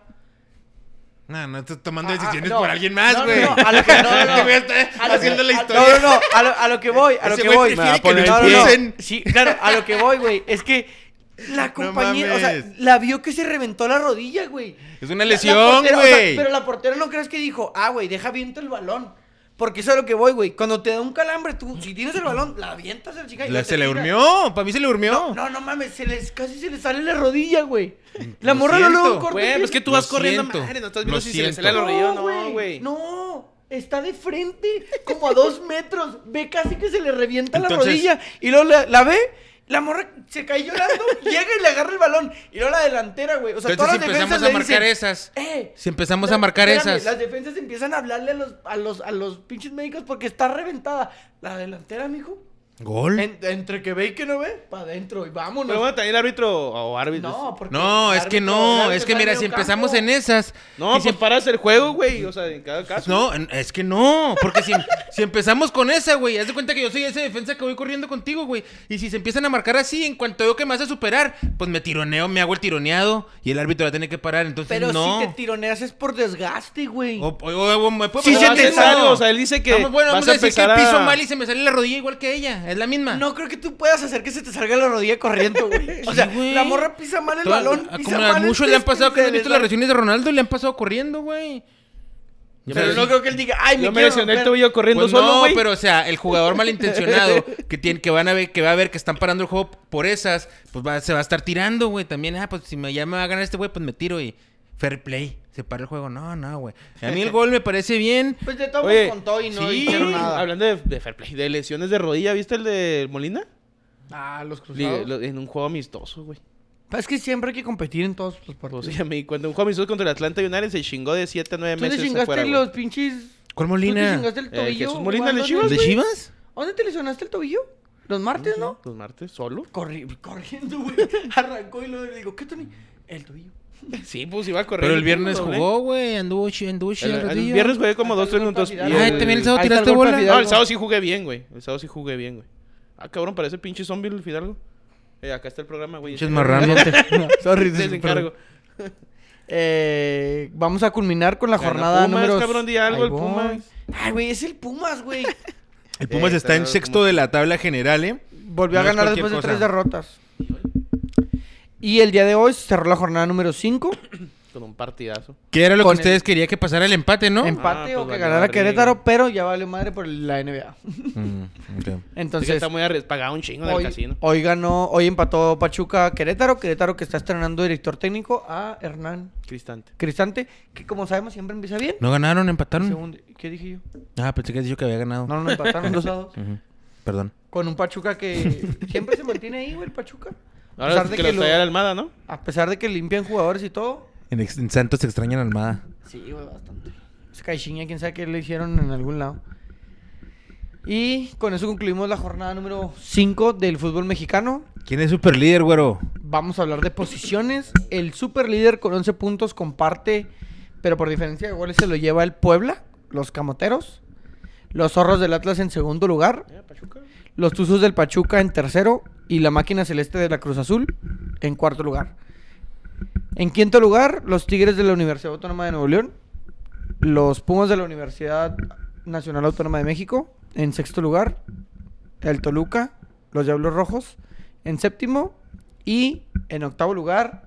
S5: No, no estás tomando
S1: Ah, ah,
S5: decisiones
S1: no.
S5: por alguien más,
S1: No, no,
S5: güey.
S1: no, a lo que- no, no,
S5: Este
S1: no.
S5: güey está
S1: A lo-
S5: haciendo la
S1: a-
S5: historia.
S1: No, no, no, a lo, a lo que voy, a lo
S5: Ese
S1: que
S5: güey
S1: voy.
S5: prefiere
S2: Me va a
S1: No,
S2: poner
S1: no, no.
S2: el pie.
S5: empiecen.
S1: Sí, claro, a lo que voy, güey. Es que la compañía, o sea,
S5: mames.
S1: la vio que se reventó la rodilla, güey.
S5: Es una
S1: La- la
S5: lesión,
S1: portera, o sea,
S5: güey.
S1: pero la portera no crees que dijo, ah, güey, deja viento el balón. Porque eso es a lo que voy, güey. Cuando te da un calambre, tú, si tienes el balón, la avientas al chica y
S5: La-
S1: no te
S5: Se le
S1: tira.
S5: durmió. Para mí se le durmió.
S1: No, no mames, se les, casi se le sale la rodilla, güey. La
S5: Lo
S1: morra lo luego
S5: siento,
S1: corta.
S2: Güey, pues que tú
S5: Lo
S2: vas corriendo,
S5: siento.
S2: madre. No estás viendo
S5: Lo
S2: si se le
S5: siento.
S2: sale el rodillo.
S1: güey,
S2: No, güey.
S1: No, está de frente, como a dos metros. Ve casi que se le revienta la
S5: Entonces-
S1: rodilla. Y luego la, la ve, la morra se cae llorando, llega y le agarra el balón. Y luego la delantera, güey. O sea,
S3: Entonces si
S1: todas las defensas
S3: empezamos a
S1: le
S3: marcar
S1: dicen,
S3: esas.
S1: "Eh,
S3: Si empezamos
S1: la-
S3: a marcar
S1: espérame,
S3: esas.
S1: Las defensas empiezan a hablarle a los, a los, a los pinches médicos porque está reventada. La delantera, mijo.
S5: Gol.
S1: en- entre que ve y que no ve, para adentro y vámonos.
S2: Pero bueno, también el árbitro o árbitro.
S1: pues- No, porque
S3: pues, No,
S1: el
S3: es que
S1: árbitro-
S3: no,
S1: el
S3: es que
S1: árbitro
S3: mira,
S1: está
S3: si
S1: en medio
S3: empezamos
S1: campo.
S3: en esas...
S2: No,
S3: y si
S2: pues paras el juego, güey. O sea, en cada caso.
S3: No, en- es que no, porque si, em- si empezamos con esa, güey, haz de cuenta que yo soy ese defensa que voy corriendo contigo, güey. Y si se empiezan a marcar así, en cuanto veo que me vas a superar, pues me tironeo, me hago el tironeado y el árbitro va a tener que parar, entonces
S1: Pero
S3: pues, no.
S1: si te tironeas es por desgaste, güey.
S3: O- o- o me puede
S1: Sí
S3: pasar
S1: se
S3: algo.
S1: te sale,
S2: o sea, él dice que
S3: Vamos, bueno,
S2: vas
S3: vamos
S2: a
S3: a decir que
S2: empezar a-
S3: piso mal y se me sale la rodilla igual que ella, es la misma.
S1: No creo que tú puedas hacer que se te salga la rodilla corriendo, güey. O sea,
S3: Sí, güey.
S1: la morra pisa mal el
S3: Toda-
S1: balón.
S3: a-
S1: Pisa
S3: ah, como a
S1: mal el
S3: muchos le han
S1: césped,
S3: pasado que
S1: se
S3: no han visto
S1: les
S3: las
S1: va-
S3: lesiones de Ronaldo, le han pasado corriendo, güey.
S1: Pero no creo que él diga, ay, me
S2: Yo me
S1: quiero
S2: lesioné el
S1: romper".
S2: tobillo corriendo
S3: Pues
S2: solo,
S3: no,
S2: güey.
S3: pero o sea, el jugador malintencionado que tiene, que van a ver, que va a ver que están parando el juego por esas, pues va- se va a estar tirando, güey. También, ah, pues si me, ya me va a ganar este güey, pues me tiro y fair play. Se para el juego. No, no, güey. A mí el gol me parece bien.
S1: Pues de todos
S2: Oye,
S1: con todo y no
S2: sí,
S1: hicieron nada.
S2: Hablando de, de fair play, de lesiones de rodilla, ¿viste el de Molina?
S1: Ah, los
S2: Liga- lo- en un juego amistoso, güey.
S1: Es que siempre hay que competir en todos los
S2: Pues
S1: partidos.
S2: ya me di cuenta. Un juego amistoso contra el Atlanta United se chingó de 7 a 9
S1: Tú te
S2: meses.
S1: chingaste
S2: afuera, güey.
S1: los pinches...
S3: ¿Cuál
S1: Tú te
S3: Molina?
S1: chingaste el
S2: Eh,
S1: tobillo.
S2: Jesús Molina,
S1: jugando
S2: ¿de Chivas,
S1: en-
S3: ¿De Chivas?
S1: ¿Dónde te lesionaste el tobillo? Los martes, ¿no?
S2: Los martes, solo.
S1: Corri- corriendo, güey. Arrancó y luego le digo, ¿qué, Tony? El tobillo.
S2: Sí, pues iba a correr.
S3: Pero el viernes
S2: doble.
S3: jugó, güey. Anduvo chi- anduvo
S2: El,
S3: chido
S2: el
S3: el ratillo.
S2: viernes jugué como
S1: Ahí
S2: dos,
S1: está
S2: tres
S1: el gol para
S2: minutos.
S1: Fidalgo.
S2: y
S3: Ah, también el sábado
S1: Ahí está el
S3: tiraste
S1: gol para
S3: bola.
S1: Fidalgo.
S2: No, el sábado sí jugué bien, güey. El sábado sí jugué bien, güey. Ah, cabrón, parece pinche zombie el Fidalgo. Eh, acá está el programa, güey.
S3: Pinches marranos.
S1: Sorry,
S2: Te lo encargo.
S1: Eh, vamos a culminar con la
S2: Gana
S1: jornada
S2: Pumas,
S1: número...
S2: cabrón, di algo,
S1: Ahí
S2: el
S1: voy.
S2: Pumas.
S1: Ay, güey, es el Pumas, güey.
S5: El
S2: Pumas Eh, está está en sexto como-
S5: de la tabla general, ¿eh?
S1: Volvió a
S5: No es
S1: ganar
S5: cualquier
S1: después de
S5: cosa.
S1: tres derrotas. Y el día de hoy se cerró la jornada número 5.
S2: Con un partidazo.
S3: Que era lo que
S1: Con el- Em-
S3: ustedes querían que pasara el empate, ¿no?
S1: Empate
S2: Ah,
S1: o
S2: pues
S1: que
S2: valió
S1: ganara
S2: verga.
S1: Querétaro, pero ya vale madre por la NBA.
S3: Mm, ok.
S2: Entonces,
S1: Entonces,
S2: está muy arres- pagado un chingo del
S1: hoy,
S2: casino.
S1: hoy ganó, hoy empató Pachuca a Querétaro. Querétaro que está estrenando director técnico a Hernán
S2: Cristante.
S1: Cristante, que como sabemos siempre empieza bien.
S3: ¿No ganaron? ¿Empataron?
S1: Segundo- ¿Qué dije yo?
S3: Ah, pensé que has dicho que había ganado.
S1: No, no, empataron los dados.
S3: Ujú. Perdón.
S1: Con un Pachuca que siempre se mantiene ahí, güey, el Pachuca. A
S2: Ahora
S1: pesar,
S2: es
S1: de
S2: que,
S1: que
S2: lo
S1: lo-
S2: traía la Almada, ¿no?
S1: a pesar de que limpian jugadores y todo.
S3: En, ex- en Santos se extraña la Almada.
S1: Sí, güey, bastante. Es pues Caixinha, quién sabe qué le hicieron en algún lado. Y con eso concluimos la jornada número 5 del fútbol mexicano.
S3: ¿Quién es super líder, güero?
S1: Vamos a hablar de posiciones. El super líder con 11 puntos comparte, pero por diferencia de goles se lo lleva el Puebla, los Camoteros, los Zorros del Atlas en segundo lugar,
S2: Eh, Pachuca.
S1: los Tuzos del Pachuca en tercero y la Máquina Celeste de la Cruz Azul en cuarto lugar. En quinto lugar, los Tigres de la Universidad Autónoma de Nuevo León, los Pumas de la Universidad Nacional Autónoma de México en sexto lugar, el Toluca, los Diablos Rojos en séptimo y en octavo lugar,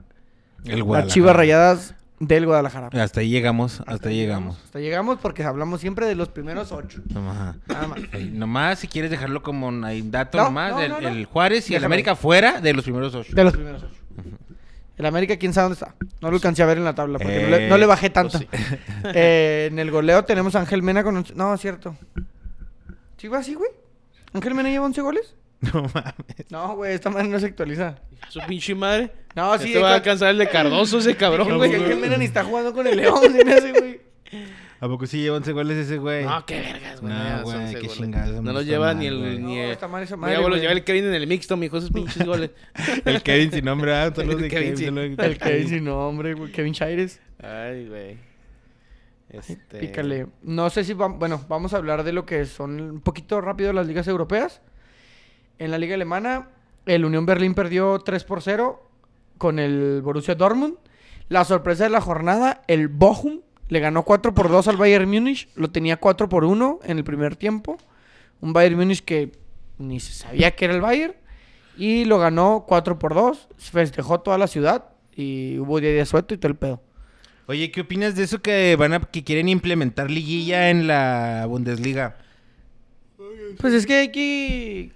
S3: El
S1: las Chivas Rayadas del Guadalajara.
S3: Hasta ahí llegamos, hasta, ahí llegamos.
S1: Hasta llegamos porque hablamos siempre de los primeros ocho.
S3: Nomás.
S1: Nada más.
S3: Ahí, nomás, si quieres dejarlo como un ahí, dato
S1: No,
S3: nomás,
S1: no,
S3: el,
S1: no, no.
S3: el Juárez y el
S1: Déjame.
S3: América fuera de los primeros ocho.
S1: De los primeros ocho. El América, quién sabe dónde está. No lo alcancé a ver en la tabla porque no, le,
S3: Eh,
S1: no le bajé tanto.
S2: pues
S1: Eh, en el goleo tenemos a Ángel Mena con. once- No, es cierto. ¿Sí va así, güey? ¿Ángel Mena lleva 11 goles?
S3: No mames.
S1: No, güey, esta madre no se actualiza.
S2: A Su pinche madre.
S1: No, sí,
S2: Este va a
S1: ca-
S2: alcanzar el de Cardoso, ese cabrón,
S1: Dije,
S2: güey.
S1: "Güey, Ángel Mena ni está jugando con el León, se me hace, güey.
S3: ¿A poco sí lleva 11 goles ese güey?
S1: Ah,
S2: No, qué vergas, güey.
S3: No,
S2: ya son
S3: güey,
S2: seis
S3: qué
S2: goles.
S3: chingados,
S2: No
S3: me
S2: los
S3: está
S2: lleva
S3: mal,
S2: ni
S3: güey.
S2: el. Ni
S1: No,
S2: el-
S1: está mal esa
S2: Ya,
S1: madre,
S2: güey, los
S1: güey.
S2: lleva el Kevin en el mixto, mijo, esos pinches goles.
S3: El Kevin sin nombre, ah, todos los
S2: El
S3: de
S2: Kevin
S3: Kevin,
S2: sin-
S3: solo el
S1: El Kevin sin nombre, güey. Kevin Chaires.
S2: Ay, güey. Este...
S1: Pícale. No sé si vam- bueno, vamos a hablar de lo que son un poquito rápido las ligas europeas. En la liga alemana, El Unión Berlín perdió 3 por 0 con el Borussia Dortmund. La sorpresa de la jornada, el Bochum le ganó 4 por 2 al Bayern Múnich. Lo tenía 4 por 1 en el primer tiempo. Un Bayern Múnich que ni se sabía que era el Bayern. Y lo ganó 4 por 2. Se festejó toda la ciudad. Y hubo día de suelto y todo el pedo.
S5: Oye, ¿qué opinas de eso que van a que quieren implementar liguilla en la Bundesliga?
S1: Pues es que hay que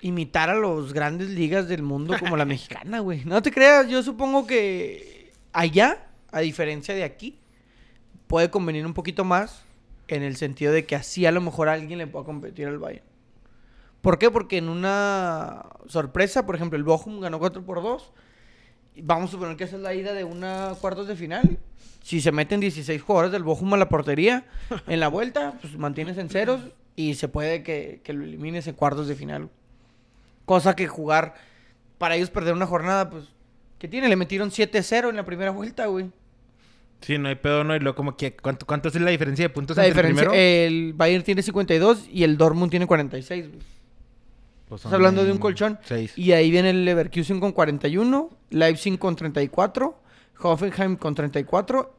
S1: imitar a los grandes ligas del mundo como la mexicana, güey. No te creas, yo supongo que allá, a diferencia de aquí, puede convenir un poquito más en el sentido de que así a lo mejor alguien le pueda competir al Bayern. ¿Por qué? Porque en una sorpresa, por ejemplo, el Bochum ganó 4 por 2. Vamos a suponer que esa es la ida de una cuartos de final. Si se meten 16 jugadores del Bochum a la portería en la vuelta, pues mantienes en ceros y se puede que, que lo elimines en cuartos de final. Cosa que jugar para ellos perder una jornada, pues, ¿qué tiene? Le metieron 7-0 en la primera vuelta, güey.
S5: Sí, no hay pedo, no hay lo como que ¿cuánto, cuánto es la diferencia de puntos
S1: La
S5: entre el
S1: diferencia, eh,
S5: primero?
S1: el Bayern tiene 52 y el Dortmund tiene 46, güey.
S5: Pues
S1: Estás
S5: son
S1: hablando de un colchón.
S5: Seis.
S1: Y ahí viene el Leverkusen con 41, Leipzig con 34, Hoffenheim con 34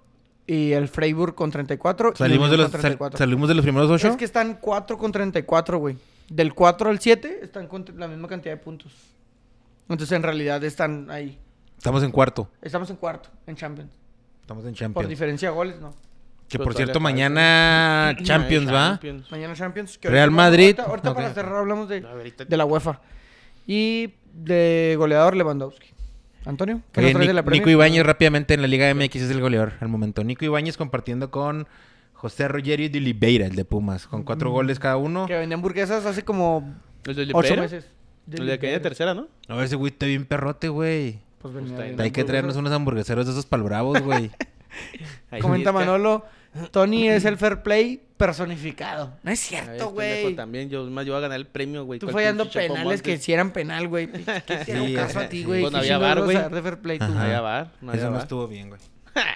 S1: y el Freiburg con 34. y
S5: Salimos de
S1: Unión
S5: los sal-
S1: con 34.
S5: salimos de los primeros ocho.
S1: Es que están 4 con 34, güey. Del 4 al 7 están con la misma cantidad de puntos. Entonces, en realidad están ahí.
S5: Estamos en cuarto.
S1: Estamos en cuarto, en Champions.
S5: Estamos en
S1: Por
S5: Champions.
S1: diferencia de goles, no.
S5: Que
S2: Pues
S5: por
S2: dale,
S5: cierto,
S2: dale.
S5: mañana Champions, ¿va?
S2: Champions.
S1: Mañana Champions. que
S5: Real
S1: ahorita-
S5: Madrid.
S1: Ahorita, ahorita
S5: Ok.
S1: para cerrar hablamos de,
S2: No, ahorita-
S1: de la UEFA. Y de goleador Lewandowski. Antonio, ¿qué nos
S5: Oye,
S1: traes de
S5: Nic-
S1: la
S5: Nico
S1: Premier?
S5: Ibáñez rápidamente en la Liga MX es el goleador al momento. Nico Ibáñez compartiendo con José Rogerio de Oliveira, el de Pumas, con
S1: Mm.
S5: cuatro goles cada uno.
S1: Que vendía hamburguesas hace como
S2: El de
S1: ocho
S2: Oliveira.
S1: meses.
S2: El de que viene tercera, ¿no?
S5: A ver, ese güey está bien perrote, güey.
S1: Pues venía
S2: Está
S1: de
S2: ahí.
S1: una
S5: Hay que
S1: hamburguesa.
S5: traernos unos hamburgueseros de esos palbravos, güey.
S2: Ahí
S1: Comenta
S2: está.
S1: Manolo, Tony es el fair play personificado. No es
S2: Ahí
S1: cierto,
S2: está,
S1: güey.
S2: pendejo, También yo, es más, yo voy a ganar el premio, güey.
S1: Tú
S2: ¿Cuál
S1: fallando
S2: pinche Chapo
S1: penales que
S2: Montes?
S1: si eran penal, güey. ¿Qué hicieron
S5: Sí,
S1: caso
S5: ese-
S1: a ti, güey?
S2: sí. Bueno,
S1: ¿Qué
S2: Pues había
S1: chingados
S2: bar,
S1: vas a
S2: güey.
S1: saber de fair play tú?
S2: No
S5: Ajá.
S2: había bar, no había
S5: Eso no
S2: bar.
S5: estuvo bien, güey.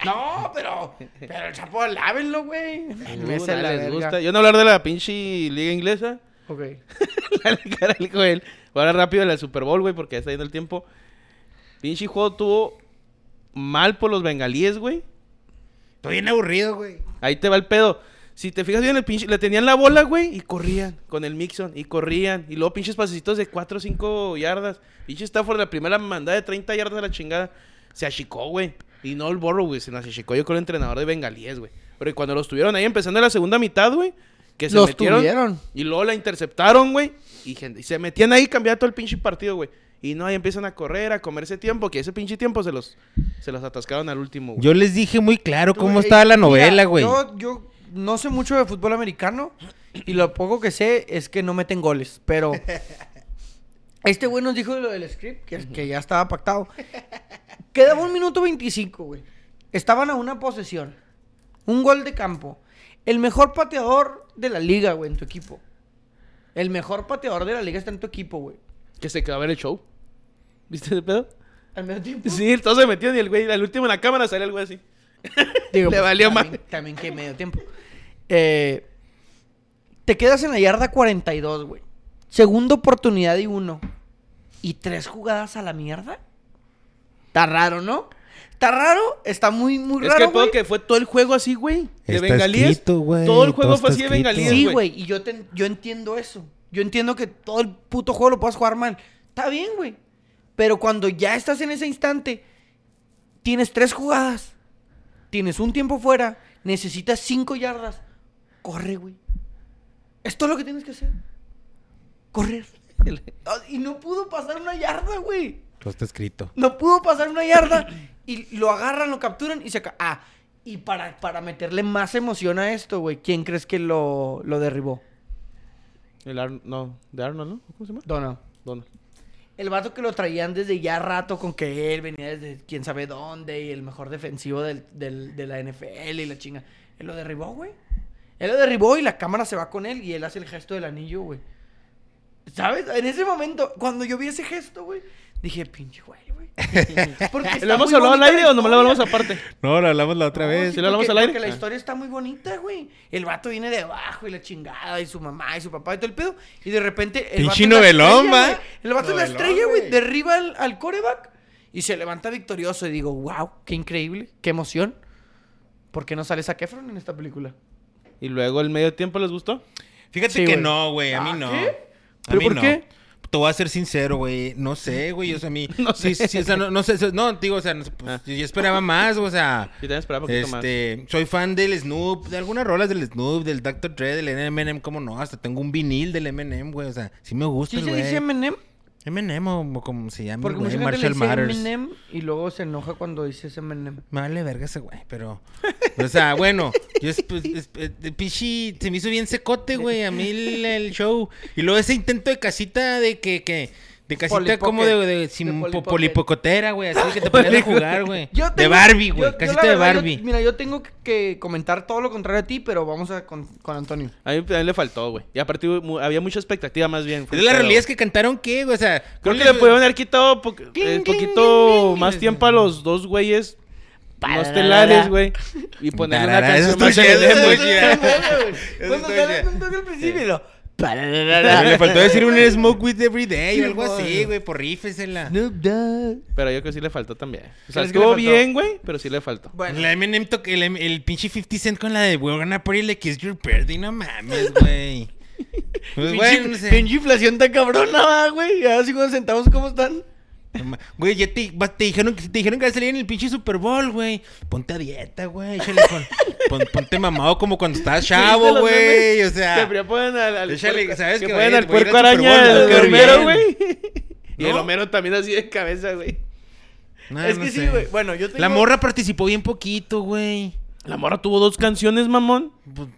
S1: No, pero pero el chapo lávenlo, güey.
S2: Uh,
S1: Me hace
S2: nada
S1: la
S2: les
S1: verga.
S2: gusta. Yo no hablar de la pinche liga inglesa.
S1: Ok.
S2: Dale, caray, Joel. Voy a hablar rápido de la Super Bowl, güey, porque ya está yendo el tiempo. Pinche juego tuvo mal por los bengalíes, güey.
S3: Estoy bien aburrido, güey.
S2: Ahí te va el pedo. Si te fijas bien, el pinche, le tenían la bola, güey, y corrían con el Mixon, y corrían, y luego pinches pasecitos de 4 o 5 yardas. Pinche Stafford, la primera mandada de 30 yardas a la chingada, se achicó, güey. Y no el borro, güey, se nos achicó yo con el entrenador de Bengalíes, güey. Pero cuando los tuvieron ahí empezando la segunda mitad, güey, que se
S1: Los
S2: metieron.
S1: tuvieron.
S2: Y luego la interceptaron, güey, y, gen- y se metían ahí, cambiaba todo el pinche partido, güey. Y no, ahí empiezan a correr, a comerse tiempo, que ese pinche tiempo se los, se los atascaron al último, güey.
S5: Yo les dije muy claro
S1: Tú,
S5: cómo
S1: güey,
S5: estaba la
S1: mira,
S5: novela, güey.
S1: Yo, yo no sé mucho de fútbol americano y lo poco que sé es que no meten goles, pero este güey nos dijo lo del script, que, que ya estaba pactado. Quedaba un minuto 25, güey. Estaban a una posesión. Un gol de campo. El mejor pateador de la liga, güey, en tu equipo. El mejor pateador de la liga está en tu equipo, güey.
S2: Que se quedó a ver el show. ¿Viste ese pedo?
S1: Al medio tiempo.
S2: Sí, todos se metieron y el güey, al último en la cámara salió el güey así.
S1: Digo,
S2: Le
S1: pues,
S2: valió
S1: también,
S2: madre.
S1: También que medio tiempo. Eh, te quedas en la yarda 42, güey. Segunda oportunidad y uno. Y tres jugadas a la mierda. Está raro, ¿no? Está raro, está muy, muy
S2: Es que
S1: Pues raro.
S2: el pedo
S1: güey.
S2: que fue todo el juego así, güey. De
S5: Está
S2: bengalíes.
S5: escrito, güey,
S2: todo el juego
S5: todo
S2: fue
S5: está
S2: así de
S5: escrito.
S2: bengalíes,
S1: Sí, güey, y yo, te- yo entiendo eso. Yo entiendo que todo el puto juego lo puedas jugar mal. Está bien, güey. Pero cuando ya estás en ese instante, tienes tres jugadas, tienes un tiempo fuera, necesitas cinco yardas. Corre, güey. Es todo lo que tienes que hacer. Correr. Ah, Y no pudo pasar una yarda, güey.
S5: Todo está escrito.
S1: No pudo pasar una yarda y lo agarran, lo capturan y se acaba. Ah, y para, para meterle más emoción a esto, güey, ¿quién crees que lo, lo derribó?
S2: El Ar- no, de Arnold, ¿no? ¿Cómo se llama?
S1: Donald.
S2: Donald.
S1: El vato que lo traían desde ya rato con que él venía desde quién sabe dónde y el mejor defensivo del- del- de la NFL y la chinga. Él lo derribó, güey. Él lo derribó y la cámara se va con él y él hace el gesto del anillo, güey. ¿Sabes? En ese momento, cuando yo vi ese gesto, güey, dije, pinche güey, güey. Porque
S2: ¿Lo hemos hablado al aire o no lo hablamos aparte?
S3: No, lo hablamos la otra vez.
S2: ¿Sí lo hablamos al aire?
S1: Porque la
S2: Ah.
S1: historia está muy bonita, güey. El vato viene de abajo y la chingada y su mamá y su papá y todo el pedo. Y de repente. El vato es
S3: Pinche
S1: la
S3: novelón,
S1: estrella,
S3: va.
S1: güey. El vato es la
S3: Novelón,
S1: estrella, güey.
S3: güey.
S1: Derriba al, al coreback y se levanta victorioso. Y digo, wow, qué increíble, qué emoción. ¿Por qué no sale Zac Efron en esta película?
S2: ¿Y luego el medio tiempo les gustó?
S3: Fíjate
S1: Sí,
S3: que
S1: güey.
S3: no, güey. A mí
S1: Ah,
S3: no.
S1: ¿qué?
S3: A
S1: ¿Pero
S3: mí
S1: por
S3: no.
S1: qué?
S3: Te voy a ser sincero, güey. No sé, güey. O sea, a mí.
S2: No
S3: no sé. Sí, sí, o sea, no, no sé. so- No, digo, o sea, no sé, pues,
S2: Ah.
S3: yo yo esperaba más, o sea.
S2: Yo también esperaba un poquito más.
S3: Este, soy fan del Snoop, de algunas rolas del Snoop, del Dr. Dre, del Eminem, cómo no, hasta tengo un vinil del Eminem, güey, o sea, sí me gusta,
S1: ¿Sí
S3: el
S1: se
S3: güey.
S1: dice Eminem?
S3: Eminem o o como se llama,
S1: Porque
S3: güey,
S1: mucha gente
S3: Marshall
S1: le dice
S3: Matters.
S1: Eminem y luego se enoja cuando dices Eminem.
S3: Me vale verga ese güey, pero. O sea, bueno, yo es, pues, es- eh, de pichi se me hizo bien secote, güey, a mí el, el show. Y luego ese intento de casita de que. que de casita
S1: Polipoque.
S3: como de, de, sim-
S1: De
S3: po-
S1: polipoque.
S3: polipocotera, güey, así que te ponías a jugar, güey.
S1: Yo
S3: De
S1: tengo-
S3: Barbie,
S1: yo-
S3: güey,
S1: yo la
S3: casita de
S1: verdad, yo-
S3: Barbie.
S1: mira, yo tengo que comentar todo lo contrario a ti, pero vamos a con, con Antonio.
S2: A mí también le faltó, güey. Y aparte hubo mu- había mucha expectativa más bien. Fue
S3: Es
S2: un
S3: la
S2: pedo,
S3: realidad es
S2: güey.
S3: que cantaron qué, güey, o sea.
S2: Creo que
S3: ponle-
S2: le pudieron haber quitado po- eh,
S3: cling, cling,
S2: poquito
S3: cling.
S2: más tiempo a los dos güeyes.
S1: Pararara.
S2: Los telares, güey. Y ponerle una
S3: Tarara, eso
S2: canción más
S3: está chido,
S2: de
S3: eso
S2: Eminem.
S3: está chido.
S1: Cuando
S3: estoy
S1: sale
S3: ya.
S1: con todo el principio, lo-
S3: Le faltó decir un smoke with every day
S1: Sí,
S3: o algo así,
S1: güey.
S3: güey, por rífesela.
S2: Pero yo creo que sí le faltó también. O sea,
S1: ¿Crees que le
S2: estuvo
S1: faltó?
S2: bien, güey, pero sí le faltó.
S1: Bueno,
S3: La Eminem toc- el, el pinche 50 Cent con la de We're gonna party like it's your birthday, no mames, güey. Pues, güey, no sé.
S1: pinche inflación tan cabrona, va, güey. Ya 50 centavos, ¿cómo están?
S3: No ma- Güey, ya te, va- te dijeron que te dijeron que vas a salir en el pinche Super Bowl, güey. Ponte a dieta, güey. échale con- pon- ponte mamado como cuando estabas
S2: ¿Viste
S3: chavo,
S2: los
S3: güey.
S2: memes?
S3: O sea,
S2: Que ponen al, al
S3: Échale,
S2: puerco-
S3: ¿sabes
S2: que
S3: qué,
S2: ponen
S3: güey?
S2: al
S3: Voy a ir
S2: puerco
S3: al Super
S2: araña del
S3: Bowl, güey,
S2: Homero,
S3: bien.
S2: güey. Y el
S3: ¿No?
S2: Homero también así de cabeza, güey.
S3: no,
S1: es
S3: no
S1: que sí,
S3: sé.
S1: güey. Bueno, yo tengo...
S3: La morra participó bien poquito, güey.
S2: La morra tuvo dos canciones, mamón.
S3: Pues,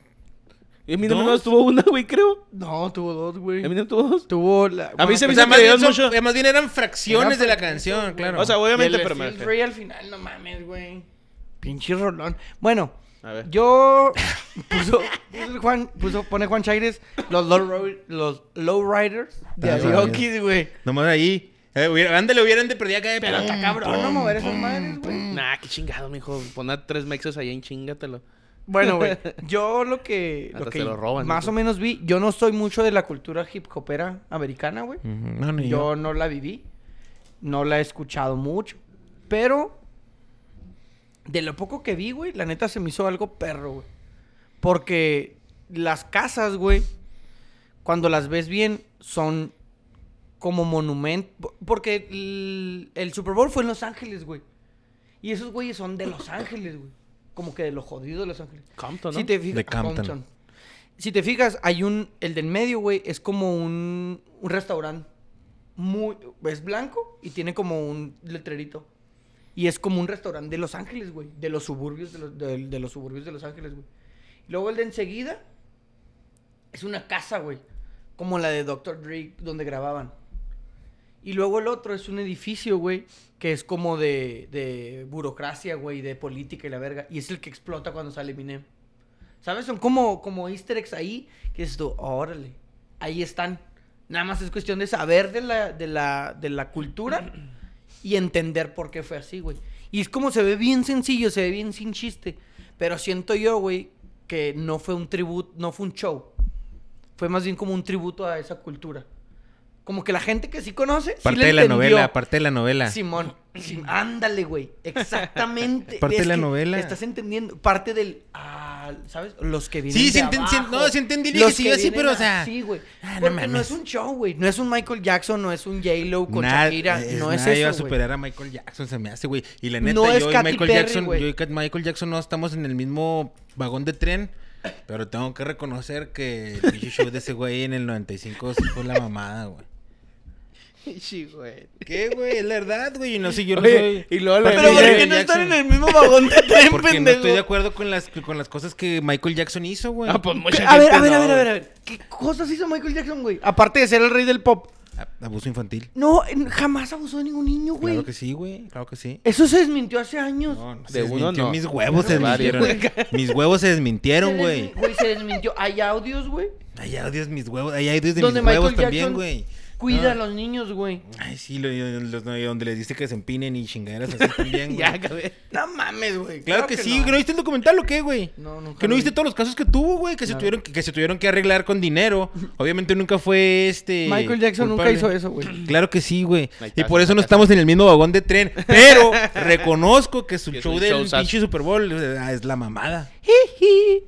S2: Y Eminem
S3: ¿Dos?
S2: no tuvo una, güey, creo.
S1: No, tuvo dos, güey.
S2: Eminem tuvo dos.
S1: Tuvo la...
S2: A mí se
S3: o
S2: me hizo
S1: pues,
S3: sea, más,
S2: que
S3: bien
S2: le dieron
S3: son- eh,
S2: mucho-
S3: más bien eran fracciones de la canción, claro.
S2: O sea, obviamente,
S1: y el
S2: pero me
S1: Steel
S2: refiero.
S1: Ray al final, no mames, güey. Pinche rolón. Bueno,
S2: A ver.
S1: yo puso, puso el Juan, puso, pone Juan Chaires los low, ro- los low riders de
S5: Ah, sabía.
S1: Aoki's, güey.
S3: nomás ahí. Eh, hubiera- ándale, hubieran de perdida acá de
S1: Pero está cabrón no mover esas madres, güey.
S2: Nah, qué chingado, mijo. Pon a tres mexos ahí en chingatelo.
S1: Bueno, güey, yo lo que,
S2: Hasta
S1: lo que
S2: se lo roban,
S1: más
S2: dice.
S1: o menos vi, yo no soy mucho de la cultura hip hopera americana, güey.
S3: No, ni yo.
S1: Yo no la viví, no la he escuchado mucho, pero de lo poco que vi, güey, la neta se me hizo algo perro, güey. Porque las casas, güey, cuando las ves bien, son como monumento. Porque el, el Super Bowl fue en Los Ángeles, güey. Y esos güeyes son de Los Ángeles, güey. Como que de lo jodido de Los Ángeles.
S2: Compton, ¿no?
S1: Si te fijas,
S5: De Compton.
S1: Si te fijas, hay un. El del medio, güey, es como un, un restaurante. Muy, es blanco y tiene como un letrerito. Y es como un restaurante de Los Ángeles, güey. De los suburbios de los, de- de los suburbios de Los Ángeles, güey. Luego el de enseguida es una casa, güey. Como la de Dr. Dre, donde grababan. Y luego el otro es un edificio, güey, que es como de, de burocracia, güey, de política y la verga. Y es el que explota cuando sale Eminem. ¿Sabes? Son como, como easter eggs ahí que dices tú, órale, ahí están. Nada más es cuestión de saber de la, de la, de la cultura y entender por qué fue así, güey. Y es como se ve bien sencillo, se ve bien sin chiste. Pero siento yo, güey, que no fue un tributo, no fue un show. Fue más bien como un tributo a esa cultura. Como que la gente que sí conoce. sí
S3: Parte
S1: le
S3: de la
S1: entendió.
S3: novela, parte de la novela.
S1: Simón, Sim- ándale, güey. Exactamente.
S3: Parte de la
S1: que
S3: novela.
S1: Estás entendiendo. Parte del. ah, ¿Sabes? Los que vienen.
S3: Sí, sí
S1: de
S3: enten- sí,
S1: abajo,
S3: no, sí entendí lo que sí, yo sí,
S1: vienen
S3: pero, o sea,
S1: así, güey.
S3: ah, no
S1: Porque no,
S3: mames.
S1: es un show, güey. No es un Michael Jackson, no es un J-Lo con
S3: Nada-
S1: Shakira.
S3: es-
S1: no es
S3: nada iba a
S1: eso. güey.
S3: superar a Michael Jackson, se me hace, güey. Y la neta,
S1: No es
S3: yo y
S1: Katy
S3: Michael
S1: Perry,
S3: Jackson,
S1: güey.
S3: yo y Kat- Michael Jackson no estamos en el mismo vagón de tren. Pero tengo que reconocer que el pinche show de ese güey en el 95 sí fue la mamada, güey.
S2: Sí, güey.
S3: ¿Qué, güey? Es la verdad, güey. No sé, yo no
S2: Oye,
S3: soy...
S2: y luego la
S3: parte
S1: Pero
S3: de
S1: ¿por
S2: Michael
S1: qué no están
S3: Jackson.
S1: en el mismo vagón de tren,
S3: Porque no
S1: pendejo?
S3: estoy de acuerdo con las, con las cosas que Michael Jackson hizo, güey.
S2: Ah, pues mucha
S1: A ver,
S2: gente
S1: a ver,
S2: no,
S1: a ver, a
S2: güey.
S1: ver, a ver. ¿Qué cosas hizo Michael Jackson, güey? Aparte de ser el rey del pop.
S3: A- Abuso infantil.
S1: No, en- jamás abusó de ningún niño, güey.
S3: Claro que sí, güey. Claro que sí.
S1: Eso se desmintió hace años.
S3: No, no,
S2: De
S3: se
S2: uno
S3: desmintió.
S2: no.
S3: Mis huevos se
S2: De varios,
S3: desmintieron. Mis huevos se desmintieron,
S1: Se
S3: güey.
S1: desmin- se desmintió. Hay audios, güey.
S3: Hay audios mis huevos, hay audios de mis
S1: Donde Michael
S3: huevos también,
S1: Jackson
S3: güey.
S1: cuida
S2: Ah.
S1: a los niños, güey.
S3: Ay, sí, lo- los- donde les diste que se empinen y chingaderas así también, güey.
S2: Ya, acabé.
S1: No mames, güey.
S3: Claro que, sí,
S1: no.
S3: güey. ¿no viste el documental o qué, güey?
S1: No, nunca
S3: Que no
S1: lo
S3: viste
S1: vi.
S3: todos los casos que tuvo, güey, que, se
S1: Claro.
S3: tuvieron que, que se tuvieron que arreglar con dinero. Obviamente nunca fue este.
S1: Michael Jackson
S3: culpable.
S1: nunca hizo eso, güey.
S3: Claro que sí, güey.
S2: Ahí está,
S3: Y por
S2: sí,
S3: eso no
S2: ahí está.
S3: estamos en el mismo vagón de tren. Pero reconozco que su
S2: Que es
S3: show
S2: un
S3: del
S2: showzazo.
S3: pinche Super Bowl eh, ah, es la mamada.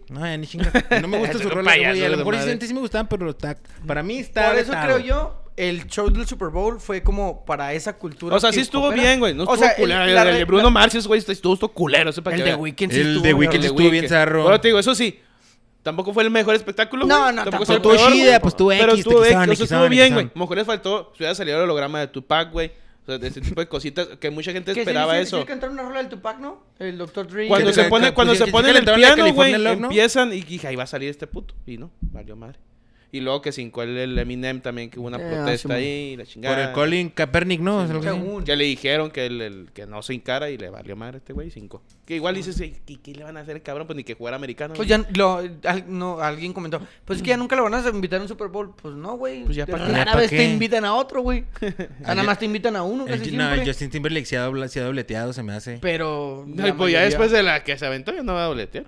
S3: No, ya ni chinga. No me gusta
S2: Es
S3: su
S2: un
S3: rola, güey.
S2: payaso
S3: A lo
S2: de
S3: mejor sí,
S2: madre.
S3: antes sí me gustaban, pero está- para mí está.
S1: Por eso
S3: vetado.
S1: creo yo, el show del Super Bowl fue como para esa cultura.
S2: O sea, sí
S1: que
S2: estuvo
S1: opera.
S2: bien, güey. No estuvo
S1: el-
S2: culero. El,
S1: la
S2: el
S1: re-
S2: de Bruno
S1: la-
S2: Mars, güey, estuvo, estuvo culero. Ese para
S1: El
S2: que
S1: de
S2: vean.
S1: Weeknd sí
S3: El
S1: estuvo,
S3: de
S1: güey.
S3: Weeknd
S2: El de
S3: estuvo bien zarro.
S2: Bueno, te digo, eso sí. Tampoco fue el mejor espectáculo, güey.
S1: No, no,
S2: tampoco.
S1: tampoco.
S2: fue el
S3: Estuvo
S2: peor,
S3: chida,
S2: güey.
S3: pues, estuvo
S2: Pero
S3: X,
S2: estuvo
S3: te
S2: X,
S3: quisaron,
S2: o sea,
S3: te
S2: estuvo
S3: quisaron, te
S2: bien, güey. A
S3: quisaron.
S2: lo mejor les faltó, si hubiera salido el holograma de Tupac, güey. O sea, de ese tipo de cositas que mucha gente
S1: Que sí,
S2: esperaba
S1: sí,
S2: eso.
S1: Sí, cantaron una rola del Tupac, ¿no? El Dr. Dre.
S2: Cuando
S3: Que
S2: se
S3: le-
S2: pone,
S3: que-
S2: cuando
S3: que-
S2: se
S3: que
S2: pone
S3: le
S2: en el
S3: cantaron la
S2: piano, güey,
S3: California Love, ¿no?
S2: empiezan y dije, ahí va a salir este puto. Y no, valió madre. Y luego que cincó el, el Eminem también, que hubo una
S1: Eh, sí,
S2: protesta
S1: man.
S2: ahí, y la chingada.
S3: Por el Colin Kaepernick, ¿no? Es algo así.
S1: Según.
S2: Ya le dijeron que, el, el- que no se encara y le valió madre a este güey, cinco. Que igual dices, "Ey, ¿qué, qué le van a hacer, cabrón? Pues ni que jugara americano.
S1: Pues
S2: güey".
S1: ya lo, al- no, alguien comentó, pues es que ya nunca lo van a invitar a un Super Bowl. Pues no, güey.
S2: Pues ya
S1: De
S2: pa'
S1: la
S2: qué.
S1: rara
S3: ¿Pa
S1: vez
S3: qué?
S1: te invitan a otro, güey. Ah, Nada más te invitan a uno
S3: El-
S1: casi
S3: no,
S1: siempre.
S3: el Justin Timberlake se ha, dobla- se ha dobleteado, se me hace.
S1: Pero
S2: No,
S1: la
S2: pues ya
S1: mayoría-
S2: después de la que se aventó, ya no va a dobletear.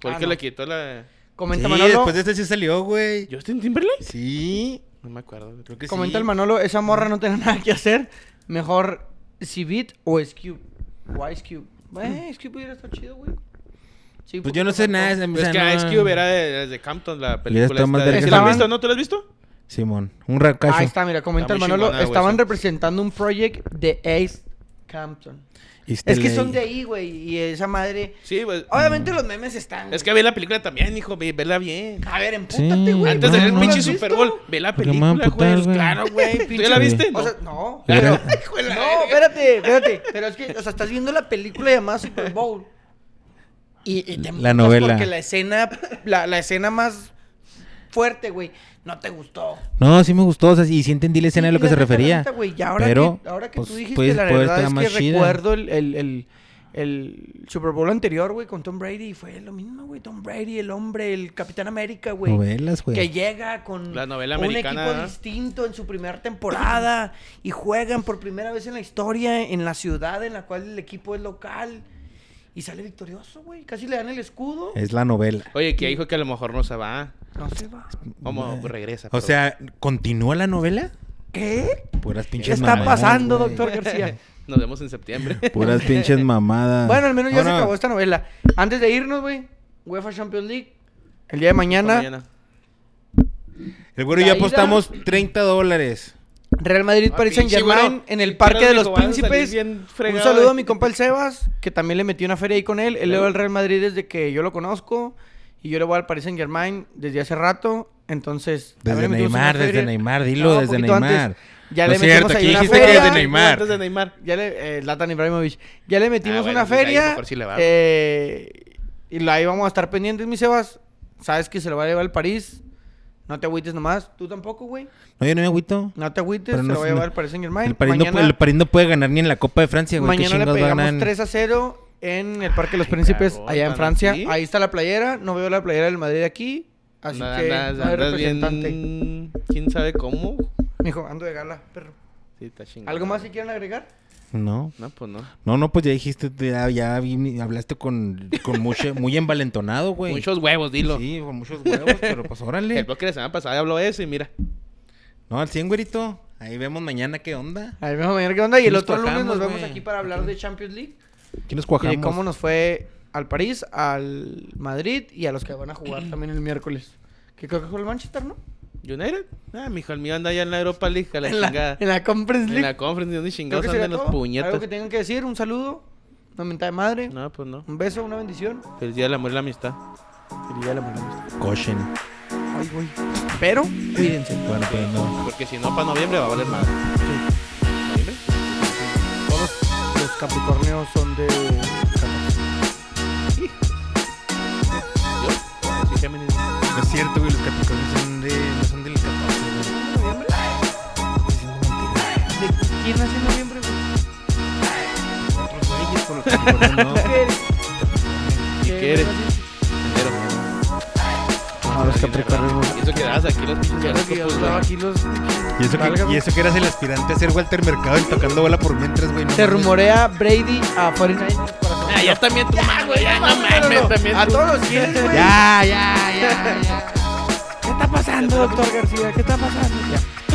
S2: Fue el
S1: Ah,
S2: que
S1: no.
S2: le quitó la.
S1: Comenta
S3: sí,
S1: Manolo.
S3: después de este sí salió, güey.
S2: ¿Justin Timberlake?
S3: Sí.
S2: No me acuerdo. güey.
S3: Creo que
S1: Comenta
S3: sí.
S1: el Manolo, esa morra no tiene nada que hacer. Mejor si Beat o Ice Cube. O Ice Cube. Eh, Ice Cube hubiera estado chido, güey. Sí,
S3: Pues
S1: porque
S3: yo no sé
S1: marcó.
S3: nada. o
S2: Mm. Pues
S3: sea,
S2: es que
S3: no-
S2: Ice Cube era de, desde Campton la película.
S3: estado más
S2: Esta. de-
S3: verga
S2: ¿Sí la has
S1: que-
S2: visto? ¿No? ¿Tú la has visto?
S3: Simón, un racacho.
S1: Ahí está, mira,
S2: Está
S1: comenta el
S2: muy
S1: Manolo.
S2: chingona, güey,
S1: Estaban
S2: sí.
S1: representando un project de Ace Campton. Es que son de ahí, güey. Y esa madre.
S2: Sí, pues.
S1: Obviamente los memes están.
S2: Es que ve la película también, hijo, ve, vela bien.
S1: A ver, empútate,
S3: Sí,
S1: güey.
S2: Antes
S1: Ah, ¿no?
S2: del
S1: ¿No lo
S2: pinche
S1: has
S2: Super
S1: visto?
S2: Bowl, ve la
S3: Porque me
S2: película,
S3: van a
S2: güey.
S3: putar, güey.
S2: Claro, güey. ¿Tú ya la
S3: Sí.
S2: viste?
S1: O sea, no.
S2: Pero-
S1: pero-
S2: Hijo de la
S1: No,
S2: verga.
S1: espérate, espérate. Pero es que, o sea, estás viendo la película llamada Super Bowl. Y, y te emputas
S3: novela.
S1: Porque la escena, la, la escena más fuerte, güey, no te gustó.
S3: No, sí me gustó, o sea, y sí entendí la escena a lo
S1: Y
S3: que
S1: la
S3: se
S1: neta, la
S3: refería.
S1: neta, güey, y ahora
S3: pero,
S1: que, ahora que
S3: pues,
S1: tú dijiste,
S3: pues,
S1: la
S3: puede
S1: verdad
S3: estar
S1: es que
S3: más chida.
S1: recuerdo el, el, el, el Super Bowl anterior, güey, con Tom Brady. Y fue lo mismo, güey. Tom Brady, el hombre, el Capitán América, güey.
S3: Novelas, güey.
S1: Que llega con
S2: La novela
S1: un
S2: americana,
S1: equipo
S2: ¿no?
S1: distinto en su primera temporada y juegan por primera vez en la historia en la ciudad en la cual el equipo es local y sale victorioso, güey. Casi le dan el escudo.
S3: Es la novela.
S2: Oye, que dijo que a lo mejor no se va.
S1: No se va.
S2: Vamos, regresa.
S3: O
S2: pero-
S3: sea, ¿continúa la novela?
S1: ¿Qué?
S3: Puras
S1: ¿Qué
S3: pinches
S1: está
S3: mamadas,
S1: pasando,
S3: güey.
S1: doctor García?
S2: Nos vemos en septiembre.
S3: Puras pinches mamadas.
S1: Bueno, al menos ya se
S3: Ahora,
S1: acabó esta novela. Antes de irnos, güey, UEFA Champions League. El día de mañana,
S3: El güero
S1: La
S3: ya
S1: ida-
S3: apostamos 30 dólares.
S1: Real Madrid
S2: Ah,
S1: Paris Saint
S2: pinche,
S1: Germain
S2: güero.
S1: en el
S2: Si
S1: Parque de
S2: quieres,
S1: los
S2: mijo, vas a salir
S1: Príncipes.
S2: bien
S1: Un
S2: fregado,
S1: saludo
S2: eh.
S1: a mi compa el Sebas, que también le metí una feria ahí con él. Él le va al Real Madrid desde que yo lo conozco. Y yo le voy al Paris Saint Germain desde hace rato. Entonces,
S3: Desde
S1: también le metimos
S3: Neymar,
S1: una
S3: desde
S1: feria.
S3: Neymar, dilo, desde
S1: poquito antes.
S3: Neymar.
S1: Ya
S3: No
S1: le
S3: es cierto,
S1: metimos ahí
S3: aquí
S1: una
S3: dijiste que
S1: feria.
S3: desde Neymar.
S2: Antes de Neymar.
S1: Ya le, eh, Zlatan Ibrahimovic. Ya le metimos
S2: Ah, bueno,
S1: una
S2: pues ahí
S1: feria.
S2: mejor sí le va.
S1: eh, y la ahí vamos a estar pendientes, mi Sebas. Sabes que se lo va a llevar el París. No te agüites nomás. Tú tampoco, güey.
S3: No, yo no me agüito.
S1: No te agüites.
S3: Pero
S1: se
S3: no
S1: lo va a
S3: sé, no.
S1: llevar el Paris Saint Germain.
S3: El París, no,
S1: Mañana-
S3: pu- el París no puede ganar ni en la Copa de Francia, güey. ¿Qué
S1: Mañana le
S3: chingados va a
S1: pegamos
S3: ganar?
S1: 3 a 0 en el Parque de los Príncipes,
S2: cabrón,
S1: allá en
S2: tan
S1: Francia.
S2: así.
S1: Ahí está la playera. No veo la playera del Madrid aquí. Así
S2: Nada,
S1: que
S2: nada,
S1: no hay
S2: andas
S1: representante.
S2: bien- ¿Quién sabe cómo?
S1: Mijo, ando de gala, perro.
S2: Sí, está chingado.
S1: ¿Algo más que quieran agregar?
S3: No.
S2: No, pues no.
S3: No, no, pues ya dijiste, ya, ya vi- hablaste con, con mucho, muy envalentonado, güey.
S2: Muchos huevos, dilo.
S3: Sí, con muchos huevos, pero pues
S2: El
S3: órale.
S2: bloque de la semana pasada habló eso y mira.
S3: No, al 100, güerito. Ahí vemos mañana qué onda.
S1: Ahí vemos mañana qué onda. Y
S3: Sí
S1: el
S3: nos
S1: otro lunes
S3: cuajamos,
S1: nos vemos
S3: güey.
S1: aquí para hablar de Champions League
S3: ¿Quién nos
S1: y de cómo nos fue al París, al Madrid y a los que van a jugar también el miércoles. Que creo que fue el Manchester, ¿no?
S2: ¿United? Ah, mijo, el mío anda allá en la Europa League, a la
S1: en, la,
S2: chingada.
S1: en la Conference
S2: En
S1: League.
S2: la conference, ¿dónde
S1: Creo
S2: chingados
S1: que sería
S2: andan los
S1: todo. Algo
S2: puñetas?
S1: que tengan que decir, un saludo, una mentada de madre,
S2: No, pues no.
S1: un beso, una bendición.
S2: Feliz día del amor y la amistad.
S1: Y ya la mandamos.
S3: Cochen.
S1: Ay, güey. Pero, cuídense.
S3: Bueno, pues no.
S2: Porque si no, para noviembre va a valer más. ¿Noviembre?
S1: Todos los Capricornios son de.
S2: Sí, Géminis.
S3: No es cierto, güey, los Capricornios son de, no son del 14, güey.
S1: ¿De quién nace en noviembre, güey?
S3: Otros güeyes, por los Capricornios no.
S1: ¿Qué eres?
S2: ¿Y qué eres?
S1: nace?
S2: Enero.
S1: Ahora los Capricornios.
S2: Y eso que dabas aquí los pinches
S1: pues,
S2: horóscopos, güey.
S1: aquí los...
S3: Y eso,
S1: Válgame.
S3: que, y eso que eras el aspirante a ser Walter Mercado y tocando bola por mientras, güey. no
S1: Se
S3: mames.
S1: rumorea Brady a 49ers para
S2: Ah, ya también tú más, güey. Ya no Ah, mames, también
S1: A
S2: tú.
S1: todos los Chiefs, güey.
S3: Ya, ya, ya, ya.
S1: ¿Qué está pasando, doctor García? ¿Qué está pasando? Ya.